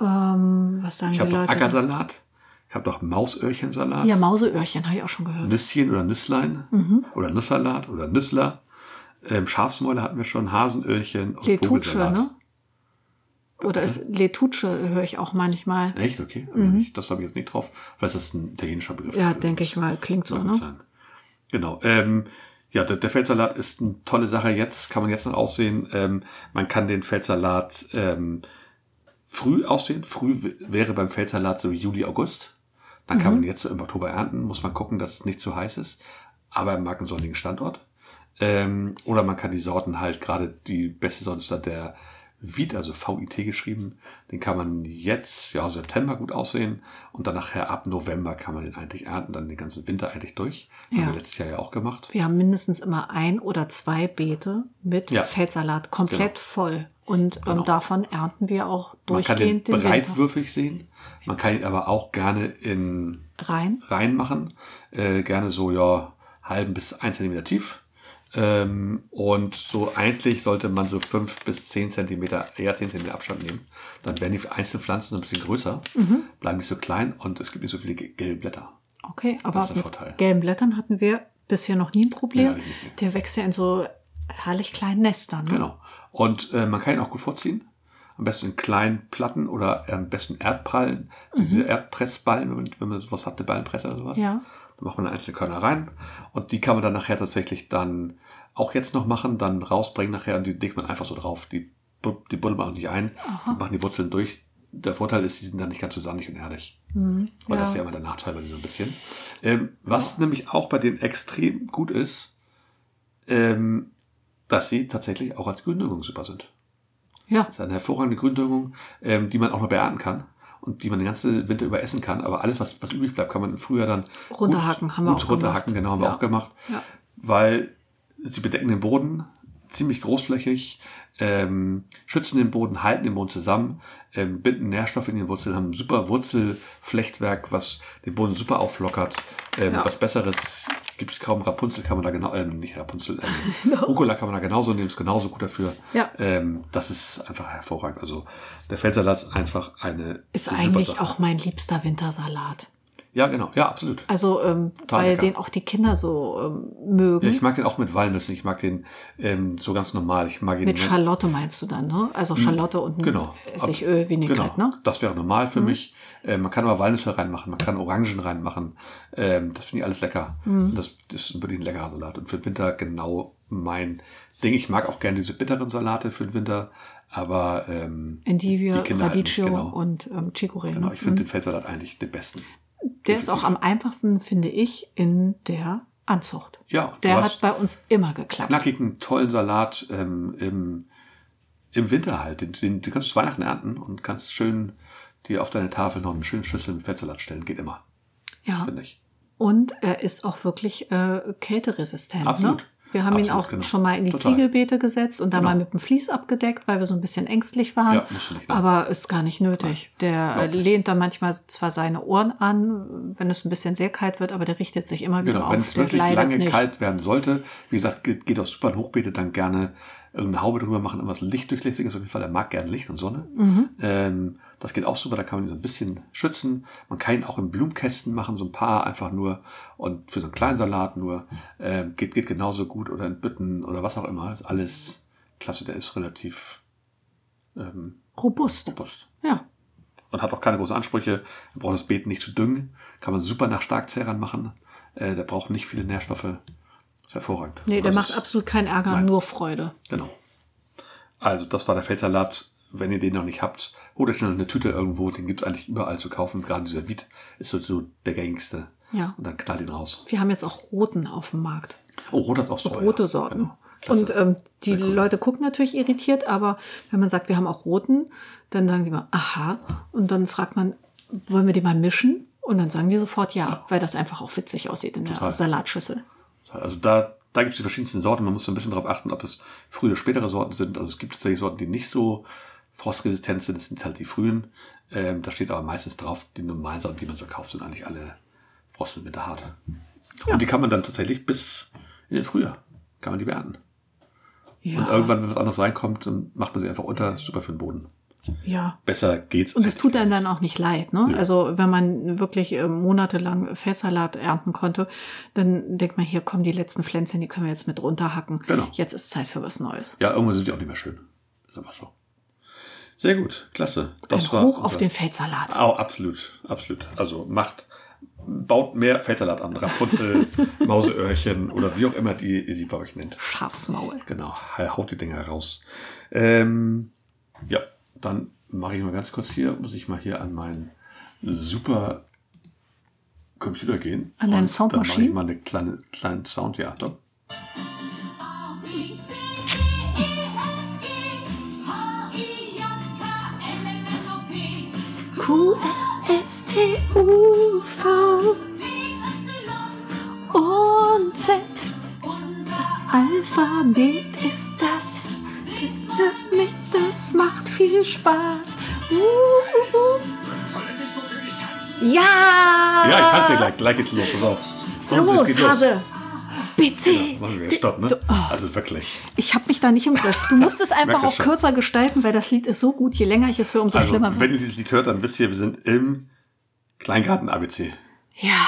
Speaker 2: Ähm, was sagen
Speaker 1: Ich
Speaker 2: die
Speaker 1: habe doch
Speaker 2: Leute?
Speaker 1: Ackersalat. Ich habe doch Mausöhrchensalat.
Speaker 2: Ja, Mhm. Mauseöhrchen habe ich auch schon gehört.
Speaker 1: Nüsschen oder Nüsslein. Oder Nusssalat oder Nüssler. Ähm, Schafsmäuler hatten wir schon. Hasenöhrchen und
Speaker 2: Letutsche,
Speaker 1: Vogelsalat.
Speaker 2: ne? Oder ist Letutsche höre ich auch manchmal.
Speaker 1: Echt? Okay. Das habe ich jetzt nicht drauf. Vielleicht ist das ein italienischer Begriff.
Speaker 2: Mhm. Ja,
Speaker 1: dafür.
Speaker 2: denke ich mal, klingt so,
Speaker 1: Kann
Speaker 2: ne?
Speaker 1: sein. Genau. Ähm, ja, der, der Feldsalat ist eine tolle Sache. Jetzt kann man jetzt noch aussehen. Ähm, man kann den Feldsalat ähm, früh aussehen. Früh w- wäre beim Feldsalat so Juli, August. Dann kann
Speaker 2: Mhm.
Speaker 1: man jetzt so im Oktober ernten. Muss man gucken, dass es nicht zu heiß ist. Aber im markensonnigen Standort. Ähm, oder man kann die Sorten halt, gerade die beste Sorte ist da der Vit, also VIT geschrieben. Den kann man jetzt, ja, September gut aussehen. Und dann nachher ab November kann man den eigentlich ernten, dann den ganzen Winter eigentlich durch.
Speaker 2: Ja.
Speaker 1: Haben wir letztes Jahr ja auch gemacht.
Speaker 2: Wir haben mindestens immer ein oder zwei Beete mit
Speaker 1: Ja.
Speaker 2: Feldsalat komplett voll. Und ähm,
Speaker 1: Genau.
Speaker 2: davon ernten wir auch
Speaker 1: Man kann den
Speaker 2: durchgehend den, Winter
Speaker 1: breitwürfig sehen. Man kann ihn aber auch gerne in
Speaker 2: rein.
Speaker 1: reinmachen. Äh, gerne so, ja, halben bis ein Zentimeter tief. Ähm, und so eigentlich sollte man so fünf bis zehn Zentimeter, eher zehn Zentimeter Abstand nehmen. Dann werden die einzelnen Pflanzen so ein bisschen größer, bleiben nicht so klein und es gibt nicht so viele ge- gelbe Blätter.
Speaker 2: Okay, aber
Speaker 1: ist der
Speaker 2: mit
Speaker 1: Vorteil.
Speaker 2: gelben Blättern hatten wir bisher noch nie ein Problem.
Speaker 1: Ja, nicht, nicht.
Speaker 2: Der wächst ja in so herrlich kleinen Nestern. Ne?
Speaker 1: Genau. Und äh, man kann ihn auch gut vorziehen. Am besten in kleinen Platten oder äh, am besten Erdprallen, also diese Erdpressballen, wenn man, wenn man sowas hat, eine Ballenpresse oder sowas.
Speaker 2: Mhm. Ja.
Speaker 1: Da macht man einzelne Körner rein und die kann man dann nachher tatsächlich dann auch jetzt noch machen, dann rausbringen nachher und die legt man einfach so drauf. Die, bu- die buddelt man auch nicht ein, die machen die Wurzeln durch. Der Vorteil ist, die sind dann nicht ganz so sandig und erdig. Weil das ist ja immer der Nachteil bei denen so ein bisschen. Ähm, was nämlich auch bei denen extrem gut ist, ähm, dass sie tatsächlich auch als Gründüngung super sind.
Speaker 2: Ja,
Speaker 1: Das ist eine hervorragende Gründüngung, ähm, die man auch noch beernten kann und die man den ganzen Winter über essen kann. Aber alles, was, was übrig bleibt, kann man im Frühjahr dann
Speaker 2: Runterhacken,
Speaker 1: gut,
Speaker 2: haben wir
Speaker 1: gut
Speaker 2: auch
Speaker 1: runterhacken, genau, haben wir auch gemacht.
Speaker 2: Ja.
Speaker 1: Weil sie bedecken den Boden ziemlich großflächig, ähm, schützen den Boden, halten den Boden zusammen, ähm, binden Nährstoffe in den Wurzeln, haben ein super Wurzelflechtwerk, was den Boden super auflockert. Ähm,
Speaker 2: Ja.
Speaker 1: Was Besseres gibt es kaum. Rapunzel kann man da genau, ähm, nicht Rapunzel, ähm, Rucola kann man da genauso nehmen, ist genauso gut dafür.
Speaker 2: Ja.
Speaker 1: Ähm, das ist einfach hervorragend. Also der Feldsalat ist einfach eine.
Speaker 2: ist
Speaker 1: eine
Speaker 2: eigentlich
Speaker 1: Supersache.
Speaker 2: auch mein liebster Wintersalat.
Speaker 1: Ja, genau. Ja, absolut.
Speaker 2: Also, ähm,
Speaker 1: Total
Speaker 2: weil
Speaker 1: lecker.
Speaker 2: den auch die Kinder so ähm, mögen.
Speaker 1: Ja, ich mag den auch mit Walnüssen. Ich mag den ähm, so ganz normal. Ich mag ihn
Speaker 2: Mit Schalotte meinst du dann, ne? Also Schalotte und ein
Speaker 1: Genau.
Speaker 2: Essigöl, Vinaigrette,
Speaker 1: genau.
Speaker 2: ne?
Speaker 1: Das wäre normal für mich. Äh, man kann aber Walnüsse reinmachen, man kann Orangen reinmachen. Ähm, das finde ich alles lecker.
Speaker 2: Mhm.
Speaker 1: Und Das, das ist wirklich ein leckerer Salat. Und für den Winter genau mein Ding. Ich mag auch gerne diese bitteren Salate für den Winter. Aber ähm,
Speaker 2: Endivia,
Speaker 1: die Kinder halt nicht,
Speaker 2: Radicchio
Speaker 1: genau.
Speaker 2: und ähm, Chicorée.
Speaker 1: genau,
Speaker 2: ne? Mhm.
Speaker 1: ich finde den Feldsalat eigentlich den besten.
Speaker 2: Der ist auch am einfachsten, finde ich, in der Anzucht.
Speaker 1: Ja, du
Speaker 2: Der
Speaker 1: hast-
Speaker 2: hat bei uns immer geklappt.
Speaker 1: knackigen, tollen Salat ähm, im, im Winter halt. Den, den, den kannst du zu Weihnachten ernten und kannst schön dir auf deine Tafel noch einen schönen Schüssel mit Feldsalat stellen. Geht immer,
Speaker 2: Ja.
Speaker 1: finde ich.
Speaker 2: Und er ist auch wirklich äh, kälteresistent.
Speaker 1: Absolut.
Speaker 2: Ne? Wir haben ihn
Speaker 1: Absolut,
Speaker 2: auch
Speaker 1: genau.
Speaker 2: schon mal in die
Speaker 1: Total.
Speaker 2: Ziegelbeete gesetzt und da
Speaker 1: Genau.
Speaker 2: mal mit dem Vlies abgedeckt, weil wir so ein bisschen ängstlich waren.
Speaker 1: Ja, musst du nicht, ne?
Speaker 2: Aber ist gar nicht nötig. Der äh,
Speaker 1: Überhaupt nicht.
Speaker 2: lehnt dann manchmal zwar seine Ohren an, wenn es ein bisschen sehr kalt wird, aber der richtet sich immer wieder
Speaker 1: Genau, wenn
Speaker 2: auf.
Speaker 1: es
Speaker 2: Der
Speaker 1: wirklich
Speaker 2: leidet
Speaker 1: lange
Speaker 2: nicht.
Speaker 1: kalt werden sollte, wie gesagt, geht, geht aus super Hochbeete dann gerne irgendeine Haube drüber machen, irgendwas Lichtdurchlässiges auf jeden Fall. Er mag gerne Licht und Sonne.
Speaker 2: Mhm.
Speaker 1: Ähm, das geht auch super, da kann man ihn so ein bisschen schützen. Man kann ihn auch in Blumenkästen machen, so ein paar einfach nur und für so einen kleinen Salat nur. Ähm, geht, geht genauso gut oder in Bütten oder was auch immer. Ist alles klasse, der ist relativ
Speaker 2: Robust.
Speaker 1: robust
Speaker 2: Ja.
Speaker 1: und hat auch keine großen Ansprüche. Er braucht das Beet nicht zu düngen. Kann man super nach Starkzehrern machen. Äh, der braucht nicht viele Nährstoffe. Ist hervorragend.
Speaker 2: Nee, der
Speaker 1: Das
Speaker 2: macht
Speaker 1: ist-
Speaker 2: absolut keinen Ärger,
Speaker 1: Nein.
Speaker 2: nur Freude.
Speaker 1: Genau. Also, das war der Feldsalat. Wenn ihr den noch nicht habt, holt euch schnell eine Tüte irgendwo. Den gibt es eigentlich überall zu kaufen. Gerade dieser Wiet ist so, so der gängigste.
Speaker 2: Ja.
Speaker 1: Und dann knallt ihn raus.
Speaker 2: Wir haben jetzt auch roten auf dem Markt.
Speaker 1: Oh, roter ist auch so. Genau.
Speaker 2: rote Sorten.
Speaker 1: Klasse.
Speaker 2: Und ähm, die
Speaker 1: Sehr cool.
Speaker 2: Leute gucken natürlich irritiert, aber wenn man sagt, wir haben auch roten, dann sagen die mal, aha. Und dann fragt man, wollen wir die mal mischen? Und dann sagen die sofort ja, weil das einfach auch witzig aussieht in der
Speaker 1: Total.
Speaker 2: Salatschüssel.
Speaker 1: Also da da gibt es die verschiedensten Sorten. Man muss so ein bisschen darauf achten, ob es frühe oder spätere Sorten sind. Also es gibt tatsächlich Sorten, die nicht so frostresistent sind. Das sind halt die frühen. Ähm, da steht aber meistens drauf, die normalen Sorten, die man so kauft, sind eigentlich alle Frost und Winter hart. Und die kann man dann tatsächlich bis in den Frühjahr, kann man die beernten.
Speaker 2: Ja,
Speaker 1: Und irgendwann, wenn was anderes reinkommt, dann macht man sie einfach unter. Ist Super für den Boden.
Speaker 2: ja.
Speaker 1: Besser geht's.
Speaker 2: Und es
Speaker 1: eigentlich.
Speaker 2: tut einem dann auch nicht leid, ne?
Speaker 1: Ja.
Speaker 2: Also wenn man wirklich äh, monatelang Feldsalat ernten konnte, dann denkt man, hier kommen die letzten Pflänzchen, die können wir jetzt mit runterhacken.
Speaker 1: Genau.
Speaker 2: Jetzt ist Zeit für was Neues.
Speaker 1: Ja, irgendwann sind die auch nicht mehr schön. Ist einfach so. Sehr gut, klasse.
Speaker 2: Ein Hoch auf
Speaker 1: unser-
Speaker 2: den Feldsalat.
Speaker 1: Oh, absolut, absolut. Also macht, baut mehr Feldsalat an. Rapunzel, Mauseöhrchen oder wie auch immer die ihr sie bei euch nennt.
Speaker 2: Schafsmaul.
Speaker 1: Genau, haut die Dinger raus. Ähm, ja, dann mache ich mal ganz kurz hier, muss ich mal hier an meinen super Computer gehen.
Speaker 2: An deine
Speaker 1: Und
Speaker 2: Soundmaschine?
Speaker 1: Dann mache ich mal eine kleine, kleinen Sound, ja, doch.
Speaker 3: A, B, C, D, E, F, G, H, I, J, K, L, M, N, O, P,
Speaker 2: Q, R, S, T, U, V,
Speaker 3: W, X, Y,
Speaker 2: und Z.
Speaker 3: unser
Speaker 2: Alphabet ist das. Mit das macht viel Spaß. Uh, uh, uh. Ja!
Speaker 1: Ja, ich tanze gleich, gleich geht's los, pass auf. Und es
Speaker 2: Los,
Speaker 1: geht
Speaker 2: Hase! BC!
Speaker 1: Machen wir
Speaker 2: D-
Speaker 1: Stopp, ne?
Speaker 2: du- oh,
Speaker 1: Also wirklich.
Speaker 2: ich habe mich da nicht im Griff. Du musst es
Speaker 1: Merk
Speaker 2: einfach
Speaker 1: das
Speaker 2: auch
Speaker 1: schon.
Speaker 2: kürzer gestalten, weil das Lied ist so gut. Je länger ich es höre, umso
Speaker 1: Also,
Speaker 2: schlimmer
Speaker 1: wenn ihr
Speaker 2: wird
Speaker 1: dieses Lied hört, dann wisst ihr, wir sind im Kleingarten-ABC.
Speaker 2: Ja.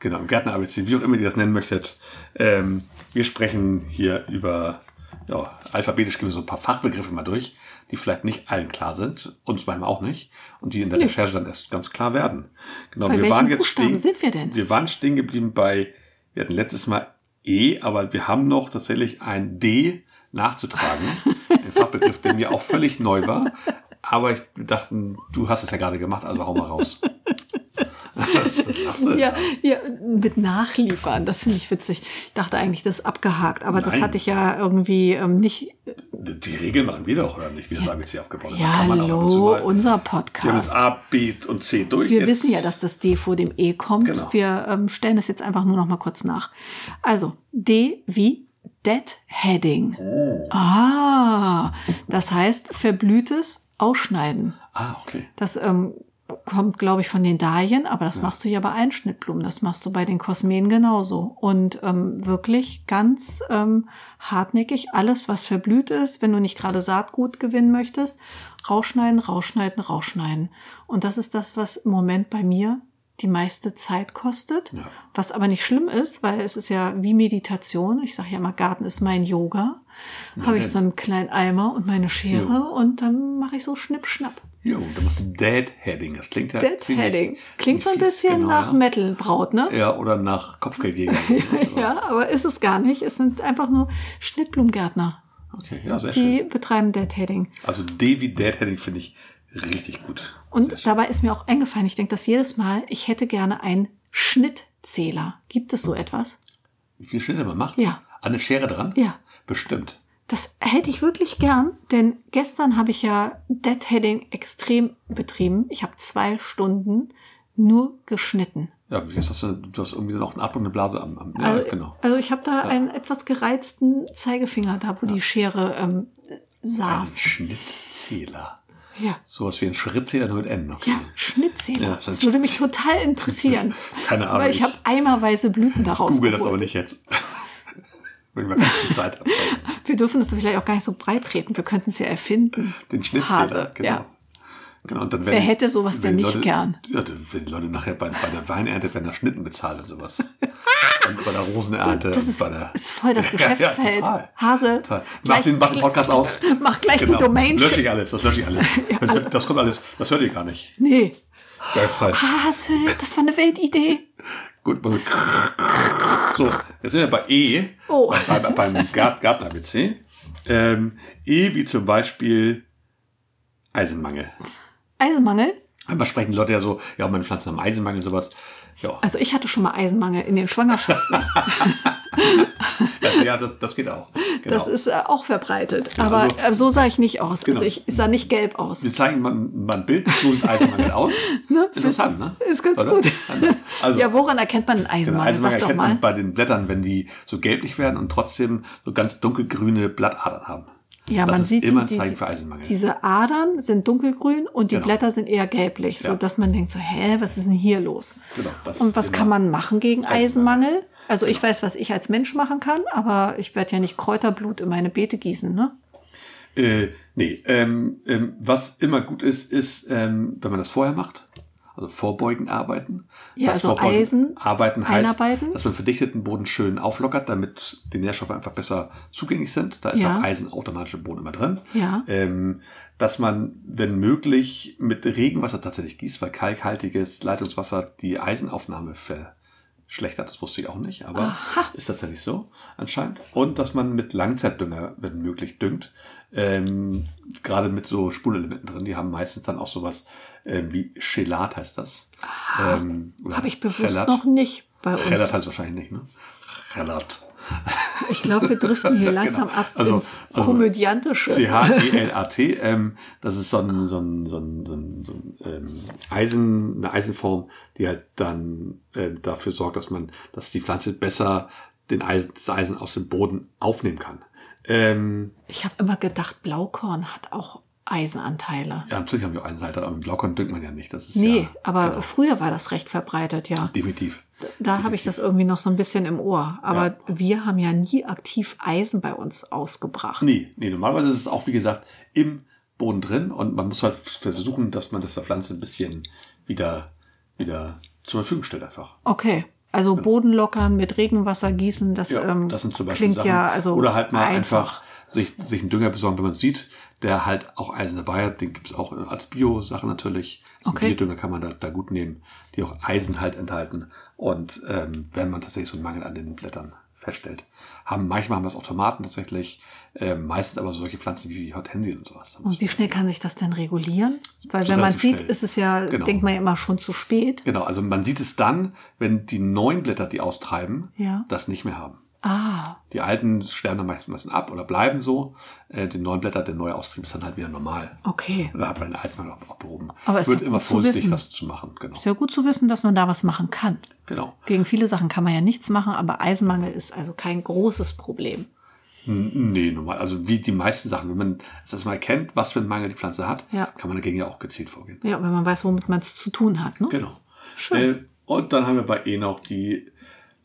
Speaker 1: Genau, im Gärtner-ABC, wie auch immer ihr das nennen möchtet. Ähm, wir sprechen hier über, ja, alphabetisch gehen wir so ein paar Fachbegriffe mal durch, die vielleicht nicht allen klar sind, uns manchmal auch nicht, und die in der Recherche dann erst ganz klar werden. Genau,
Speaker 2: Bei
Speaker 1: wir
Speaker 2: welchen
Speaker 1: waren jetzt
Speaker 2: Buchstaben
Speaker 1: stehen,
Speaker 2: sind wir denn?
Speaker 1: Wir waren stehen geblieben bei, wir hatten letztes Mal E, aber wir haben noch tatsächlich ein D nachzutragen. ein Fachbegriff, der mir auch völlig neu war. Aber ich dachte, du hast es ja gerade gemacht, also hau mal raus. Was lachst du denn
Speaker 2: Ja,
Speaker 1: da?
Speaker 2: ja, mit Nachliefern, das finde ich witzig. Ich dachte eigentlich, das ist abgehakt, aber das
Speaker 1: Nein.
Speaker 2: hatte ich ja irgendwie ähm, nicht.
Speaker 1: Die die Regeln machen wir doch, oder nicht? Wie das ABC aufgebaut ist. Da
Speaker 2: Ja,
Speaker 1: Also kann man auch ab und zu
Speaker 2: hallo,
Speaker 1: mal-
Speaker 2: unser
Speaker 1: Wir haben jetzt
Speaker 2: Podcast.
Speaker 1: A, B und C durch.
Speaker 2: Wir
Speaker 1: Jetzt-
Speaker 2: wissen ja, dass das D vor dem E kommt.
Speaker 1: Genau.
Speaker 2: Wir ähm, stellen es jetzt einfach nur noch mal kurz nach. Also, D wie Deadheading.
Speaker 1: Oh.
Speaker 2: Ah, das heißt verblühtes Ausschneiden.
Speaker 1: Ah, okay.
Speaker 2: Das ähm, kommt, glaube ich, von den Dahlien, aber das machst du ja bei Einschnittblumen, das machst du bei den Kosmeen genauso. Und ähm, wirklich ganz ähm, hartnäckig alles, was verblüht ist, wenn du nicht gerade Saatgut gewinnen möchtest, rausschneiden, rausschneiden, rausschneiden. Und das ist das, was im Moment bei mir die meiste Zeit kostet,
Speaker 1: Ja.
Speaker 2: was aber nicht schlimm ist, weil es ist ja wie Meditation. Ich sage ja immer, Garten ist mein Yoga. Habe ich
Speaker 1: denn.
Speaker 2: so einen kleinen Eimer und meine Schere und dann mache ich so Schnipp, Schnapp.
Speaker 1: Jo, da musst du Deadheading. Das klingt ja ziemlich-
Speaker 2: Deadheading. Klingt so ein
Speaker 1: ziemlich fies,
Speaker 2: bisschen
Speaker 1: genau,
Speaker 2: nach
Speaker 1: ja.
Speaker 2: Metalbraut, ne?
Speaker 1: Ja, oder nach Kopfgeldjäger.
Speaker 2: Ja, aber ist es gar nicht. Es sind einfach nur Schnittblumengärtner.
Speaker 1: Okay, ja, sehr schön.
Speaker 2: Die betreiben Deadheading.
Speaker 1: Also D wie Deadheading finde ich richtig gut. Sehr
Speaker 2: Und
Speaker 1: schön.
Speaker 2: dabei ist mir auch eingefallen, ich denke das jedes Mal, ich hätte gerne einen Schnittzähler. Gibt es so etwas?
Speaker 1: Wie viel Schnitte man macht?
Speaker 2: Ja.
Speaker 1: An eine Schere dran?
Speaker 2: Ja.
Speaker 1: Bestimmt.
Speaker 2: Das hätte ich wirklich gern, denn gestern habe ich ja Deadheading extrem betrieben. Ich habe zwei Stunden nur geschnitten.
Speaker 1: Ja, jetzt hast du, du hast irgendwie dann auch einen Ab und eine Blase am, am ja,
Speaker 2: Also,
Speaker 1: genau.
Speaker 2: also ich habe da einen etwas gereizten Zeigefinger, da wo die Schere ähm,
Speaker 1: Ein
Speaker 2: saß.
Speaker 1: Schnittzähler.
Speaker 2: Ja.
Speaker 1: Sowas wie ein Schrittzähler nur mit N. Okay.
Speaker 2: Ja, Schnittzähler.
Speaker 1: Ja,
Speaker 2: das würde mich total interessieren.
Speaker 1: Keine Ahnung,
Speaker 2: Weil ich
Speaker 1: ich-
Speaker 2: habe eimerweise Blüten daraus
Speaker 1: Google das aber
Speaker 2: geholt.
Speaker 1: nicht jetzt. Wenn wir ganz viel Zeit haben.
Speaker 2: Wir dürfen das vielleicht auch gar nicht so breit treten. Wir könnten es ja erfinden.
Speaker 1: Den Schnittzähler,
Speaker 2: Hase,
Speaker 1: genau.
Speaker 2: ja.
Speaker 1: Genau, und dann
Speaker 2: Wer hätte sowas
Speaker 1: wenn
Speaker 2: denn
Speaker 1: die
Speaker 2: nicht
Speaker 1: Leute,
Speaker 2: gern?
Speaker 1: Ja, dann- wenn die Leute nachher bei, bei der Weinernte werden da Schnitten bezahlt und sowas. und bei der Rosenernte.
Speaker 2: Das
Speaker 1: und
Speaker 2: ist,
Speaker 1: bei der,
Speaker 2: ist voll das
Speaker 1: Ja, ja,
Speaker 2: Geschäftsfeld.
Speaker 1: total.
Speaker 2: Hase,
Speaker 1: Total. Mach,
Speaker 2: gleich-
Speaker 1: den, mach den Podcast aus.
Speaker 2: mach gleich die Domain.
Speaker 1: Genau. Lösche ich alles, das lösche ich alles. das, das kommt alles, das hört ihr gar nicht.
Speaker 2: Nee.
Speaker 1: Geil, falsch.
Speaker 2: Hase, das war eine Weltidee.
Speaker 1: Gut, mal mit- so, jetzt sind wir bei E,
Speaker 2: Oh.
Speaker 1: bei, bei, beim Gart- Gartner-WC. Ähm, e wie zum Beispiel Eisenmangel.
Speaker 2: Eisenmangel?
Speaker 1: Manchmal sprechen die Leute ja so, ja, meine Pflanzen haben Eisenmangel und sowas. Ja,
Speaker 2: Also ich hatte schon mal Eisenmangel in den Schwangerschaften.
Speaker 1: das, ja das, das geht auch. Genau.
Speaker 2: Das ist äh, auch verbreitet. Aber
Speaker 1: also-
Speaker 2: äh, so sah ich nicht aus.
Speaker 1: Genau.
Speaker 2: Also ich, ich sah nicht gelb aus.
Speaker 1: Sie zeigen mal, mal ein Bild, so sieht Eisenmangel aus. Interessant, ne?
Speaker 2: Ist ganz
Speaker 1: Oder?
Speaker 2: gut.
Speaker 1: Also,
Speaker 2: ja, woran erkennt man einen
Speaker 1: Genau,
Speaker 2: Eisenmangel?
Speaker 1: Eisenmangel
Speaker 2: Sag doch
Speaker 1: erkennt
Speaker 2: mal.
Speaker 1: man bei den Blättern, wenn die so gelblich werden und trotzdem so ganz dunkelgrüne Blattadern haben.
Speaker 2: Ja,
Speaker 1: das
Speaker 2: man
Speaker 1: ist
Speaker 2: sieht
Speaker 1: immer ein
Speaker 2: die-
Speaker 1: Zeichen
Speaker 2: die-
Speaker 1: für Eisenmangel.
Speaker 2: Diese Adern sind dunkelgrün und die
Speaker 1: Genau.
Speaker 2: Blätter sind eher gelblich,
Speaker 1: Ja.
Speaker 2: sodass man denkt so, hä, was ist denn hier los?
Speaker 1: Genau, das
Speaker 2: und was
Speaker 1: genau.
Speaker 2: kann man machen gegen
Speaker 1: Eisenmangel. Genau.
Speaker 2: Eisenmangel? Also ich weiß, was ich als Mensch machen kann, aber ich werde ja nicht Kräuterblut in meine Beete gießen, ne?
Speaker 1: Äh, nee, ähm, ähm, was immer gut ist, ist, ähm, wenn man das vorher macht. Also vorbeugen arbeiten.
Speaker 2: Ja,
Speaker 1: Das
Speaker 2: also
Speaker 1: Vorbeugen
Speaker 2: Eisen
Speaker 1: arbeiten heißt,
Speaker 2: einarbeiten.
Speaker 1: dass man verdichteten Boden schön auflockert, damit die Nährstoffe einfach besser zugänglich sind. Da ist
Speaker 2: Ja.
Speaker 1: auch Eisen automatisch im Boden immer drin.
Speaker 2: Ja.
Speaker 1: Ähm, dass man, wenn möglich, mit Regenwasser tatsächlich gießt, weil kalkhaltiges Leitungswasser die Eisenaufnahme verschlechtert. Das wusste ich auch nicht, aber ist tatsächlich so anscheinend. Und dass man mit Langzeitdünger, wenn möglich, düngt. Ähm, gerade mit so Spurenelementen drin, die haben meistens dann auch sowas ähm, wie Chelat heißt das. Ähm, oder
Speaker 2: Habe ich bewusst
Speaker 1: Chelat.
Speaker 2: noch nicht bei uns.
Speaker 1: Chelat heißt wahrscheinlich nicht, ne? Chelat.
Speaker 2: Ich glaube, wir driften hier langsam
Speaker 1: Genau.
Speaker 2: ab
Speaker 1: Also-
Speaker 2: ins
Speaker 1: also-
Speaker 2: Komödiantische.
Speaker 1: E C-H-E-L-A-T. Ähm, das ist so, ein, so, ein, so, ein, so, ein, so ein, ähm, Eisen, eine Eisenform, die halt dann ähm, dafür sorgt, dass man, dass die Pflanze besser den Eisen, das Eisen aus dem Boden aufnehmen kann. Ähm,
Speaker 2: ich habe immer gedacht, Blaukorn hat auch Eisenanteile.
Speaker 1: ja, natürlich haben wir auch Eisensalter, aber mit Blaukorn düngt man ja nicht. Das ist
Speaker 2: nee,
Speaker 1: ja,
Speaker 2: aber
Speaker 1: genau,
Speaker 2: früher war das recht verbreitet, ja.
Speaker 1: definitiv.
Speaker 2: Da habe ich das irgendwie noch so ein bisschen im Ohr. Aber
Speaker 1: Ja.
Speaker 2: wir haben ja nie aktiv Eisen bei uns ausgebracht.
Speaker 1: Nee, nee, normalerweise ist es auch, wie gesagt, im Boden drin und man muss halt versuchen, dass man das der Pflanze ein bisschen wieder, wieder zur Verfügung stellt einfach.
Speaker 2: Okay. Also Boden lockern, mit Regenwasser gießen, das,
Speaker 1: Genau. Ja,
Speaker 2: ähm,
Speaker 1: das sind zum Beispiel
Speaker 2: klingt
Speaker 1: Sachen.
Speaker 2: ja also
Speaker 1: Oder halt mal einfach, sich, sich einen Dünger besorgen, wenn man es sieht, der halt auch Eisen dabei hat. Den gibt es auch als Bio-Sache natürlich. So
Speaker 2: Okay.
Speaker 1: Biodünger kann man da, da gut nehmen, die auch Eisen halt enthalten. Und ähm, wenn man tatsächlich so einen Mangel an den Blättern feststellt. Haben, manchmal haben das auch Tomaten tatsächlich, ähm, meistens aber solche Pflanzen wie Hortensien und sowas.
Speaker 2: Und wie schnell kann sich das denn regulieren? Weil
Speaker 1: Das
Speaker 2: wenn
Speaker 1: ist
Speaker 2: man
Speaker 1: relativ
Speaker 2: sieht,
Speaker 1: schnell.
Speaker 2: ist es ja,
Speaker 1: Genau.
Speaker 2: denkt man ja immer schon zu spät.
Speaker 1: Genau, also man sieht es dann, wenn die neuen Blätter, die austreiben,
Speaker 2: Ja.
Speaker 1: das nicht mehr haben.
Speaker 2: Ah,
Speaker 1: Die alten sterben dann meistens ab oder bleiben so. Äh, die neuen Blätter, der neue Austrieb ist dann halt wieder normal.
Speaker 2: okay.
Speaker 1: Da hat man den Eismangel auch abgehoben.
Speaker 2: Aber es
Speaker 1: Wird
Speaker 2: ist
Speaker 1: immer
Speaker 2: gut zu
Speaker 1: vorsichtig,
Speaker 2: wissen.
Speaker 1: das zu machen. Genau.
Speaker 2: Ist ja gut zu wissen, dass man da was machen kann.
Speaker 1: genau.
Speaker 2: Gegen viele Sachen kann man ja nichts machen, aber Eisenmangel ist also kein großes Problem.
Speaker 1: N- Nee, normal. Also wie die meisten Sachen. Wenn man es erstmal erkennt, was für einen Mangel die Pflanze hat,
Speaker 2: Ja.
Speaker 1: kann man dagegen ja auch gezielt vorgehen.
Speaker 2: Ja, wenn man weiß, womit man es zu tun hat. Ne?
Speaker 1: Genau.
Speaker 2: Schön.
Speaker 1: Äh, und dann haben wir bei E noch die,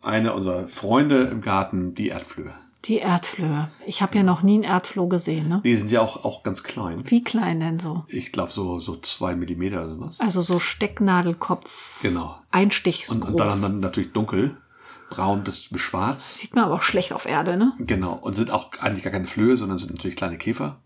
Speaker 1: eine unserer Freunde im Garten, die Erdflöhe.
Speaker 2: Die Erdflöhe. Ich habe ja noch nie einen Erdfloh gesehen. Ne?
Speaker 1: Die sind ja auch, auch ganz klein.
Speaker 2: Wie klein denn so?
Speaker 1: Ich glaube so, so zwei Millimeter oder was.
Speaker 2: Also so Stecknadelkopf,
Speaker 1: Genau. Und,
Speaker 2: Einstichsgroß.
Speaker 1: und dann, dann natürlich dunkel, braun bis, bis schwarz.
Speaker 2: Sieht man aber auch schlecht auf Erde, ne?
Speaker 1: Genau, und sind auch eigentlich gar keine Flöhe, sondern sind natürlich kleine Käfer.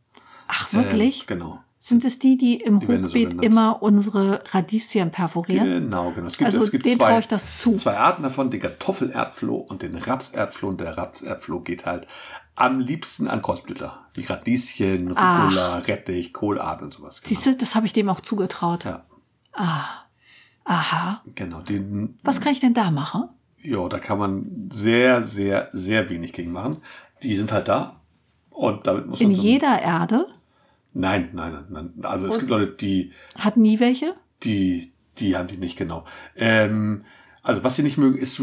Speaker 2: Ach, wirklich?
Speaker 1: Äh, genau.
Speaker 2: Sind es die, die im
Speaker 1: Die werden so
Speaker 2: Hochbeet
Speaker 1: genannt.
Speaker 2: immer unsere Radieschen perforieren?
Speaker 1: Genau, genau. Es gibt,
Speaker 2: Also
Speaker 1: es gibt
Speaker 2: denen
Speaker 1: zwei,
Speaker 2: traue ich das zu.
Speaker 1: zwei Arten davon, den Kartoffelerdfloh und den Rapserdfloh. Und der Rapserdfloh geht halt am liebsten an Kreuzblütler. Wie Radieschen, Rucola, Rettich, Kohlart und sowas. Genau.
Speaker 2: Siehst du, das habe ich dem auch zugetraut.
Speaker 1: Ja,
Speaker 2: Aha.
Speaker 1: genau. Den,
Speaker 2: Was kann ich denn da machen?
Speaker 1: ja, da kann man sehr, sehr, sehr wenig gegen machen. Die sind halt da. Und damit muss
Speaker 2: In
Speaker 1: man. so-
Speaker 2: jeder Erde?
Speaker 1: Nein, nein, nein, nein. Also es
Speaker 2: Und-
Speaker 1: gibt Leute, die
Speaker 2: Hat nie welche?
Speaker 1: Die, die haben die nicht genau. Ähm, also was sie nicht mögen, ist,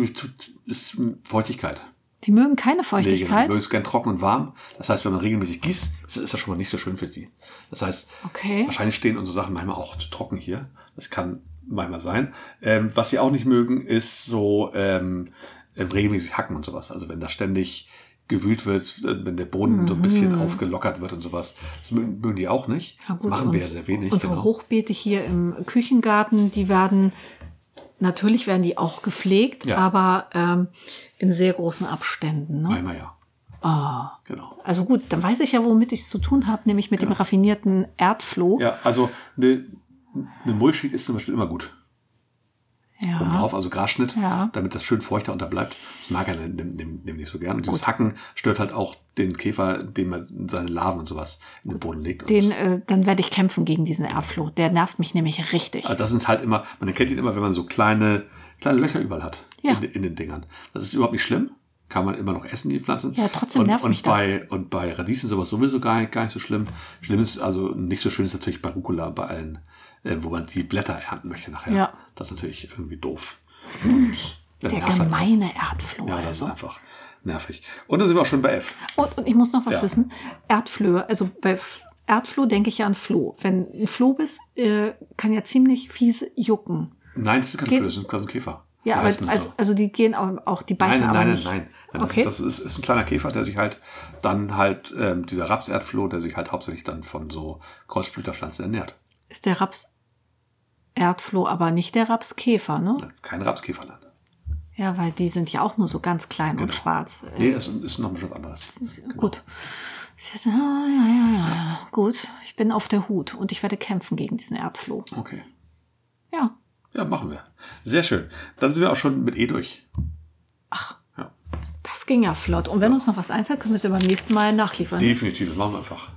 Speaker 1: ist Feuchtigkeit.
Speaker 2: Die mögen keine
Speaker 1: Nee, genau. Die
Speaker 2: Feuchtigkeit.
Speaker 1: mögen es gern trocken und warm. Das heißt, wenn man regelmäßig gießt, ist- ist das schon mal nicht so schön für sie. Das heißt,
Speaker 2: Okay.
Speaker 1: wahrscheinlich stehen unsere Sachen manchmal auch zu trocken hier. Das kann manchmal sein. Ähm, was sie auch nicht mögen, ist so ähm, ähm, regelmäßig hacken und sowas. Also wenn da ständig gewühlt wird, äh, wenn der Boden so ein bisschen aufgelockert wird und sowas. Das mögen, mögen die auch nicht.
Speaker 2: Ja, Mhm. gut,
Speaker 1: Machen wir ja
Speaker 2: uns-
Speaker 1: sehr wenig.
Speaker 2: Unsere
Speaker 1: genau.
Speaker 2: Hochbeete hier im Küchengarten, die werden, natürlich werden die auch gepflegt,
Speaker 1: Ja.
Speaker 2: aber ähm, in sehr großen Abständen. Ne?
Speaker 1: Einmal ja. Genau.
Speaker 2: Also gut, dann weiß ich ja, womit ich es zu tun habe, nämlich mit dem raffinierten Erdfloh.
Speaker 1: Ja, also eine, eine Mulchschicht ist zum Beispiel immer gut.
Speaker 2: Ja.
Speaker 1: Oben drauf, also Grasschnitt,
Speaker 2: Ja.
Speaker 1: damit das schön feuchter unterbleibt. Das mag er nem- nem- nämlich so gern. Und dieses Hacken stört halt auch den Käfer, indem er seine Larven und sowas in den Boden legt. Und
Speaker 2: Den, äh, dann werde ich
Speaker 1: Äh,
Speaker 2: kämpfen gegen diesen Erdfloh. Der nervt mich nämlich richtig.
Speaker 1: also das sind halt immer, man erkennt ihn immer, wenn man so kleine kleine Löcher überall hat
Speaker 2: Ja.
Speaker 1: in, den- in den Dingern. Das ist überhaupt nicht schlimm. Kann man immer noch essen, die Pflanzen.
Speaker 2: Ja, trotzdem
Speaker 1: und,
Speaker 2: nervt
Speaker 1: und
Speaker 2: mich das.
Speaker 1: bei, das. Und bei Radieschen ist sowas sowieso gar, gar nicht so schlimm. Schlimm ist, also nicht so schön ist natürlich bei Rucola, bei allen, äh, wo man die Blätter ernten möchte nachher.
Speaker 2: Ja. Hm.
Speaker 1: Das ist natürlich irgendwie doof.
Speaker 2: Der
Speaker 1: nervt halt.
Speaker 2: gemeine Erdflöhe.
Speaker 1: Ja, das ist
Speaker 2: also.
Speaker 1: einfach nervig. Und dann sind wir auch schon bei F.
Speaker 2: und, und ich muss noch was
Speaker 1: Ja.
Speaker 2: wissen. Erdflöhe, also bei F Erdfloh denke ich ja an Floh. Wenn ein Floh bist, äh, kann ja ziemlich fies jucken.
Speaker 1: Nein, das ist kein
Speaker 2: Geht-
Speaker 1: Flöhe, das ist ein- das ist ein Käfer. Die
Speaker 2: Ja, aber
Speaker 1: heißen
Speaker 2: also,
Speaker 1: so.
Speaker 2: also die gehen auch, auch die
Speaker 1: Nein,
Speaker 2: beißen
Speaker 1: nein,
Speaker 2: aber
Speaker 1: nein, nein,
Speaker 2: nicht.
Speaker 1: nein. Das,
Speaker 2: okay.
Speaker 1: das ist, ist ein kleiner Käfer, der sich halt dann halt, ähm, dieser Rapserdfloh, der sich halt hauptsächlich dann von so Kreuzblüterpflanzen ernährt.
Speaker 2: ist der Raps Erdfloh, aber nicht der Rapskäfer, ne?
Speaker 1: Das ist kein Rapskäfer. Nein.
Speaker 2: Ja, weil die sind ja auch nur so ganz klein und
Speaker 1: Genau.
Speaker 2: schwarz. Äh,
Speaker 1: Nee, das ist, ist noch was anderes.
Speaker 2: Gut. Das heißt, ah, ja, ja, ja, ja. Gut, ich bin auf der Hut und ich werde kämpfen gegen diesen Erdfloh.
Speaker 1: Okay.
Speaker 2: Ja.
Speaker 1: Ja, machen wir. Sehr schön. Dann sind wir auch schon mit E durch.
Speaker 2: Das ging ja flott. Und wenn uns noch was einfällt, können wir es ja beim nächsten Mal nachliefern.
Speaker 1: Definitiv, das machen wir einfach.